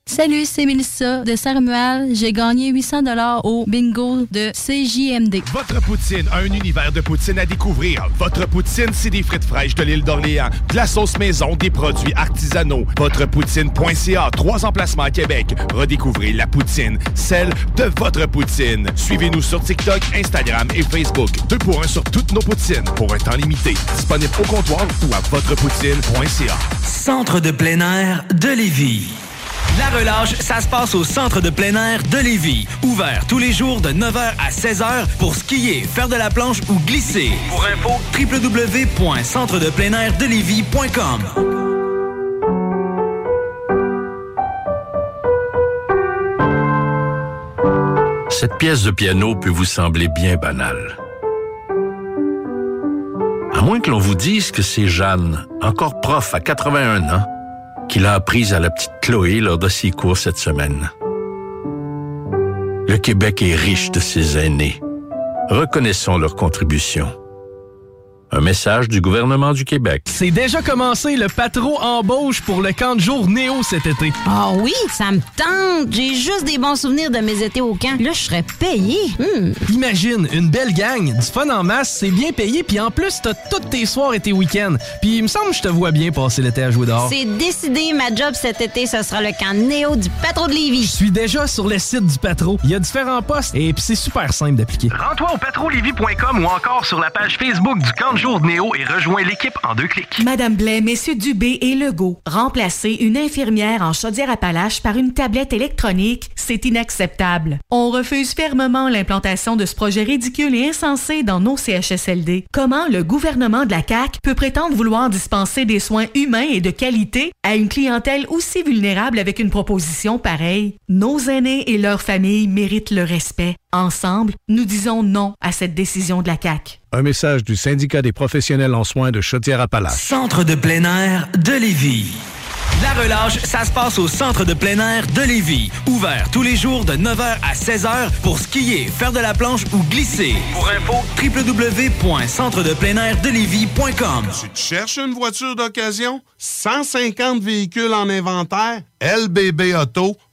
S13: Salut, c'est Mélissa de Saint-Romuald. J'ai gagné 800 au bingo de CJMD.
S2: Votre poutine, un univers de poutine à découvrir. Votre poutine, c'est des frites fraîches de l'île d'Orléans, de la sauce maison, des produits artisanaux. Votrepoutine.ca, trois emplacements à Québec. Redécouvrez la poutine, celle de votre poutine. Suivez-nous sur TikTok, Instagram et Facebook. Deux pour un sur toutes nos poutines, pour un temps limité. Disponible au comptoir ou à votrepoutine.ca.
S10: Centre de plein air de Lévis. La relâche, ça se passe au centre de plein air de Lévis. Ouvert tous les jours de 9h à 16h pour skier, faire de la planche ou glisser. Pour info, www.centredepleinairdelévis.com.
S31: Cette pièce de piano peut vous sembler bien banale. À moins que l'on vous dise que c'est Jeanne, encore prof à 81 ans, qui l'a apprise à la petite Chloé lors de ses cours cette semaine. Le Québec est riche de ses aînés. Reconnaissons leur contribution. Un message du gouvernement du Québec.
S21: C'est déjà commencé le patro embauche pour le camp de jour Néo cet été.
S22: Ah oui, ça me tente. J'ai juste des bons souvenirs de mes étés au camp. Là, je serais payé.
S21: Imagine, une belle gang, du fun en masse, c'est bien payé, puis en plus, t'as tous tes soirs et tes week-ends. Puis il me semble que je te vois bien passer l'été à jouer dehors.
S22: C'est décidé, ma job cet été, ce sera le camp Néo du Patro de Lévis.
S21: Je suis déjà sur le site du patro. Il y a différents postes et puis c'est super simple d'appliquer.
S32: Rends-toi au patrolivy.com ou encore sur la page Facebook du camp de jour de Néo et rejoins l'équipe en deux clics.
S19: Madame Blais, Messieurs Dubé et Legault, remplacer une infirmière en chaudière-appalaches par une tablette électronique, c'est inacceptable. On refuse fermement l'implantation de ce projet ridicule et insensé dans nos CHSLD. Comment le gouvernement de la CAQ peut prétendre vouloir dispenser des soins humains et de qualité à une clientèle aussi vulnérable avec une proposition pareille? Nos aînés et leurs familles méritent le respect. Ensemble, nous disons non à cette décision de la CAQ.
S24: Un message du syndicat des professionnels en soins de Chaudière-Appalaches.
S10: Centre de plein air de Lévis. La relâche, ça se passe au centre de plein air de Lévis. Ouvert tous les jours de 9h à 16h pour skier, faire de la planche ou glisser. Pour info, www.centredepleinairdelévis.com.
S33: Tu cherches une voiture d'occasion? 150 véhicules en inventaire? LBB Auto.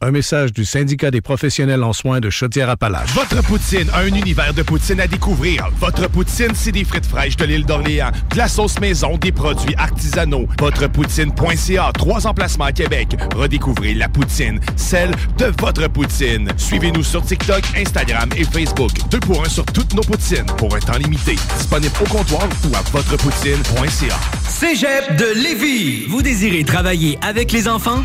S24: Un message du syndicat des professionnels en soins de Chaudière-Appalaches.
S2: Votre poutine, un univers de poutine à découvrir. Votre poutine, c'est des frites fraîches de l'île d'Orléans, de la sauce maison, des produits artisanaux. Votrepoutine.ca, trois emplacements à Québec. Redécouvrez la poutine, celle de votre poutine. Suivez-nous sur TikTok, Instagram et Facebook. Deux pour un sur toutes nos poutines, pour un temps limité. Disponible au comptoir ou à votrepoutine.ca.
S10: Cégep de Lévis. Vous désirez travailler avec les enfants?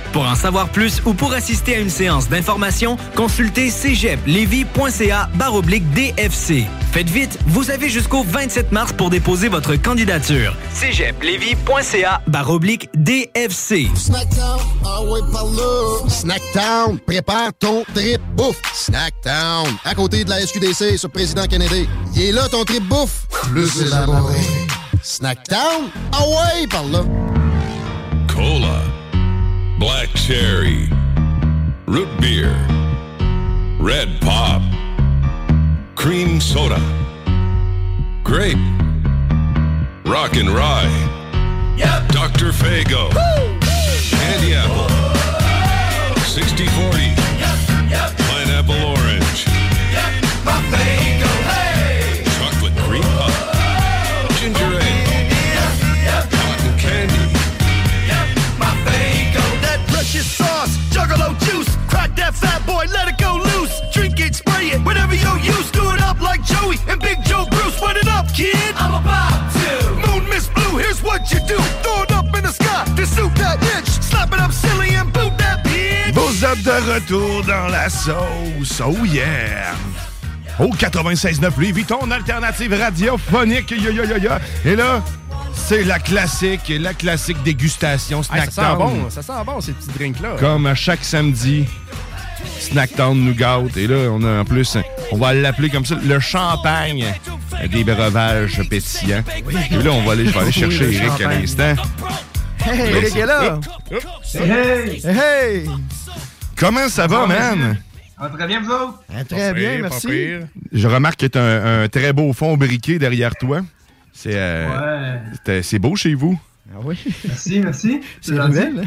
S10: Pour en savoir plus ou pour assister à une séance d'information, consultez cégeplevy.ca baroblique DFC. Faites vite, vous avez jusqu'au 27 mars pour déposer votre candidature. cégeplevy.ca baroblique DFC.
S5: Snackdown, ah ouais, par là. Snackdown, prépare ton trip bouffe. Snackdown, à côté de la SQDC, sur Président Kennedy. Il est là ton trip bouffe. Plus élaboré. Snackdown, ah ouais, par là.
S30: Cola. Black Cherry. Root Beer. Red Pop. Cream Soda. Grape. Rock and Rye. Dr. Fago. Candy Apple. 60 40. Pineapple Orange. Chocolate Cream Pie. Ginger Ale. Cotton Candy.
S13: Fago. That precious sauce, juggalo juice. Crack that fat boy, let it go loose. Drink it, spray it, whatever you use. Do it up like Joey and Big Joe Bruce. Run it up, kid. I'm about to. Moon Miss Blue, here's what you do. Throw it up in the sky to suit that itch. Slap it up silly and boot that bitch.
S2: Vous êtes de retour dans la sauce. Oh yeah! Au 96.9 Louis Vuitton, alternative radiophonique. Yo, yo, yo, yo. Et là, c'est la classique, la classique dégustation snack
S4: Hey, ça sent bon, ça sent bon ces petits drinks-là.
S2: Comme à chaque samedi, Snacktown nous gâte. Et là, on a en plus, on va l'appeler comme ça, le champagne des breuvages pétillants. Et là, on va aller, je vais aller chercher
S4: Oui, le
S2: Eric à
S4: champagne.
S2: l'instant.
S4: Hey, Eric est là. Hey, hey.
S2: Comment ça va, man?
S34: très bien, vous autres?
S4: Très bien, merci.
S2: Je remarque que tu un, un très beau fond briqué derrière toi. C'est euh,
S34: Ouais.
S2: c'est- c'est beau chez vous.
S34: Ah oui. Merci, merci. C'est nouvelle.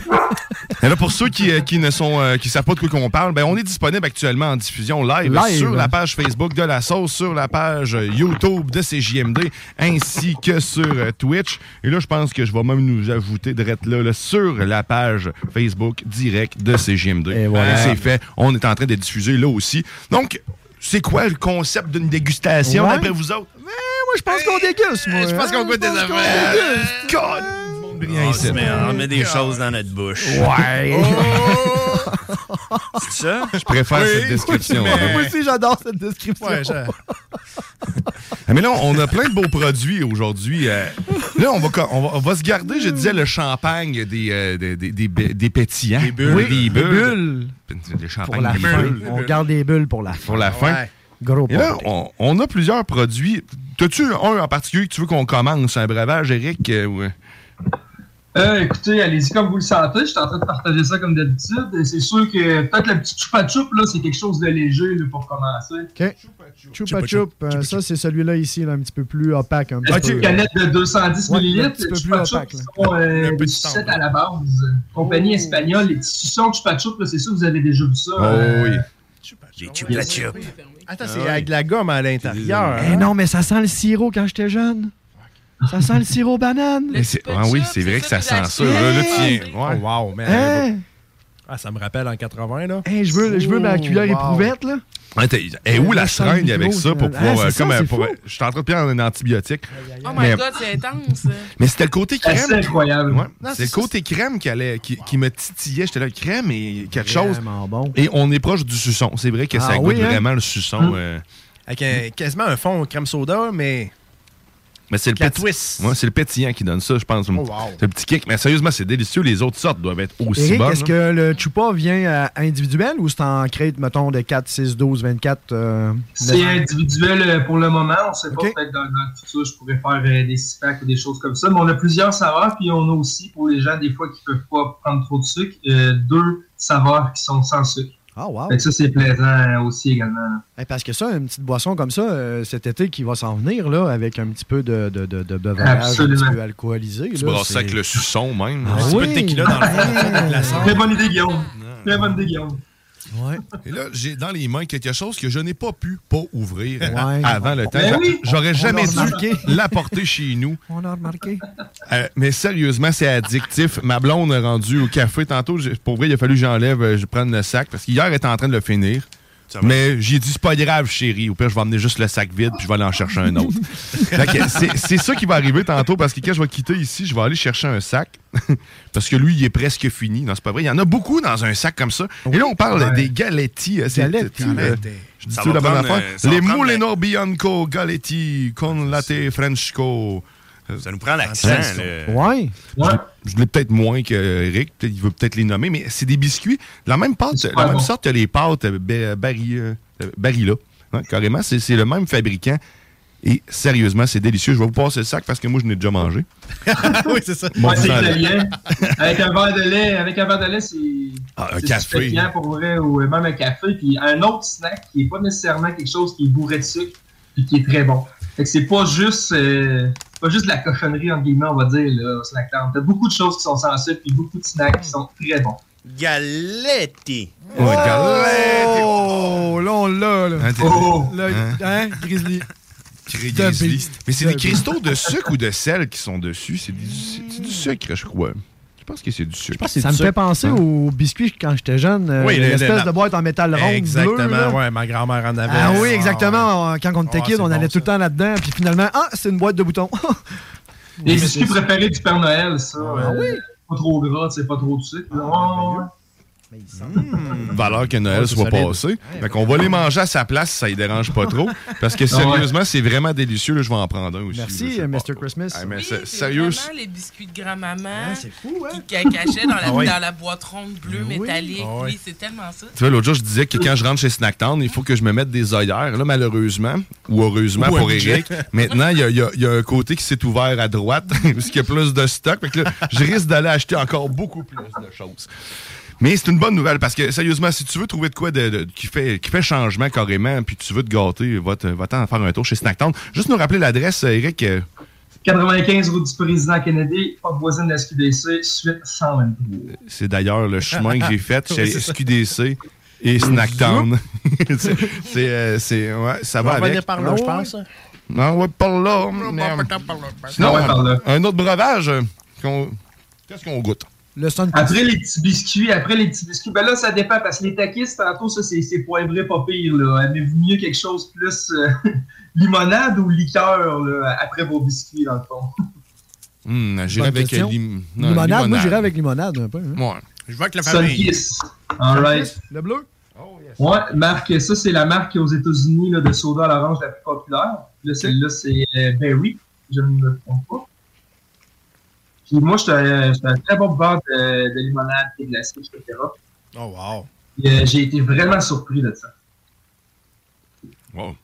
S2: Et là, pour ceux qui, euh, qui ne sont, euh, qui savent pas de quoi qu'on parle, ben, on est disponible actuellement en diffusion live,
S34: Live.
S2: sur la page Facebook de La Sauce, sur la page euh, YouTube de CJMD, ainsi que sur euh, Twitch. Et là, je pense que je vais même nous ajouter direct là, là, sur la page Facebook direct de CJMD. Et
S4: voilà.
S2: Ah, C'est fait. On est en train de diffuser là aussi. Donc, c'est quoi le concept d'une dégustation
S4: Ouais.
S2: après vous autres?
S4: Moi, je pense qu'on déguste, moi.
S2: Eh, Je pense qu'on goûte des
S4: affaires.
S2: God!
S26: Ah, On, se met, on met des choses dans notre bouche. Oh.
S4: Ouais.
S26: C'est ça? Je
S2: préfère cette description.
S35: Moi aussi, j'adore cette description.
S4: Ouais, j'ai-
S2: Ah, Mais là, on a plein de beaux produits aujourd'hui. euh. là, on va, co- on, va, on va se garder, je disais, le champagne des, euh, des, des, des, bé- des pétillants. Des
S35: bulles. Oui,
S2: des
S35: des
S2: bulles. Des
S35: Pour la
S2: champagnes des
S35: fin.
S2: bulles.
S35: On garde les bulles pour la fin.
S2: Pour la fin.
S35: Gros
S2: Et là, on, on a plusieurs produits. T'as-tu un en particulier que tu veux qu'on commence? Un breuvage, Eric? euh, ou-
S34: Euh, écoutez, allez-y comme vous le sentez. Je suis en train de partager ça comme d'habitude. Et C'est sûr que peut-être la petite choupa choup, là, c'est quelque chose de léger là, pour commencer.
S4: OK. Chupa Chup, euh, ça c'est celui-là ici, là, un petit peu plus opaque. Un
S34: La
S4: petit
S34: petite
S4: peu.
S34: canette de 210
S4: Ouais,
S34: ml,
S4: un petit peu plus
S34: Chupa Chup,
S4: opaque.
S34: qui
S4: là.
S34: sont euh, des sucettes à la base. euh, Compagnie
S4: Oh.
S34: espagnole, les petits suçons de Chupa Chup, là, c'est sûr que vous avez déjà vu ça. euh,
S24: Oh,
S2: oui.
S26: Des chupa chup.
S4: Attends, c'est avec de la gomme à l'intérieur.
S35: Eh
S2: hein?
S35: non, mais ça sent le sirop quand j'étais jeune. Ça sent le sirop banane.
S2: Mais c'est- ah oui, c'est vrai que ça sent ça. Là, là, tiens. Ouais.
S4: wow, man.
S35: Hein?
S4: Ah, ça me rappelle en 80, là.
S35: Hey, je veux, je veux ma
S4: Oh,
S35: cuillère
S4: wow.
S35: éprouvette, là.
S2: Ouais, t'es- Et où la seringue avec ça pour
S35: Ah,
S2: pouvoir.
S35: c'est
S2: euh,
S35: ça,
S2: comme, euh,
S35: c'est
S2: pour-
S35: fou.
S2: Je suis en train de prendre un antibiotique.
S28: Oh my
S2: Mais-
S28: god, c'est intense.
S2: Mais c'était le côté
S28: Ah,
S2: crème.
S28: c'est
S2: qui-
S34: incroyable.
S2: Ouais.
S28: Non,
S2: C'est
S28: c'est
S2: le
S28: ça,
S2: côté crème qui, allait, qui, qui me titillait. J'étais là, crème et quelque chose.
S35: Vraiment bon.
S2: Et on est proche du suçon. C'est vrai que
S35: Ah
S2: ça
S35: oui,
S2: goûte
S35: hein?
S2: vraiment le suçon.
S35: Hum.
S2: euh,
S5: Avec un- quasiment un fond crème soda, mais
S2: Mais c'est le,
S5: La
S2: péti-
S5: twist.
S2: Ouais, c'est le pétillant qui donne ça, je pense.
S5: Oh, wow.
S2: C'est un petit kick. Mais sérieusement, c'est délicieux. Les autres sortes doivent être aussi
S4: Eric,
S2: bonnes.
S4: est-ce
S2: hein.
S4: que le Chupa vient euh, individuel ou c'est en crête, mettons, de 4, 6, 12, 24? euh,
S34: C'est
S4: neuf-
S34: individuel euh, pour le moment. On ne sait pas, peut-être dans, dans le futur, je pourrais faire euh, des six packs ou des choses comme ça. Mais on a plusieurs saveurs, puis on a aussi, pour les gens, des fois, qui ne peuvent pas prendre trop de sucre, euh, deux saveurs qui sont sans sucre.
S4: Ah, wow.
S34: Fait que ça, c'est plaisant euh, aussi également.
S4: Eh, parce que ça, une petite boisson comme ça, euh, cet été qui va s'en venir, là, avec un petit peu de, de, de, de beverage un
S34: Absolument.
S4: petit peu alcoolisé.
S2: Tu
S4: là,
S2: brasses ça
S4: c'est-
S2: avec le suçon même.
S4: Ah
S2: un petit peu de
S4: oui.
S2: tequila dans le fond.
S34: Hey.
S2: glaçons.
S34: Très bonne idée, Guillaume. Très bonne idée, Guillaume.
S2: Et là, j'ai dans les mains quelque chose que je n'ai pas pu pas ouvrir
S34: Ouais.
S2: avant le temps.
S34: Ben oui.
S2: J'aurais
S34: On
S2: jamais
S34: l'a
S2: dû
S34: remarqué.
S2: l'apporter chez nous.
S4: On a remarqué.
S2: Euh, mais sérieusement, c'est addictif. Ma blonde est rendue au café tantôt. j'ai- Pour vrai, il a fallu que j'enlève, euh, je prenne le sac parce qu'hier, elle était en train de le finir. Mais j'ai dit, c'est pas grave, chérie. Au pire, je vais emmener juste le sac vide puis je vais aller en chercher un autre. Fait que c'est- c'est ça qui va arriver tantôt parce que quand je vais quitter ici, je vais aller chercher un sac parce que lui, il est presque fini. Non, c'est pas vrai. Il y en a beaucoup dans un sac comme ça. Et là, on parle des galetti. euh, c'est-
S4: Galetti,
S2: euh,
S4: ouais.
S2: Je dis
S4: Ça
S2: tout
S4: va
S2: la bonne
S4: prendre,
S2: affaire.
S4: euh, ça va
S2: Les
S4: prendre,
S2: Moulinor Bianco Galetti con latte Frenchco. Ça nous prend
S26: l'accent, là.
S4: Ouais.
S2: Je, je l'ai peut-être moins que Eric, peut-être- il veut peut-être les nommer, mais c'est des biscuits de la même pâte, la
S26: bon.
S2: même sorte que les pâtes euh, Ba- Barilla. euh, Barilla. Hein, carrément, c'est c'est le même fabricant. Et sérieusement, c'est délicieux. Je vais vous passer le sac parce que moi, je n'ai déjà mangé.
S5: oui, c'est ça.
S2: Bon,
S34: Ouais, Ah c'est
S2: ça-
S34: italien. Avec un verre de lait, avec un verre de lait, c'est
S2: Ah, un
S34: c'est
S2: café.
S34: stupéfiant pour vrai, ou même un café. Puis un autre snack qui n'est pas nécessairement quelque chose qui est bourré de sucre, puis qui est très bon. Fait que c'est pas juste, euh, pas juste de la cochonnerie, entre guillemets, on va dire, là, au snack town. T'as beaucoup de choses qui sont sans sucre, puis beaucoup de snacks qui sont très bons.
S26: Galetti.
S4: Oh, là, on l'a, là.
S2: Hein, t'es-
S4: Oh. Là,
S2: Hein?
S4: hein, Grizzly.
S2: Grizzly. Mais c'est des cristaux de sucre ou de sel qui sont dessus. C'est du, c'est- c'est du sucre, je crois. Je pense que c'est du sucre.
S4: Hmm.
S2: Hmm. Hein?
S4: Ça me fait penser aux biscuits quand j'étais jeune. euh,
S2: Oui, le- le-
S4: L'espèce
S2: la-
S4: de boîte en métal rond.
S5: Exactement,
S4: bleu, là.
S5: ouais, ma grand-mère en avait.
S4: Ah oui, exactement. Quand on était
S5: Ouais,
S4: kid,
S5: c'est
S4: on allait tout le temps là-dedans. Puis finalement, ah, c'est une boîte de boutons.
S34: Les
S4: Oui,
S34: biscuits
S4: c'est ça.
S34: préparés du Père Noël, ça. euh,
S4: oui?
S34: Pas trop gras, c'est pas trop de sucre. Ouais, ouais.
S2: Hmm. valeur que Noël
S34: Ouais, c'est
S2: soit
S34: solide.
S2: passé. Fait qu'on va les manger à sa place, ça ne dérange pas trop. Parce que
S4: Ah ouais.
S2: sérieusement, c'est vraiment délicieux. là, je vais en prendre un aussi.
S4: Merci,
S2: là,
S4: euh, Mr. Christmas.
S2: Ah, mais
S4: Oui,
S2: c'est- Ah,
S4: c'est
S2: sérieux,
S28: Vraiment, les biscuits de grand-maman.
S4: c'est fou,
S28: Qui ca- cachaient dans la,
S2: hein. Ah ouais.
S28: dans la boîte ronde bleue métallique.
S2: Ah
S28: Oui,
S2: ouais.
S28: c'est tellement ça.
S2: Tu vois, l'autre jour, je disais que quand je rentre chez Snacktown, il faut que je me mette des œillères. Là, malheureusement, ou heureusement
S26: Ou un
S2: pour
S26: budget.
S2: Eric, maintenant, il y a, il y a- il y a un côté qui s'est ouvert à droite, parce qu'il y a plus de stock. Fait que là, je risque d'aller acheter encore beaucoup plus de choses. Mais c'est une bonne nouvelle parce que, sérieusement, si tu veux trouver de quoi de- de- qui, fait, qui fait changement carrément, puis tu veux te gâter, va te- va-t'en faire un tour chez Snacktown. Juste nous rappeler l'adresse, euh, Eric. euh,
S34: 95 route du président Kennedy, pas voisine de la SQDC, suite 122.
S2: C'est d'ailleurs le chemin que j'ai fait chez
S34: Oui, c'est ça.
S2: SQDC et Snacktown. c'est, c'est, euh, c'est- ouais, ça
S5: On va
S2: va
S5: revenir
S2: avec.
S5: par là,
S2: Ah
S5: je
S2: ouais.
S5: pense. hein.
S2: Non, ouais, par là. Sinon,
S34: Ah ouais, par là.
S2: un autre breuvage. euh, qu'on- Qu'est-ce qu'on goûte?
S4: Le
S34: Après les petits biscuits, après les petits biscuits, ben là, ça dépend parce que les takis, tantôt, ça, c'est c'est poivré pas pire, là. Aimez-vous mieux quelque chose plus euh, limonade ou liqueur, là, après vos biscuits, dans le fond?
S2: Hum, j'irai
S4: Bonne
S2: avec euh,
S4: question.
S2: lim- non,
S4: limonade, moi
S2: limonade.
S4: j'irais avec limonade un peu. hein.
S2: Ouais. Je vois que
S34: Sun Kiss. All right.
S4: Le bleu?
S34: Ouais, marque, ça, c'est la marque aux États-Unis là, de soda à l'orange la plus populaire. Là, celle-là, c'est euh, Berry. Je ne me trompe pas. Puis moi, je suis un je suis un très bon buveur de, de limonade et de glacée, etc.
S5: Oh, wow.
S34: Puis, euh, J'ai été vraiment surpris de ça.
S2: Wow.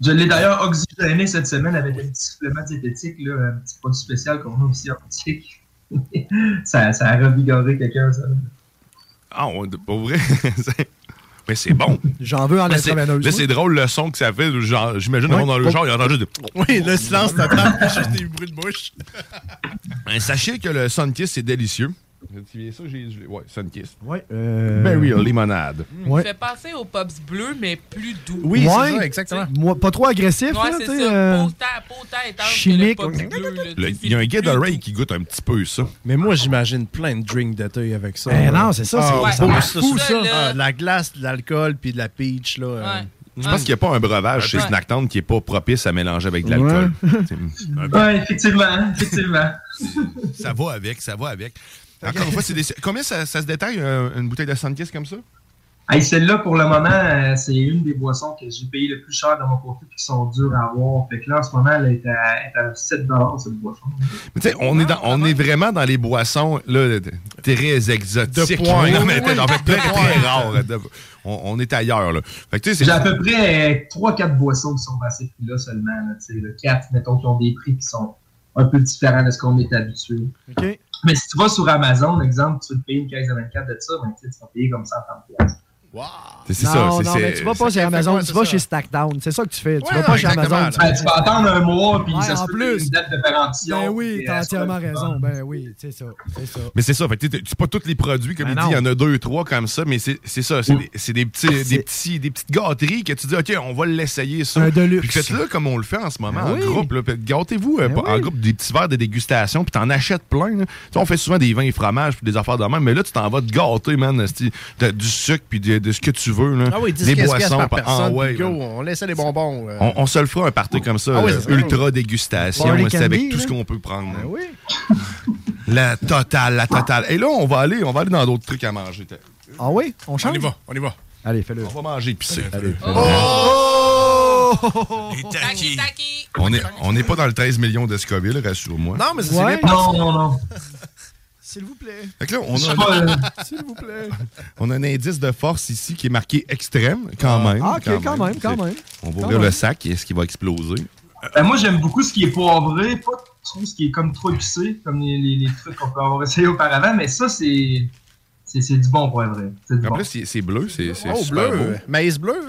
S34: Je l'ai d'ailleurs oxygéné cette semaine avec un petit supplément diététique, là, un petit produit spécial qu'on a aussi en boutique. ça, ça a revigoré quelqu'un, ça.
S2: Ah, ouais, de- pour vrai. c'est- Mais c'est bon.
S4: J'en veux en
S2: Mais c'est-
S4: intraveineuse.
S2: Là, c'est drôle le son que ça fait. Genre, J'imagine le
S5: Ouais.
S2: monde dans le genre, il entend juste des-
S5: Oui, le silence t'attrape, juste des bruits de bouche.
S2: Ben, Sachez que le Sunkiss, c'est délicieux. Tu viens ça, j'ai. je l'ai- Ouais, Sunkiss.
S4: Ouais.
S2: Berry limonade.
S28: Il fait penser aux Pops bleus, mais plus doux.
S4: Ouais. Moi, pas trop agressif,
S28: Ouais,
S4: là,
S28: c'est
S4: tu sais,
S28: ça.
S4: euh,
S5: Chimique.
S2: Le- Il y a un guide d'oreille qui goûte un petit peu ça.
S5: Mais moi, j'imagine plein de drinks de thé avec ça.
S2: Ben non, c'est ça,
S5: Ah,
S2: c'est- ça
S5: beau,
S2: marche
S5: ça,
S2: fou,
S5: ça.
S2: ça.
S5: Ah, de la glace, de l'alcool, puis de la peach, là. euh,
S2: Je pense qu'il n'y a pas un breuvage chez
S5: Ouais.
S2: Snacktown qui n'est pas propice à mélanger avec de l'alcool.
S34: Ouais, effectivement, effectivement.
S2: Ça va avec, ça va avec. Encore une fois, c'est des- combien ça, ça se détaille euh, une bouteille de Sunkiss comme ça?
S34: Hey, Celle-là, pour le moment, euh, c'est une des boissons que j'ai payé le plus cher dans mon côté et qui sont dures à avoir. Fait que là, en ce moment, elle est à, elle est à 7 cette boisson.
S2: Mais tu sais, on, est dans- on est vraiment dans les boissons là, de- de- très exotiques.
S34: De pointe.
S2: Non, mais t'es- en fait,
S34: De
S2: très, très
S34: pointe.
S2: rares. De- On, on est ailleurs. Là. Fait que, tu sais,
S34: J'ai
S2: c'est-
S34: à peu près 3-4 boissons qui sont à ces prix-là seulement. Là, tu sais, le 4, mettons, qui ont des prix qui sont un peu différents de ce qu'on est habitué. Mais si tu vas sur Amazon, exemple, tu veux te payer une caisse de 24 de ça, ben, tu sais, tu vas payer comme 130$.
S2: C'est c'est
S4: non,
S2: ça. c'est-
S4: non,
S2: c'est-
S4: mais tu vas pas
S2: ça-
S4: chez Amazon, tu vas
S2: ça.
S4: chez Stackdown. C'est ça que tu fais. Tu
S2: Ouais,
S4: vas
S2: non,
S4: pas chez
S2: exactement,
S4: Amazon.
S34: là. Ouais, Ben, tu vas attendre un mois, puis
S4: Ouais,
S34: ça se
S4: en
S34: peut
S4: plus.
S34: qu'il y ait une date de péremption,
S4: Ben oui,
S34: puis, euh,
S4: t'as
S34: ça peut
S4: entièrement
S34: être
S4: raison.
S34: bon.
S4: Ben oui, c'est ça. C'est ça.
S2: Mais c'est ça, fait que t'es- c'est pas toutes les produits, comme
S4: Ben
S2: il dit, il y
S4: non.
S2: en a deux, trois comme ça, mais c'est c'est ça, c'est des, c'est des petits, des,
S4: C'est-
S2: petits, des petites gâteries que tu dis, OK, on va l'essayer ça.
S4: Un Deluxe.
S2: Puis faites-le comme on le fait en ce moment,
S4: Ben
S2: en
S4: oui.
S2: groupe. là. Puis Gâtez-vous
S5: Ben
S2: euh, en groupe des petits verres de dégustation, puis t'en achètes plein. là. Tu sais, on fait souvent des vins et fromages, puis des affaires de même, mais là, tu t'en vas te gâter, man, esti. T'as du sucre, puis de, de ce que tu veux. Là.
S5: Ah oui, 10
S2: des
S5: pièces
S2: boissons,
S5: par
S2: puis- ah
S5: personne.
S2: ouais,
S5: puis go,
S2: man.
S5: on laissait les bonbons. euh.
S2: on, on se le fera un party comme ça,
S5: Ah ouais,
S2: là,
S5: c'est ça.
S2: ultra dégustation,
S5: Party
S2: là, c'est
S5: candy,
S2: avec tout
S5: là.
S2: ce qu'on peut prendre. là. La totale, la totale. Et là, on va aller, on va aller dans d'autres trucs à manger.
S4: Ah oui? On change?
S2: On y va, on y va.
S4: Allez, fais-le.
S2: On va manger puis c'est.
S4: Les
S2: taquis. On n'est on est pas dans le 13 millions d'Escoville, rassure-moi.
S5: Non, mais ça s'est bien passé.
S34: Non, non, non.
S5: S'il vous plaît.
S2: Fait que là, on a-
S5: S'il vous plaît.
S2: On a un indice de force ici qui est marqué extrême, quand même.
S4: Ah, ok, quand même, quand même.
S2: On va
S34: Quand
S2: ouvrir
S34: même.
S2: le sac, est-ce qu'il va exploser?
S34: Ben, moi, j'aime beaucoup ce qui est poivré, pas trop ce qui est comme trop épicé, comme les, les- les trucs qu'on peut avoir essayé auparavant, mais ça, c'est c'est- c'est du bon poivré. C'est du
S2: En
S34: bon.
S2: plus, c'est c'est bleu, c'est c'est
S34: Oh,
S2: super
S34: bleu. hein?
S2: beau.
S5: Maïs bleu.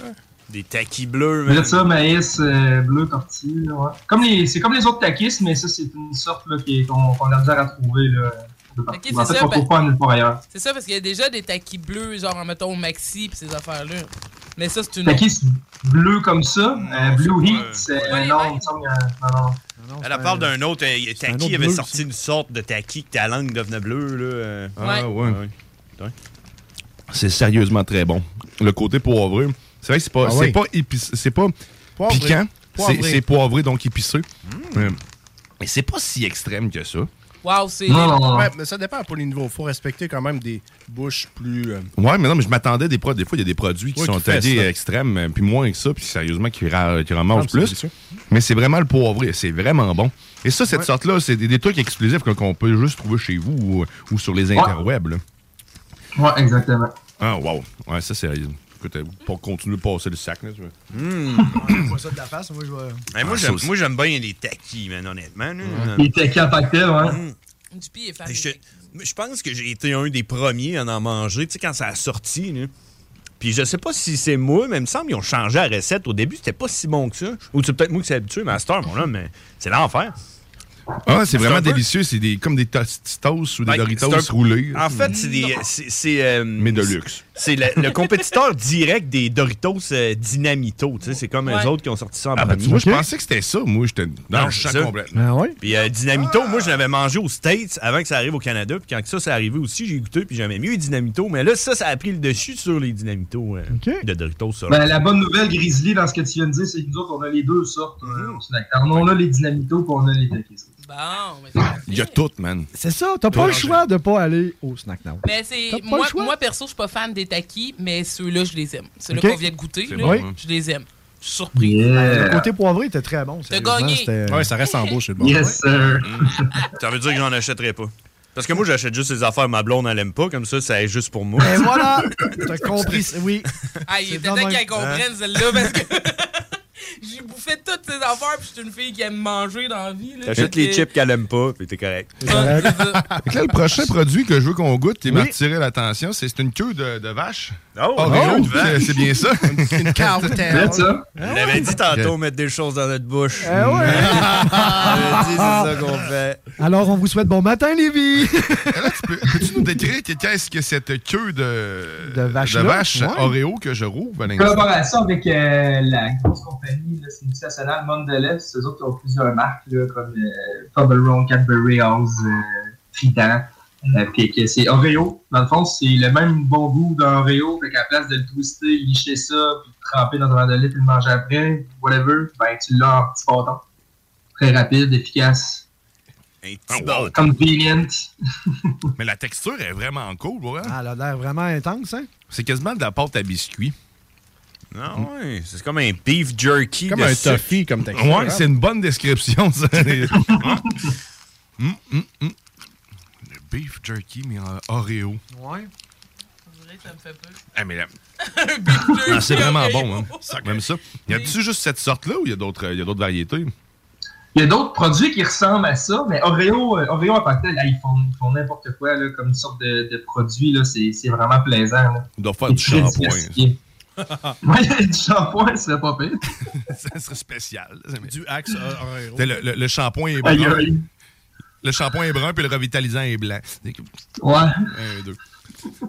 S26: Des taquis bleus.
S34: Mais là,
S26: man.
S34: ça, maïs euh, bleu tortillé, là, ouais. Comme les, c'est comme les autres takis, mais ça, c'est une sorte là, qui est- qu'on qu'on a déjà à trouver là. de partout.
S28: Takis,
S34: en
S28: c'est
S34: fait,
S28: ça,
S34: on trouve
S28: ben-
S34: pas nulle part ailleurs.
S28: C'est ça, parce qu'il y a déjà des taquis bleus, genre, mettons, au maxi, pis ces affaires-là. Mais ça, c'est une.
S34: Takis bleu comme ça, euh, blue heat, c'est
S28: pas
S34: euh,
S28: les
S34: non, il me semble, euh, non, non.
S26: Elle a parle d'un autre. euh,
S34: un
S26: Taki
S34: autre
S26: avait
S34: bleu,
S26: sorti une sorte de Taki que ta langue devenait bleue. Là. euh.
S2: Ah, ouais. C'est sérieusement très bon. Le côté poivré, c'est vrai que c'est pas,
S26: Ah
S2: c'est
S26: ouais.
S2: pas épicé, c'est pas
S26: Poivré.
S2: piquant, c'est-
S26: Poivré.
S2: c'est poivré, donc épicé. Euh, Mais c'est pas si extrême que ça.
S28: Waouh, c'est.
S5: Ouais, mais ça dépend pour les niveaux. Faut respecter quand même des bouches plus. euh,
S2: Ouais, mais non, mais je m'attendais des produits. Des fois, il y a des produits qui
S5: Ouais,
S2: sont
S5: qui fait
S2: taillés
S5: ça.
S2: extrêmes, euh, puis moins que ça, puis sérieusement, qui, ra- qui ramassent
S5: Ah, c'est
S2: plus.
S5: délicieux.
S2: Mais c'est vraiment le poivré. C'est vraiment bon. Et ça, cette sorte-là, c'est des, des trucs exclusifs que- qu'on peut juste trouver chez vous ou, ou sur les
S34: Ouais.
S2: interwebs. là.
S34: Ouais, exactement.
S2: Ah, wow. Ouais, ça, c'est. Écoute, euh, pour continuer de passer le sac, là, tu vois. Hmm.
S4: On voit ça de la face. Moi, je vois.
S26: Mais moi,
S2: Ah,
S26: j'aime-
S2: ça aussi.
S26: moi, j'aime bien les taquis, man, honnêtement. là.
S34: Les takis en tant que tel, ouais.
S26: Mm.
S2: Hmm.
S28: Dupuis est fan.
S26: Et Je, je pense que j'ai été un des premiers à en manger, tu sais, quand ça a sorti. là. Puis je sais pas si c'est moi, mais il me semble qu'ils ont changé la recette. Au début, c'était pas si bon que ça. Ou c'est peut-être moi qui s'est habitué, mais à cette heure, mon homme, mais c'est l'enfer.
S2: Ah, c'est vraiment
S26: un peu-
S2: délicieux. C'est des, comme des Tostitos ou des
S26: Ben,
S2: Doritos
S26: c'est un-
S2: roulés.
S26: En fait, c'est des. c'est- C'est. Mais
S2: de luxe.
S26: C'est le, le compétiteur direct des Doritos euh, Dynamito. Tu sais, c'est comme
S2: Ouais.
S26: eux autres qui ont sorti ça en
S2: Ah, ben, tu
S26: premier.
S2: vois, je pensais que c'était ça. Moi, j'étais dans le
S26: c'est
S2: champ
S26: ça.
S2: complètement.
S4: Ben
S26: Puis euh, Dynamito, moi, je l'avais mangé aux States avant que ça arrive au Canada. Puis quand que ça, c'est arrivé aussi, j'ai goûté, puis j'aimais mieux les Dynamito. Mais là, ça, ça a pris le dessus sur les Dynamito euh, de Doritos. ça.
S34: Ben, la bonne nouvelle, Grizzly, dans ce que tu viens de dire, c'est que nous autres, on a les deux sortes. euh, au snack. Alors, on a les dynamitos puis on a les takis.
S2: Il y a tout, man.
S4: C'est ça. T'as pas le choix de pas aller au Snack Now.
S28: Mais c'est.
S4: T'as pas
S28: Moi,
S4: le choix.
S28: moi, perso, je suis pas fan des taquis, mais ceux-là, je les aime. Ceux-là
S4: Ok.
S28: qu'on vient de goûter,
S4: C'est
S28: là,
S4: bon, hein.
S28: je les aime. Je suis surpris.
S4: Le côté poivré était très bon.
S28: T'as
S4: sérieusement,
S28: gagné.
S4: c'était-
S5: Ah Ouais, ça reste en bouche, c'est bon.
S34: Yes, sir.
S26: Mm. Ça veut dire que j'en achèterai pas. Parce que moi, j'achète juste les affaires, ma blonde, elle aime pas. Comme ça, ça est juste pour moi.
S4: Et Ben, voilà. T'as compris. Oui.
S28: Ah, il
S4: C'est
S28: était
S4: de
S28: temps
S4: même.
S28: qu'elle comprenne celle-là parce que j'ai bouffé toutes ces affaires puis je suis une fille qui aime manger dans la vie. là.
S26: T'achètes les chips qu'elle aime pas, puis t'es correct.
S2: Fait que là, le prochain produit que je veux qu'on goûte, qui m'a
S26: Oui.
S2: attiré l'attention, c'est c'est une queue de, de vache.
S26: Oh,
S2: Oreo,
S26: une queue de vache.
S2: c'est- C'est bien ça.
S26: Une
S2: cowtail.
S26: On l'avait dit tantôt, mettre des choses dans notre bouche.
S4: Eh ouais.
S26: On l'avait dit, c'est ça qu'on fait.
S4: Alors, on vous souhaite bon matin, Lévi.
S2: Peux-tu nous décrire que- qu'est-ce que cette queue de,
S4: De vache-là,
S2: vache
S4: ouais.
S2: Oreo que je rouvre à l'instant?
S34: Collaboration avec euh, la grosse compagnie, là, c'est multinationale Mondelez, c'est eux autres qui ont plusieurs marques, là, comme euh, Toblerone, Cadbury House, euh, Triton. Euh, puis que c'est Oreo. Dans le fond, c'est le même bon goût d'un Oreo, fait qu'à la place de le twister, licher ça, puis le tremper dans un verre de lait, puis le manger après, whatever, ben tu l'as en petit bâton. Très rapide, efficace.
S2: Un
S34: petit bord. Convenient.
S2: Mais la texture est vraiment cool, ouais.
S4: Ah, elle a l'air vraiment intense, hein?
S2: C'est quasiment de la pâte à biscuits.
S26: Ah ouais, c'est comme un beef jerky.
S2: Comme
S26: de
S2: un
S26: sucre.
S2: toffee, comme texture, Ouais, hein? c'est une bonne description, ça. Hum, hum, hum. Le beef jerky, mais en Oreo.
S4: Ouais.
S28: Ça me fait peur.
S2: Ah, mais là.
S28: Un beef jerky
S2: Ah, c'est vraiment
S28: Oreo.
S2: bon, hein. Même ça. Y a-tu juste cette sorte-là ou y a d'autres euh, y a d'autres variétés?
S34: Il y a d'autres produits qui ressemblent à ça, mais Oreo, euh, Oreo en tant que tel, là, ils font, ils font n'importe quoi là, comme une sorte de, de produit. là, C'est c'est vraiment plaisant. Là.
S2: Ils doivent faire du
S34: Très
S2: shampoing.
S34: diversifié. Ouais, du shampoing, ça serait pas pire.
S2: ça serait spécial.
S5: Du axe Oreo.
S2: T'sais, Le, le- le shampoing est
S5: Aïe,
S2: brun.
S5: aïe.
S2: Le shampoing est brun, puis le revitalisant est blanc.
S34: Ouais.
S2: Un, deux.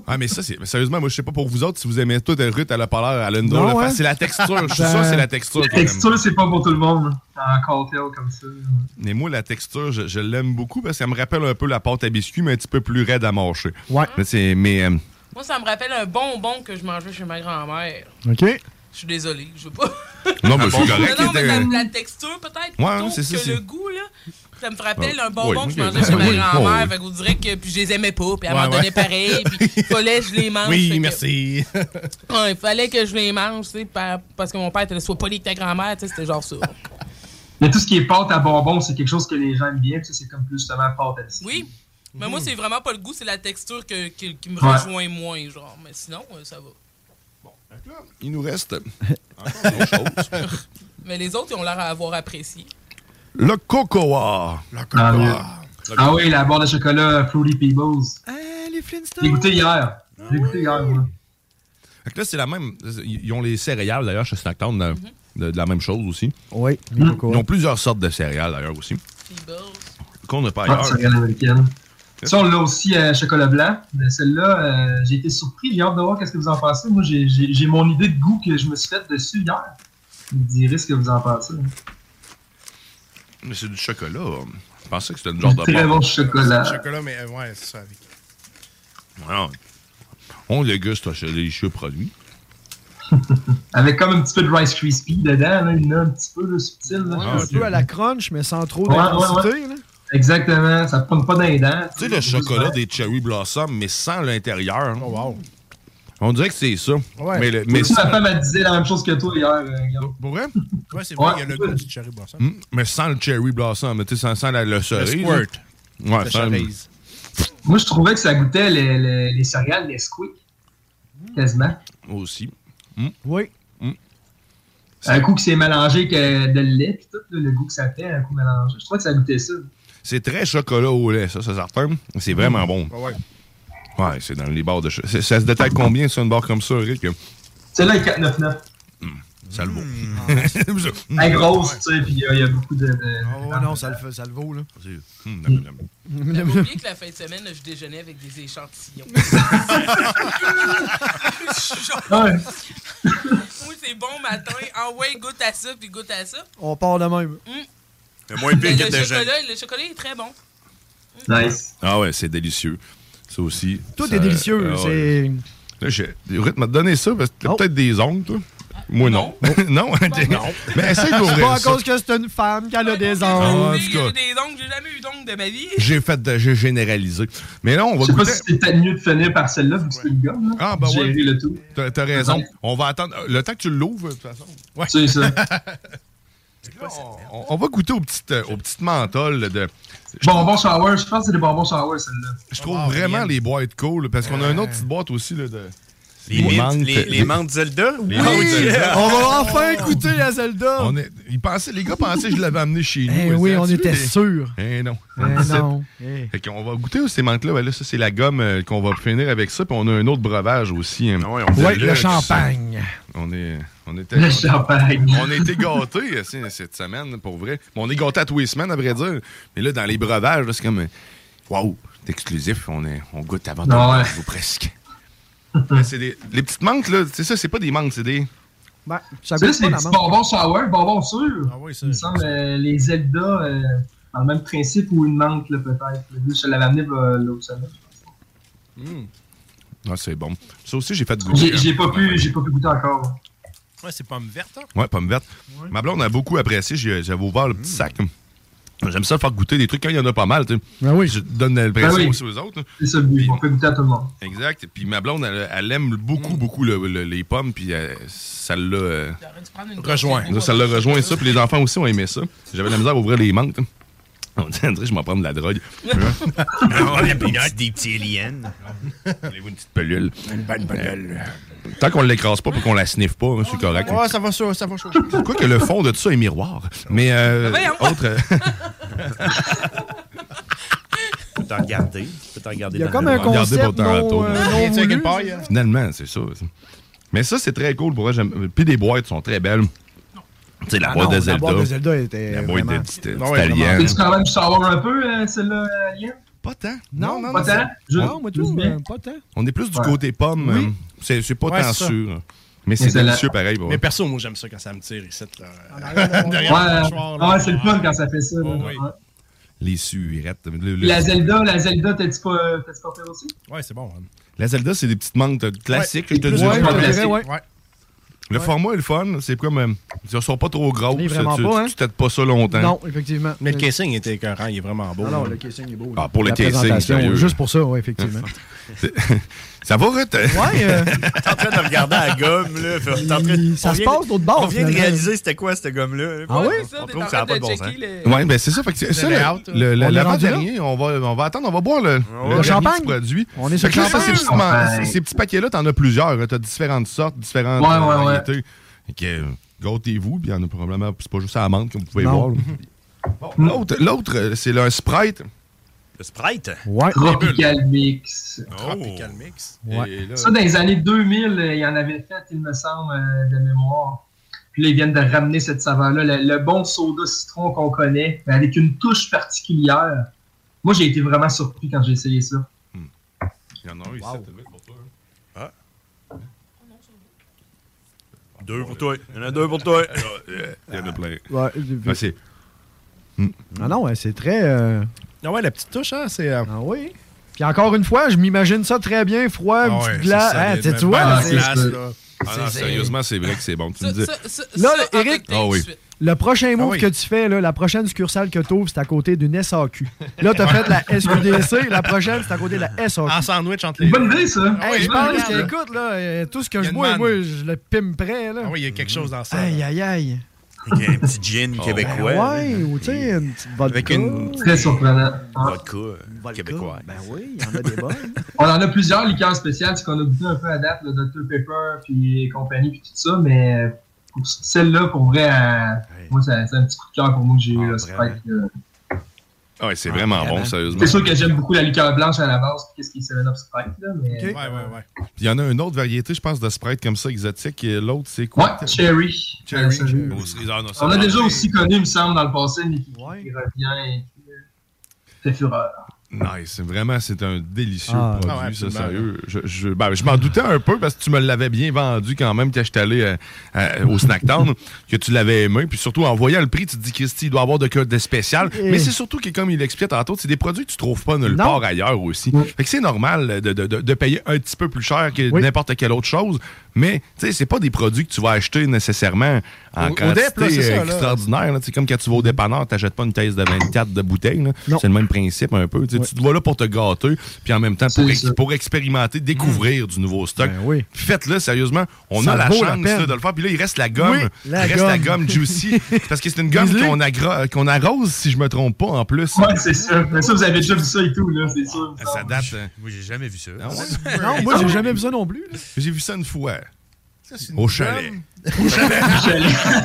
S2: Ah, mais ça, c'est. mais Sérieusement, moi, je sais pas pour vous autres si vous aimez tout euh, un rut à la polaire, à l'endro.
S34: Non,
S2: le fa-
S34: ouais.
S2: C'est la texture. Je suis sûr que c'est la texture.
S34: La
S2: qu'on aime.
S34: texture, c'est pas pour tout le monde. Un cocktail comme ça.
S2: Mais moi, la texture, je, je l'aime beaucoup parce qu'elle me rappelle un peu la pâte à biscuits, mais un petit peu plus raide à mâcher.
S4: Ouais.
S2: Mais, c'est- mais, euh,
S28: Moi, ça me rappelle un bonbon que je mangeais chez ma grand-mère.
S4: OK.
S28: Je suis désolé, je veux pas.
S2: Non,
S34: Ah
S2: mais c'est
S28: Non,
S2: correct,
S28: non, mais la,
S2: c'était-
S28: la texture, peut-être,
S2: Ouais,
S28: plutôt
S2: c'est ça,
S28: que
S2: c'est-
S28: le goût, là. Ça me rappelle
S2: Ah,
S28: un bonbon
S2: oui,
S28: que je
S2: ok.
S28: mangeais chez ma
S2: Oui,
S28: grand-mère.
S2: oui.
S28: Fait que vous direz que puis je les aimais pas, puis elle
S2: Ouais,
S28: m'en donnait
S2: ouais.
S28: pareil, puis il fallait que je les mange. fait
S5: Oui,
S28: que-
S5: merci.
S28: Ouais, il fallait que je les mange, tu sais, par- parce que mon père était là, sois poli avec ta grand-mère, tu sais, c'était genre ça.
S34: Mais tout ce qui est pâte à bonbons, c'est quelque chose que les gens aiment bien. puis ça, c'est comme plus justement pâte à biscuits.
S28: Oui, mais moi, c'est vraiment pas le goût, c'est la texture que- qui, qui me
S34: Ouais.
S28: rejoint moins, genre. Mais sinon, euh, ça va.
S2: il nous reste encore autre chose.
S28: Mais les autres, ils ont l'air à avoir apprécié.
S2: Le cocoa. Le
S34: Ah, oui.
S2: Le
S34: Ah
S2: cocoa.
S34: oui, la barre de chocolat Fruity Pebbles.
S4: les
S34: J'ai goûté hier. J'ai goûté hier, moi.
S2: Fait que là, c'est la même. Ils ont les céréales, d'ailleurs, chez Snacktown, de,
S34: Mm-hmm.
S2: de- de la même chose aussi.
S4: Oui,
S2: Ils ont plusieurs sortes de céréales, d'ailleurs, aussi. Qu'on n'a pas
S34: Ah,
S2: ailleurs.
S34: céréales américaines. Ça, on l'a aussi à chocolat blanc. Mais celle-là, euh, j'ai été surpris. J'ai hâte de voir qu'est-ce que vous en pensez. Moi, j'ai- j'ai j'ai mon idée de goût que je me suis faite dessus hier. Vous me direz ce que vous en pensez.
S2: Mais c'est du chocolat. Je pensais que c'était une genre de.
S34: Très
S2: barre.
S34: bon chocolat.
S5: Chocolat, mais euh, ouais, c'est ça. avec-
S2: Ouais. On déguste chez les cheveux produits.
S34: Avec comme un petit peu de Rice Krispie dedans. Là, il y en a un petit peu là, subtil. là.
S5: Ah,
S4: un peu à la crunch, mais sans trop
S34: Ouais,
S4: d'intensité.
S34: ouais, ouais. Exactement, ça ne prend pas dans les dents.
S2: Tu sais, le chocolat des Cherry Blossom, mais sans l'intérieur. hein.
S5: Oh,
S2: On dirait que c'est ça. Mais, le- mais
S34: mais ma
S2: sans-
S34: femme elle disait la même chose que toi hier. euh, Guillaume.
S2: Pour vrai?
S5: Ouais, c'est vrai,
S34: Ouais.
S5: il y a le goût du cherry blossom.
S2: Hmm, mais sans le Cherry Blossom, mais tu sais, sans, sans la, le cerise.
S5: squirt.
S2: Ouais,
S5: Le
S2: sans-
S5: cerise.
S34: Moi, je trouvais que ça goûtait les, les, les céréales, les squeaks, quasiment.
S2: Aussi. Mm.
S4: Oui.
S34: Un coup que c'est mélangé que de lait, puis tout, là, le goût que ça fait, un coup mélangé. Je trouvais que ça goûtait ça.
S2: C'est très chocolat au lait, ça, c'est certain. C'est vraiment bon.
S34: Ah ouais.
S2: Ouais, c'est dans les barres de chocolat. Ça se détaille combien, sur une barre comme ça, Rick? Hum,
S34: Celle-là est 499.
S2: Ça le vaut.
S5: Hum.
S2: Ah.
S34: Elle est grosse, tu sais, puis il y a- il y, a beaucoup de. de-
S4: Oh non, ça le, fait- ça le vaut, là.
S2: hmm,
S28: J'avais oublié que la fin de semaine, là, je déjeunais avec des échantillons. Je suis genre-
S5: Ah
S4: Ouais.
S28: Moi, c'est bon matin. Ah ouais, goûte à ça, puis goûte à ça.
S4: On part de même.
S2: Le moins
S28: Mais Mm. le, chocolat, le chocolat est très bon.
S34: Nice.
S2: Ah ouais, c'est délicieux. Ça aussi.
S4: Tout
S2: ça-
S4: est délicieux.
S2: ah ouais.
S4: c'est... Oh.
S2: Là, je... Ruth m'a donné ça parce que t'as peut-être des ongles, toi. Moi, non. non, ok. Mais essaye
S4: C'est pas
S2: d'ouvrir
S4: à
S2: ça.
S4: cause que c'est une femme qu'elle a des
S2: Ah, en
S4: ongles.
S2: tout cas,
S28: Des ongles, j'ai jamais eu d'ongles de ma vie.
S2: j'ai fait de... j'ai généralisé. Mais là, on
S34: Je
S2: va
S34: sais pas
S2: goûter.
S34: si c'est peut-être mieux de finir par celle-là, vu que c'est une gomme. là.
S2: Ah, ben ouais.
S34: Gérer le tout.
S2: T'as t'as raison. On va attendre. Le temps que tu l'ouvres, de toute façon. Ouais.
S34: C'est ça.
S2: Oh, on, on va goûter aux petites, euh, aux petites mentholes de.
S34: Bonbon shower, je pense que c'est des bonbons shower, celle-là.
S2: Je trouve vraiment les boîtes cool parce qu'on a une autre petite boîte aussi là, de.
S26: Les
S2: Des
S26: mint-
S2: menthes.
S26: les- les menthes Zelda? Oui!
S2: Les menthes Zelda.
S26: On va
S4: enfin goûter la Zelda.
S2: On est- ils pensaient- les gars pensaient que je l'avais amené chez nous.
S4: Eh oui, on était sûrs.
S2: Eh non.
S4: Eh non. Eh.
S2: Fait qu'on va goûter aussi ces menthes-là. Ben là, ça, c'est la gomme euh, qu'on va finir avec ça. Puis on a un autre breuvage aussi. hein.
S4: on Ouais, fait le le luxe. champagne.
S2: On, est, on était.
S34: Le
S2: on-
S34: champagne.
S2: On a été gâtés euh, c'est- cette semaine, pour vrai. Bon, on est gâtés à tous les semaines, à vrai dire. Mais là, dans les breuvages, là, c'est comme. euh, Waouh, c'est exclusif. On, est, on goûte avant tout le
S34: Ouais.
S2: monde, ou presque. Mais c'est des- les petites menthes, là, c'est ça, c'est pas des menthes, c'est des.
S4: Ben,
S34: Ça, c'est des petits bonbons shower, bonbons sûrs. Ah oui, Il me semble euh, les Zelda, euh, dans le même principe ou une menthe, là, peut-être. Je te l'avais amené euh, l'autre semaine.
S2: Ah, c'est bon. Ça aussi, j'ai fait goûter.
S34: J'ai j'ai pas,
S2: hein.
S34: pu- j'ai pas pu goûter encore.
S5: Ouais, c'est pomme verte. hein?
S2: Ouais, pomme verte. Ma blonde a beaucoup apprécié. J'ai- J'avais ouvert le petit sac. J'aime ça faire goûter des trucs quand il y en a pas mal. tu sais. Je donne l'impression
S34: Ben oui.
S2: aussi aux autres. là.
S34: C'est ça le but, on peut goûter à tout le monde.
S2: Exact. Puis ma blonde, elle, elle aime beaucoup, beaucoup le- le- les pommes. Puis elle- ça l'a. euh,
S15: Rejoint.
S2: Ça, ça l'a rejoint ça. Puis les enfants aussi ont aimé ça. J'avais de la misère à ouvrir les manques. hein. On dirait que je m'en prends de la drogue.
S26: Ah des petits aliens.
S2: Voulez-vous une petite pelule? Une bonne pelule. Tant qu'on l'écrase pas pour qu'on la sniffe pas, hein, c'est correct.
S5: Ouais, ça va chaud, ça va chaud.
S2: Quoi que le fond de tout ça est miroir. Mais euh,
S5: Ben voyons.
S2: autre.
S26: Tu peux t'en regarder. Tu peux t'en regarder
S2: Il y a
S26: dans
S2: comme
S26: le
S2: un
S26: miroir.
S2: concept Regardez votre non, râteau, euh, là. non
S5: Viens-tu avec une
S2: voulu,
S5: paille,
S2: ça?
S5: hein?
S2: Finalement, c'est ça. Mais ça, c'est très cool. Pour vrai, j'aime- Puis les boîtes sont très belles. Tu sais, la
S5: Ah
S2: boîte
S5: non,
S2: de
S5: la
S2: Zelda.
S5: boîte de Zelda était
S2: La boîte
S5: vraiment-
S2: de- c'était-
S5: Ah ouais,
S2: italienne.
S34: T'es-tu quand même savoir un peu, euh, celle-là, euh, Liam?
S2: Pas tant.
S5: Non, non,
S34: Pas
S5: non,
S34: tant?
S5: ça-
S34: Juste-
S5: Non, moi, tout,
S34: juste bien.
S5: euh, pas tant.
S2: On est plus du côté pomme.
S5: Oui.
S2: euh, C'est c'est pas
S5: Ouais,
S2: tant
S5: c'est ça.
S2: sûr. hein. Mais c'est
S5: c'est la-
S2: délicieux pareil. hein. pour
S5: Mais
S2: vrai.
S5: perso, moi, j'aime ça quand ça me tire ici. là.
S34: Ouais, ah
S5: Derrière le mâchoire, là.
S34: ouais, c'est le fun quand ça fait ça. là. Ouais.
S2: Les surettes. le-
S34: Puis
S2: le-
S34: La Zelda, la Zelda, t'as-tu pas, euh, t'as-tu pas fait aussi?
S5: Ouais, c'est bon. hein.
S2: La Zelda, c'est des petites manques classiques,
S34: Ouais.
S2: je te
S34: Ouais,
S2: dis.
S34: je te dirais, ouais.
S2: Le format est le fun. C'est comme. euh, Ils sont pas trop gros.
S5: est vraiment
S2: tu,
S5: pas,
S2: tu-
S5: hein?
S2: tu t'aides pas ça longtemps.
S4: Non, effectivement.
S5: Mais le casing était écœurant, il est vraiment beau.
S4: Non, non,
S5: là.
S4: le casing est beau.
S2: Ah, pour le
S5: La
S2: casing,
S5: présentation,
S2: sérieux.
S4: Juste pour ça, oui, effectivement.
S2: C'est- ça va, Ruth?
S4: Ouais, euh,
S26: T'es en train de regarder la gomme, là. Fait- t'es en train de-
S4: Ça
S26: on
S4: se
S26: vient de-
S4: passe l'autre bord,
S26: On vient de
S4: finalement.
S26: réaliser c'était quoi, cette gomme-là. là.
S4: Ah oui?
S26: On trouve que ça n'a pas de bon sens.
S2: Ouais, ben c'est ça. Fait que c'est-
S26: Le
S2: ça,
S26: layout,
S2: le- le-
S26: euh,
S2: le-
S26: on est
S2: l'avant-dernier, on va, on va attendre, on va boire le, le dernier petit produit.
S4: On est sur
S2: Fait que là,
S4: le
S2: ça, ces, petits,
S4: champagne.
S2: man- ces petits paquets-là, t'en as plusieurs. hein. T'as différentes sortes, différentes
S4: Ouais, ouais,
S2: euh,
S4: ouais.
S2: variétés. Fait que, euh, gâtez-vous, puis il y en a probablement. C'est pas juste à la menthe que vous pouvez
S4: Non.
S2: voir. là. Bon,
S4: Mm.
S2: l'autre, l'autre, euh, c'est le Sprite.
S26: Le Sprite?
S4: Ouais.
S34: Tropical Mix.
S5: Tropical Mix.
S2: Et là-
S34: Ça, dans les années 2000, euh, il y en avait fait, il me semble, euh, de mémoire. Puis là, ils viennent de ramener cette saveur-là, le, le bon soda citron qu'on connaît, mais avec une touche particulière. Moi, j'ai été vraiment surpris quand j'ai essayé ça.
S2: Il y en a un ici, t'as vu, pour toi. hein.
S26: Ah. Deux pour
S2: euh,
S26: toi. Il y en a deux pour toi.
S2: Il y en a plein.
S4: Ouais, j'ai vu.
S2: Ah, c'est-
S4: Ah non, ouais, c'est très. euh,
S5: Ah ouais, la petite touche, hein, c'est.
S4: Ah oui. Puis encore une fois, je m'imagine ça très bien, froid,
S2: Ah
S4: un
S2: ouais,
S4: petit
S2: c'est
S4: glace.
S2: solide,
S4: Ah, tu
S2: mais
S4: tu vois,
S2: pas
S4: là,
S2: de
S4: c'est-
S2: glace,
S4: c'est-
S2: là. Ah non,
S4: c'est-
S2: sérieusement, c'est vrai que c'est bon. Tu me dis.
S4: Là, Eric,
S2: Ah oui.
S4: le prochain move
S2: Ah oui.
S4: que tu fais, là, la prochaine succursale que tu ouvres, c'est à côté d'une SAQ. Là, tu as fait la SQDC, la prochaine, c'est à côté de la SAQ.
S5: En sandwich entre les
S4: Bonne
S5: deux.
S4: idée, ça.
S5: Ah ouais,
S4: Hey, je
S5: bonne
S4: pense
S5: idée,
S4: que,
S5: là.
S4: écoute, là, euh, tout ce que
S5: Il y a
S4: je
S5: une
S4: bois,
S5: manne.
S4: moi, je le pimperais. Là.
S5: Ah oui, il y a quelque chose dans ça.
S4: Aïe, aïe, aïe.
S26: Avec un petit
S2: Oh.
S26: gin québécois. là.
S4: ouais, ou tu sais, une petite vodka.
S26: Avec une.
S34: Très surprenant.
S26: Vodka euh, québécois.
S4: Ben oui, il y en a des bonnes.
S34: On en a plusieurs liqueurs spéciales, ce qu'on a goûté un peu à date, le Dr Pepper, puis compagnie, puis tout ça, mais pour celle-là, pour vrai, euh, moi, ça- c'est un petit coup de cœur pour moi que j'ai eu. là, c'est fait que-
S2: Ah ouais, c'est vraiment bon, sérieusement.
S34: C'est sûr que j'aime beaucoup la liqueur blanche à la base, puis qu'est-ce qui est 7-Up Sprite, là, mais...
S5: Ouais, ouais, ouais.
S2: Puis Il y en a une autre variété, je pense, de Sprite comme ça, exotique. Et l'autre, c'est quoi?
S34: Ouais, Cherry. Euh,
S2: Cherry.
S34: Cherry.
S2: Aux cerises, ah non, ça,
S34: On l'a
S2: non,
S34: déjà
S2: mais-
S34: aussi connu, il me semble, dans le passé, mais qui, qui revient et qui euh, fait fureur.
S2: Nice, c'est vraiment, c'est un délicieux
S34: Ah,
S2: produit,
S34: ah ouais,
S2: ça,
S34: absolument.
S2: sérieux. Je, je- ben, je m'en doutais un peu parce que tu me l'avais bien vendu quand même quand j'étais allé euh, euh, au Snacktown, que tu l'avais aimé. Puis surtout, en voyant le prix, tu te dis, Christy, il doit avoir de quoi de spécial.
S4: Et-
S2: Mais c'est surtout que, comme il l'expliquait tantôt, c'est des produits que tu trouves pas nulle part ailleurs aussi. Fait que c'est normal de, de- de- de payer un petit peu plus cher que n'importe quelle autre chose. Mais, tu sais, c'est pas des produits que tu vas acheter nécessairement en
S5: Au- au
S2: quantité
S5: dep, là, c'est ça,
S2: euh,
S5: là.
S2: extraordinaire. là. C'est comme quand tu vas au dépanneur, t'achètes pas une caisse de 24 de bouteilles. là. C'est le même principe un peu. Tu sais, Tu te vois là pour te gâter, puis en même temps pour, ex- pour expérimenter, découvrir du nouveau stock. Faites-le sérieusement. On
S5: Ça
S2: a la
S5: vaut
S2: chance
S5: la peine.
S2: là, de le faire. Puis là, il reste la gomme.
S5: Oui, la
S2: il reste la
S5: gomme.
S2: gomme juicy. parce que c'est une gomme
S5: Dis-le.
S2: qu'on agra- qu'on arrose, si je me trompe pas, en plus.
S34: Ouais, c'est ça. Mais ça, vous avez déjà vu ça et tout, là, c'est
S26: Ah,
S34: sûr.
S2: Ça date. euh,
S26: hein. Moi, j'ai jamais vu ça.
S4: Ah Non, moi, j'ai jamais vu ça non plus.
S2: Ah J'ai vu ça une fois.
S4: une
S2: Au chalet.
S4: gomme. Au chalet.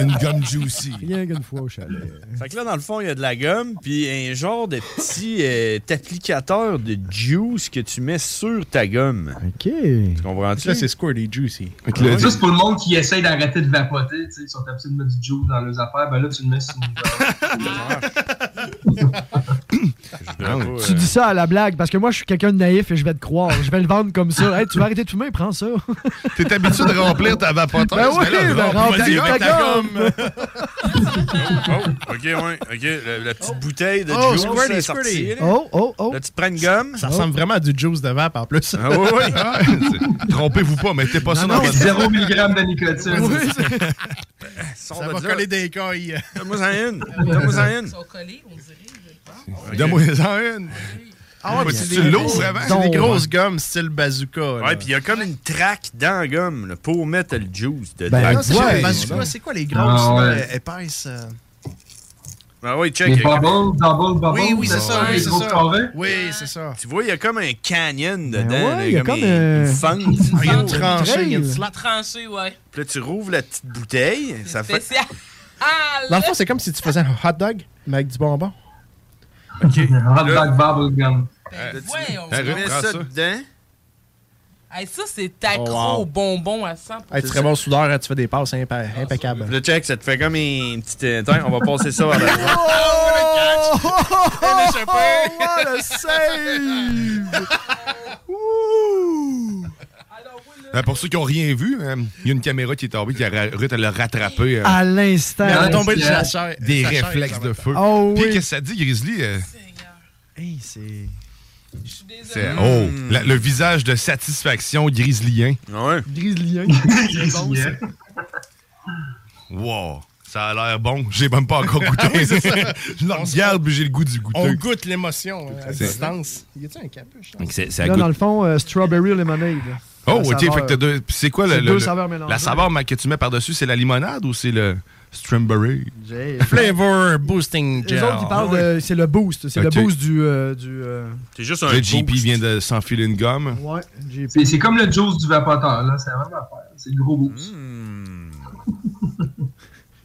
S2: une gomme juicy.
S4: Rien qu'une fois au chalet.
S26: Fait que là, dans le fond, il y a de la gomme, puis un genre de petit euh, applicateur de juice que tu mets sur ta gomme.
S4: OK.
S26: Tu comprends-tu?
S5: Ça, c'est Squirty Juicy.
S34: Ça, c'est pour le monde qui essaye d'arrêter de vapoter, tu sais, ils sont habitués de mettre du juice dans leurs affaires, ben là, tu le mets sur une...
S2: Ah, viande.
S4: Tu dis ça à la blague parce que moi, je suis quelqu'un de naïf et je vais te croire. Je vais le vendre comme ça. Hey, tu vas arrêter de fumer, prends ça.
S2: T'es habitué de remplir ta vapoteuse.
S4: Ben oui,
S2: mais là,
S4: ben,
S2: remplis-
S4: remplis
S2: vas-y,
S4: ta
S2: mets ta
S4: gomme.
S2: gomme.
S26: Oh, OK, ouais. OK, la, la petite bouteille de
S5: Oh,
S26: juice
S5: squirty,
S26: euh,
S5: squirty.
S26: sortie, là.
S5: Oh,
S4: oh.
S26: Là, tu te prends une gomme.
S5: Ça ressemble vraiment à du juice de vape en plus.
S26: Ah oui, oui.
S2: Trompez-vous pas, mettez pas ça dans votre
S34: Zéro milligramme de nicotine.
S5: Ça va coller des cailles.
S26: Donne-moi-en une.
S5: Donne-moi-en
S26: une.
S28: Ils sont collés, on dirait.
S5: Donne-moi-en une. Ah ouais,
S26: Faut
S5: mais
S26: que
S5: c'est
S26: tu
S5: des
S26: l'ouvres
S5: grosses-
S26: avant.
S5: C'est des
S26: Donc,
S5: grosses
S26: ouais.
S5: gommes style bazooka. là.
S26: Ouais, puis il y a comme une traque dans la gomme là, pour mettre le juice dedans.
S5: Ben, non, c'est pas les bazookas, c'est quoi les grosses
S26: Ah, ouais.
S5: là, épaisses? euh?
S26: Ah oui, check.
S5: Les
S26: il y a comme-
S5: bubbles, double bubbles, Oui, oui, c'est ça, oui,
S26: les
S5: c'est
S26: gros
S5: ça.
S26: carrés.
S5: Oui, c'est ça.
S26: Tu vois, il y a comme un canyon dedans.
S5: Ben ouais,
S26: là,
S5: il y a comme,
S26: une,
S5: euh,
S26: une fente.
S5: Il y a une tranchée, il y a une slot.
S28: Tranché, ouais.
S26: Puis là, tu rouvres la petite bouteille. Ça fait...
S28: Spécial. Ah,
S5: Dans le fond, c'est comme si tu faisais un hot dog, mais avec du bonbon.
S26: OK.
S34: Hot dog bubblegum.
S26: Là, tu-
S28: Ouais, on va-
S26: tu mets
S28: prends
S26: ça
S28: ça.
S26: dedans.
S28: Hey, ça, c'est accro
S5: Oh, wow.
S28: au bonbon à 100
S5: Hey, tu serais bon soudeur, hein, tu fais des passes impa-
S2: Ah,
S5: impeccables.
S26: Le check, ça te fait comme une petite. euh, Tiens, on va passer ça à la.
S5: Oh!
S11: what
S5: a save!
S2: Euh, pour ceux qui n'ont rien vu, euh, il y a une caméra qui est tombée, qui a ra- Ruth, elle a rattrapé. euh,
S4: À l'instant.
S2: Elle a tombé de
S4: Yes.
S2: sa chaise. Des
S4: Sa chaise,
S2: réflexes
S4: en
S2: de
S4: même
S2: feu.
S4: temps. Oh,
S2: Puis
S4: oui.
S2: qu'est-ce que ça dit, Grizzly? euh,
S5: Hey, c'est.
S2: c'est, oh,
S4: Hmm.
S2: la- le visage de satisfaction grizzlyen.
S26: Ouais.
S5: Grizzlyen.
S2: Grizzlyen. Wow, ça a l'air bon. J'ai même pas encore goûté.
S5: c'est ça.
S2: Je le regarde, mais j'ai le goût du goûter.
S5: On goûte l'émotion hein, à
S2: C'est-
S5: distance. Y a-tu un capuche? hein?
S4: Là, dans le fond, euh, strawberry lemonade.
S2: Oh,
S4: La
S2: ok.
S4: saveur, euh,
S2: fait que t'as deux- puis c'est quoi le,
S4: c'est
S2: le-
S4: deux
S2: le-
S4: saveurs mélangées.
S2: La saveur ma- que tu mets par-dessus, c'est la limonade ou c'est le strawberry?
S4: J'ai-
S5: Flavor boosting
S4: Les
S2: gel.
S4: autres, ils parlent de. C'est le boost. C'est
S2: Ah, Ok.
S4: le boost du. euh, du euh,
S26: C'est juste
S2: Le GP vient de s'enfiler une gomme.
S4: ouais, j'ai-
S34: C'est c'est comme le juice du vapoteur, là. C'est la même affaire. C'est le gros boost.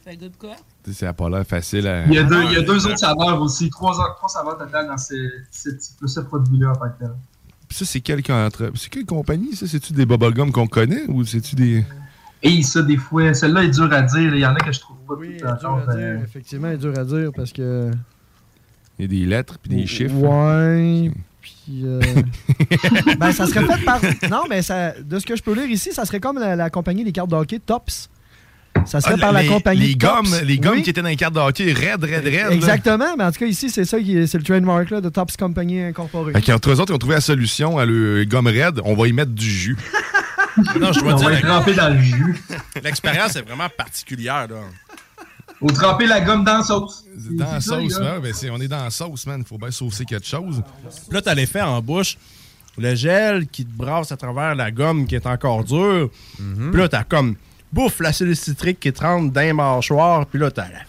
S28: Ça goûte quoi?
S2: Tu sais, Ça a pas l'air facile à.
S34: Il y a deux, il y a deux autres saveurs aussi. Trois, trois saveurs totales dans ce, ce, type- ce produit-là en tant que tel.
S2: Puis Ça, c'est quelle, entre- c'est quelle compagnie, ça? C'est-tu des bubblegum qu'on connaît ou c'est-tu des.
S34: Et ça, des fois, celle-là est dure à dire. Il y en a que je trouve pas tout encore. euh,
S4: dur à dire, effectivement, elle est dur à dire parce que.
S2: Il y a des lettres puis des chiffres?
S4: Ouais. Puis. euh, ben, ça serait fait par. Non, mais ça, de ce que je peux lire ici, ça serait comme la, la compagnie des cartes de hockey Tops. Ça serait
S2: Ah,
S4: par la
S2: les-
S4: compagnie
S2: Les gommes,
S4: Tops.
S2: les gommes
S4: Oui,
S2: qui étaient dans les cartes de hockey, raide, raide, raide.
S4: Exactement, mais en tout cas, ici, c'est ça, qui est- c'est le trademark là, de Tops Company Incorporée.
S2: Fait qu'entre eux autres, ils ont trouvé la solution à le gomme raide. On va y mettre du jus.
S5: Non, je dois
S2: On
S5: dire,
S2: va y
S5: la-
S2: tremper dans le jus.
S5: L'expérience est vraiment particulière. Là.
S34: Ou tremper la gomme dans la sauce.
S2: Dans la sauce,
S34: là.
S2: là, ben, c'est- on est dans la sauce, man. Il faut bien saucer quelque chose.
S5: Puis Là, t'allais faire en bouche le gel qui te brasse à travers la gomme qui est encore dure.
S2: Mhm.
S5: Puis là, t'as comme bouffe l'acide citrique qui te rentre dans les mâchoires. Puis là, t'as la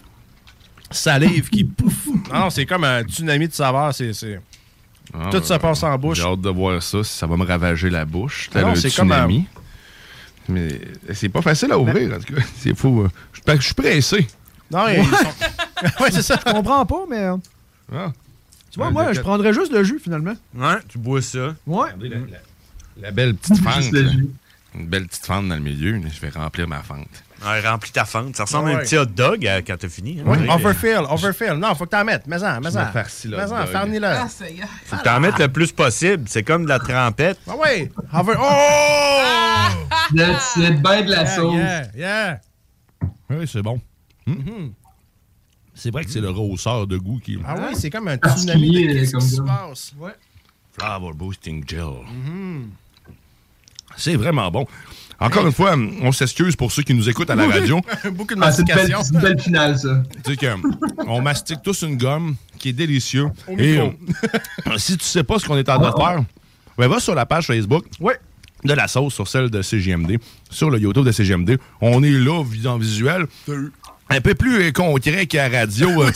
S5: salive qui pouf. Non, c'est comme un tsunami de saveur. C'est, c'est-
S2: Ah,
S5: Tout se
S2: euh,
S5: passe en bouche.
S2: J'ai hâte de voir ça, si ça va me ravager la bouche.
S5: Ah
S2: T'as
S5: non,
S2: le
S5: c'est comme euh,
S2: tsunami. Mais eh, c'est pas facile à ouvrir, en tout cas. C'est fou. hein. Je parce que je suis pressé.
S5: Non, ils sont- ouais, c'est ça.
S4: Je comprends pas, mais. euh, Tu vois,
S2: Ah. Ouais,
S4: moi,
S2: le-
S4: je prendrais juste le jus, finalement.
S26: Ouais, tu bois ça.
S4: Ouais.
S2: la, belle petite
S26: Juste
S2: fente.
S26: le
S2: là.
S26: jus.
S2: Une belle petite fente dans le milieu. là. Je vais remplir ma fente.
S26: Ouais, remplis ta fente. Ça ressemble à un
S5: Ouais.
S26: petit hot dog euh, quand t'as fini. hein.
S5: Oui,
S26: On dirait.
S5: overfill, overfill. Non, faut que t'en mettes. Mets-en, mets-en.
S26: me farcis le hot
S5: Mets-en,
S26: dog.
S5: farnis-le.
S28: Ah, ça y est.
S26: Faut que t'en mettes le plus possible. C'est comme de la trempette.
S5: Ah ouais! Over... Oh!
S34: C'est bien de la
S5: Yeah,
S34: sauce.
S5: Yeah, yeah.
S2: Oui, c'est bon. Hmm? C'est vrai que c'est le rosseur de goût qui.
S5: Mm-hmm. Ah
S34: Hein?
S5: oui, c'est comme un tsunami de qu'est-ce qui se passe. Ouais.
S2: Flower Boosting Gel.
S5: Mm-hmm.
S2: C'est vraiment bon. Encore une fois, on s'excuse pour ceux qui nous écoutent à la radio.
S5: Beaucoup de
S34: Ah, c'est une belle,
S5: mastication.
S34: c'est une belle finale, ça.
S2: Tu sais que, euh, on mastique tous une gomme qui est délicieuse.
S34: Au
S2: Et
S34: micro.
S2: euh, si tu sais pas ce qu'on est en train de faire, ben, va sur la page Facebook de la sauce sur celle de CGMD, sur le YouTube de CGMD. On est là vis- en visuel. Un peu plus euh, concret qu'à la radio, euh,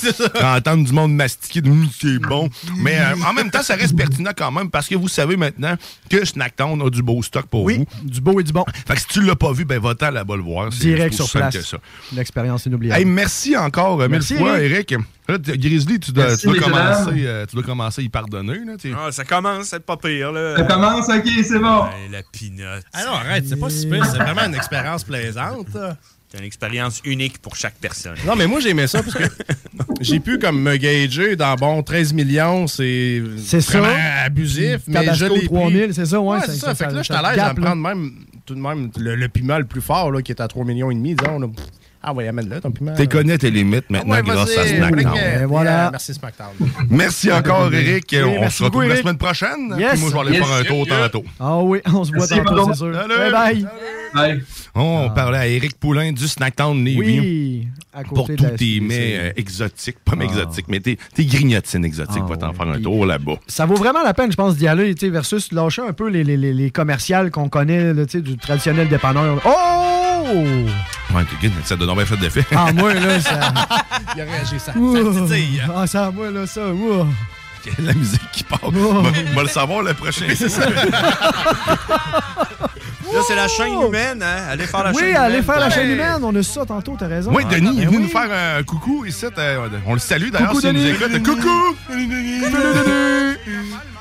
S2: entendre du monde mastiquer, de, Hum, c'est bon. Mais euh, en même temps, ça reste pertinent quand même parce que vous savez maintenant que Snacktown a du beau stock pour vous.
S4: Du beau et du bon.
S2: Fait que si tu l'as pas vu, ben va-t'en là-bas le voir. C'est
S4: Direct
S2: aussi
S4: sur
S2: simple
S4: place.
S2: que ça.
S4: Une expérience inoubliable.
S2: Hey, merci encore euh,
S4: Merci,
S2: mille fois, Eric. Là, t- Grizzly, tu dois,
S4: Merci,
S2: tu dois
S4: les
S2: commencer,
S4: jeunes.
S2: euh, tu dois commencer à y pardonner. Là, tu sais.
S26: Ah, ça commence à être pas pire. Là.
S2: Ça commence,
S34: ok, c'est bon.
S26: Ouais, la pinotte.
S5: Ah non, arrête, c'est pas si pire, c'est vraiment une expérience plaisante. là.
S26: C'est une expérience unique pour chaque personne.
S5: Non, mais moi, j'aimais ça parce que j'ai pu comme me gager dans, bon, 13 millions, c'est
S4: C'est ça.
S5: vraiment abusif, mais je
S4: Tabasco
S5: l'ai pris.
S4: 3000, c'est ça, ouais,
S5: c'est
S4: ça-
S5: ça.
S4: ça-
S5: Fait que là, je suis
S4: ça
S5: à l'aise à
S4: gape,
S5: me
S4: là.
S5: prendre même, tout de même, le, le piment le plus fort, là, qui est à 3 millions et demi, disons. là. Ah ouais, amène-le, ton piment.
S2: T'es connais tes limites
S5: Ah
S2: maintenant
S5: ouais,
S2: grâce
S5: vas-y,
S2: à
S5: Black-
S2: SmackDown.
S5: euh,
S4: voilà.
S5: Merci, SmackDown.
S2: Merci encore, Eric.
S5: Oui,
S2: on
S5: merci
S2: se retrouve
S5: beaucoup,
S2: la
S5: Eric.
S2: semaine prochaine.
S5: Yes.
S2: Puis moi, je vais aller
S5: Yes.
S2: faire un tour tantôt.
S4: Ah oui, on se voit
S5: Merci,
S4: tantôt,
S5: pardon.
S4: c'est sûr.
S5: Salut.
S4: Bye bye.
S2: On parlait à Eric Poulain du Snacktown Navy.
S4: Oui, à côté
S2: Pour
S4: de
S2: tous
S4: la Ah.
S2: tes
S4: SQDC.
S2: mets euh, exotiques, pas mes exotiques, mais tes, tes grignotines exotiques,
S4: Ah
S2: va t'en faire un tour là-bas.
S4: Ça vaut vraiment la peine, je pense, d'y aller, tu sais, versus lâcher un peu les, les, les, les commerciales qu'on connaît, là, tu sais, du traditionnel dépanneur. Oh!
S2: Ouais, t'es good, ça donne bien fait d'effet.
S4: Ah, moi, là, ça.
S5: Il a réagi, ça.
S4: Ouh.
S2: hein.
S4: Ah, ça, moi, là, ça. ouh.
S2: La musique qui part. Moi, moi, le savoir le prochain.
S26: c'est ça. Là, c'est la chaîne humaine, hein? Allez faire la
S4: oui,
S26: chaîne humaine.
S4: allez faire la
S2: Ouais.
S4: chaîne humaine, on a ça tantôt, t'as raison.
S2: Oui, Denis, il est
S4: ben
S2: venu
S4: oui.
S2: nous faire un coucou ici. euh, On le salue d'ailleurs
S4: Coucou,
S2: s'il nous
S4: Denis.
S2: écoute. Coucou!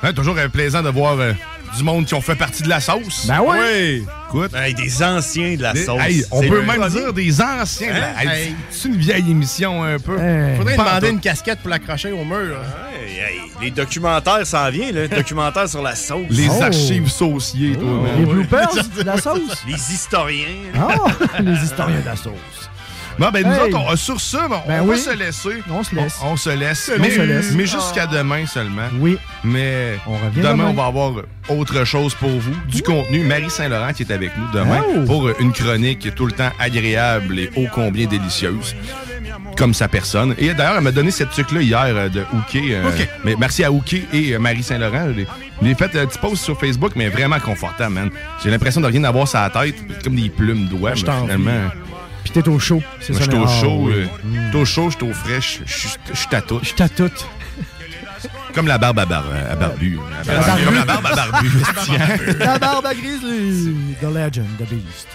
S2: Hein, toujours euh, plaisant de voir euh, du monde qui ont fait partie de la sauce.
S26: Ben oui.
S2: oui. Écoute.
S26: des anciens de la
S2: Des-
S26: sauce.
S2: hey, on
S26: C'est
S2: peut
S26: le
S2: même
S26: premier.
S2: dire des anciens. de la-
S26: Hein?
S2: hey,
S26: Hey.
S2: C'est une vieille émission un peu.
S5: Faudrait
S2: Pas en
S5: demander
S2: tout.
S5: une casquette pour l'accrocher au mur. hein. là.
S26: Hey, hey, les documentaires s'en viennent, là. Documentaires sur la sauce.
S2: Les archives sauciers, toi. man.
S26: Les
S2: Ouais.
S4: Oh. bloopers de la sauce.
S26: Les historiens.
S4: Ah, les historiens de la sauce.
S2: Bon, ben, nous
S4: Hey.
S2: autres, on- sur ça, bon,
S4: Ben
S2: on
S4: oui.
S2: va se laisser.
S4: On se laisse.
S2: On se laisse.
S4: On
S2: mais
S4: se laisse.
S2: mais jusqu'à demain seulement.
S4: Oui.
S2: Mais demain,
S4: demain.
S2: on va avoir autre chose pour vous. Du contenu. Marie Saint-Laurent qui est avec nous demain
S4: Oh.
S2: pour une chronique tout le temps agréable et ô combien délicieuse. Comme sa personne. Et d'ailleurs, elle m'a donné cette tuque-là hier euh, de Hooké. euh,
S5: Ok.
S2: Mais merci à Hooké et euh, Marie Saint-Laurent. Je l'ai- je l'ai fait un petit post euh, sur Facebook, mais vraiment confortable, man. J'ai l'impression de rien avoir sur la tête, comme des plumes d'oie, mais
S4: Je t'en
S2: finalement.
S4: Ah. Puis t'es au chaud, c'est
S2: Moi,
S4: ça.
S2: je suis au
S4: ah,
S2: chaud,
S4: oui.
S2: euh, je suis au chaud, je suis au frais, je je- je- je suis à tout. Je
S4: suis à tout.
S2: Comme la barbe à, bar, euh, à barbu. À barbu.
S4: barbu.
S2: Comme la barbe à barbu.
S4: La barbe à grizzly. The legend, the beast.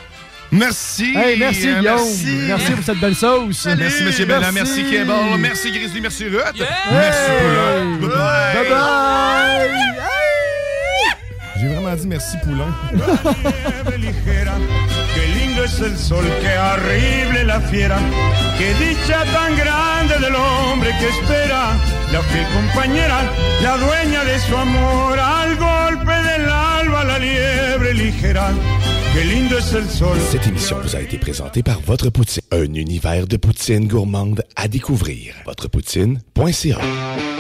S2: Merci.
S4: Hey, merci,
S2: euh,
S4: Guillaume.
S2: merci.
S4: Merci. pour cette belle sauce.
S2: Merci, M. Bella. Merci, Kébal. Merci, Grizzly. Merci, Ruth. Merci, Poulain. Bye-bye.
S4: Bye-bye.
S2: J'ai vraiment dit merci, Poulain.
S15: Qué lindo es el sol, qué horrible la fiera, qué dicha tan grande del hombre que espera, la fiel compañera, la dueña de su amor, al golpe del alba la liebre ligera, qué lindo es el sol.
S27: Cette émission vous a été présentée par Votre Poutine, un univers de poutine gourmande à découvrir. VotrePoutine.ca.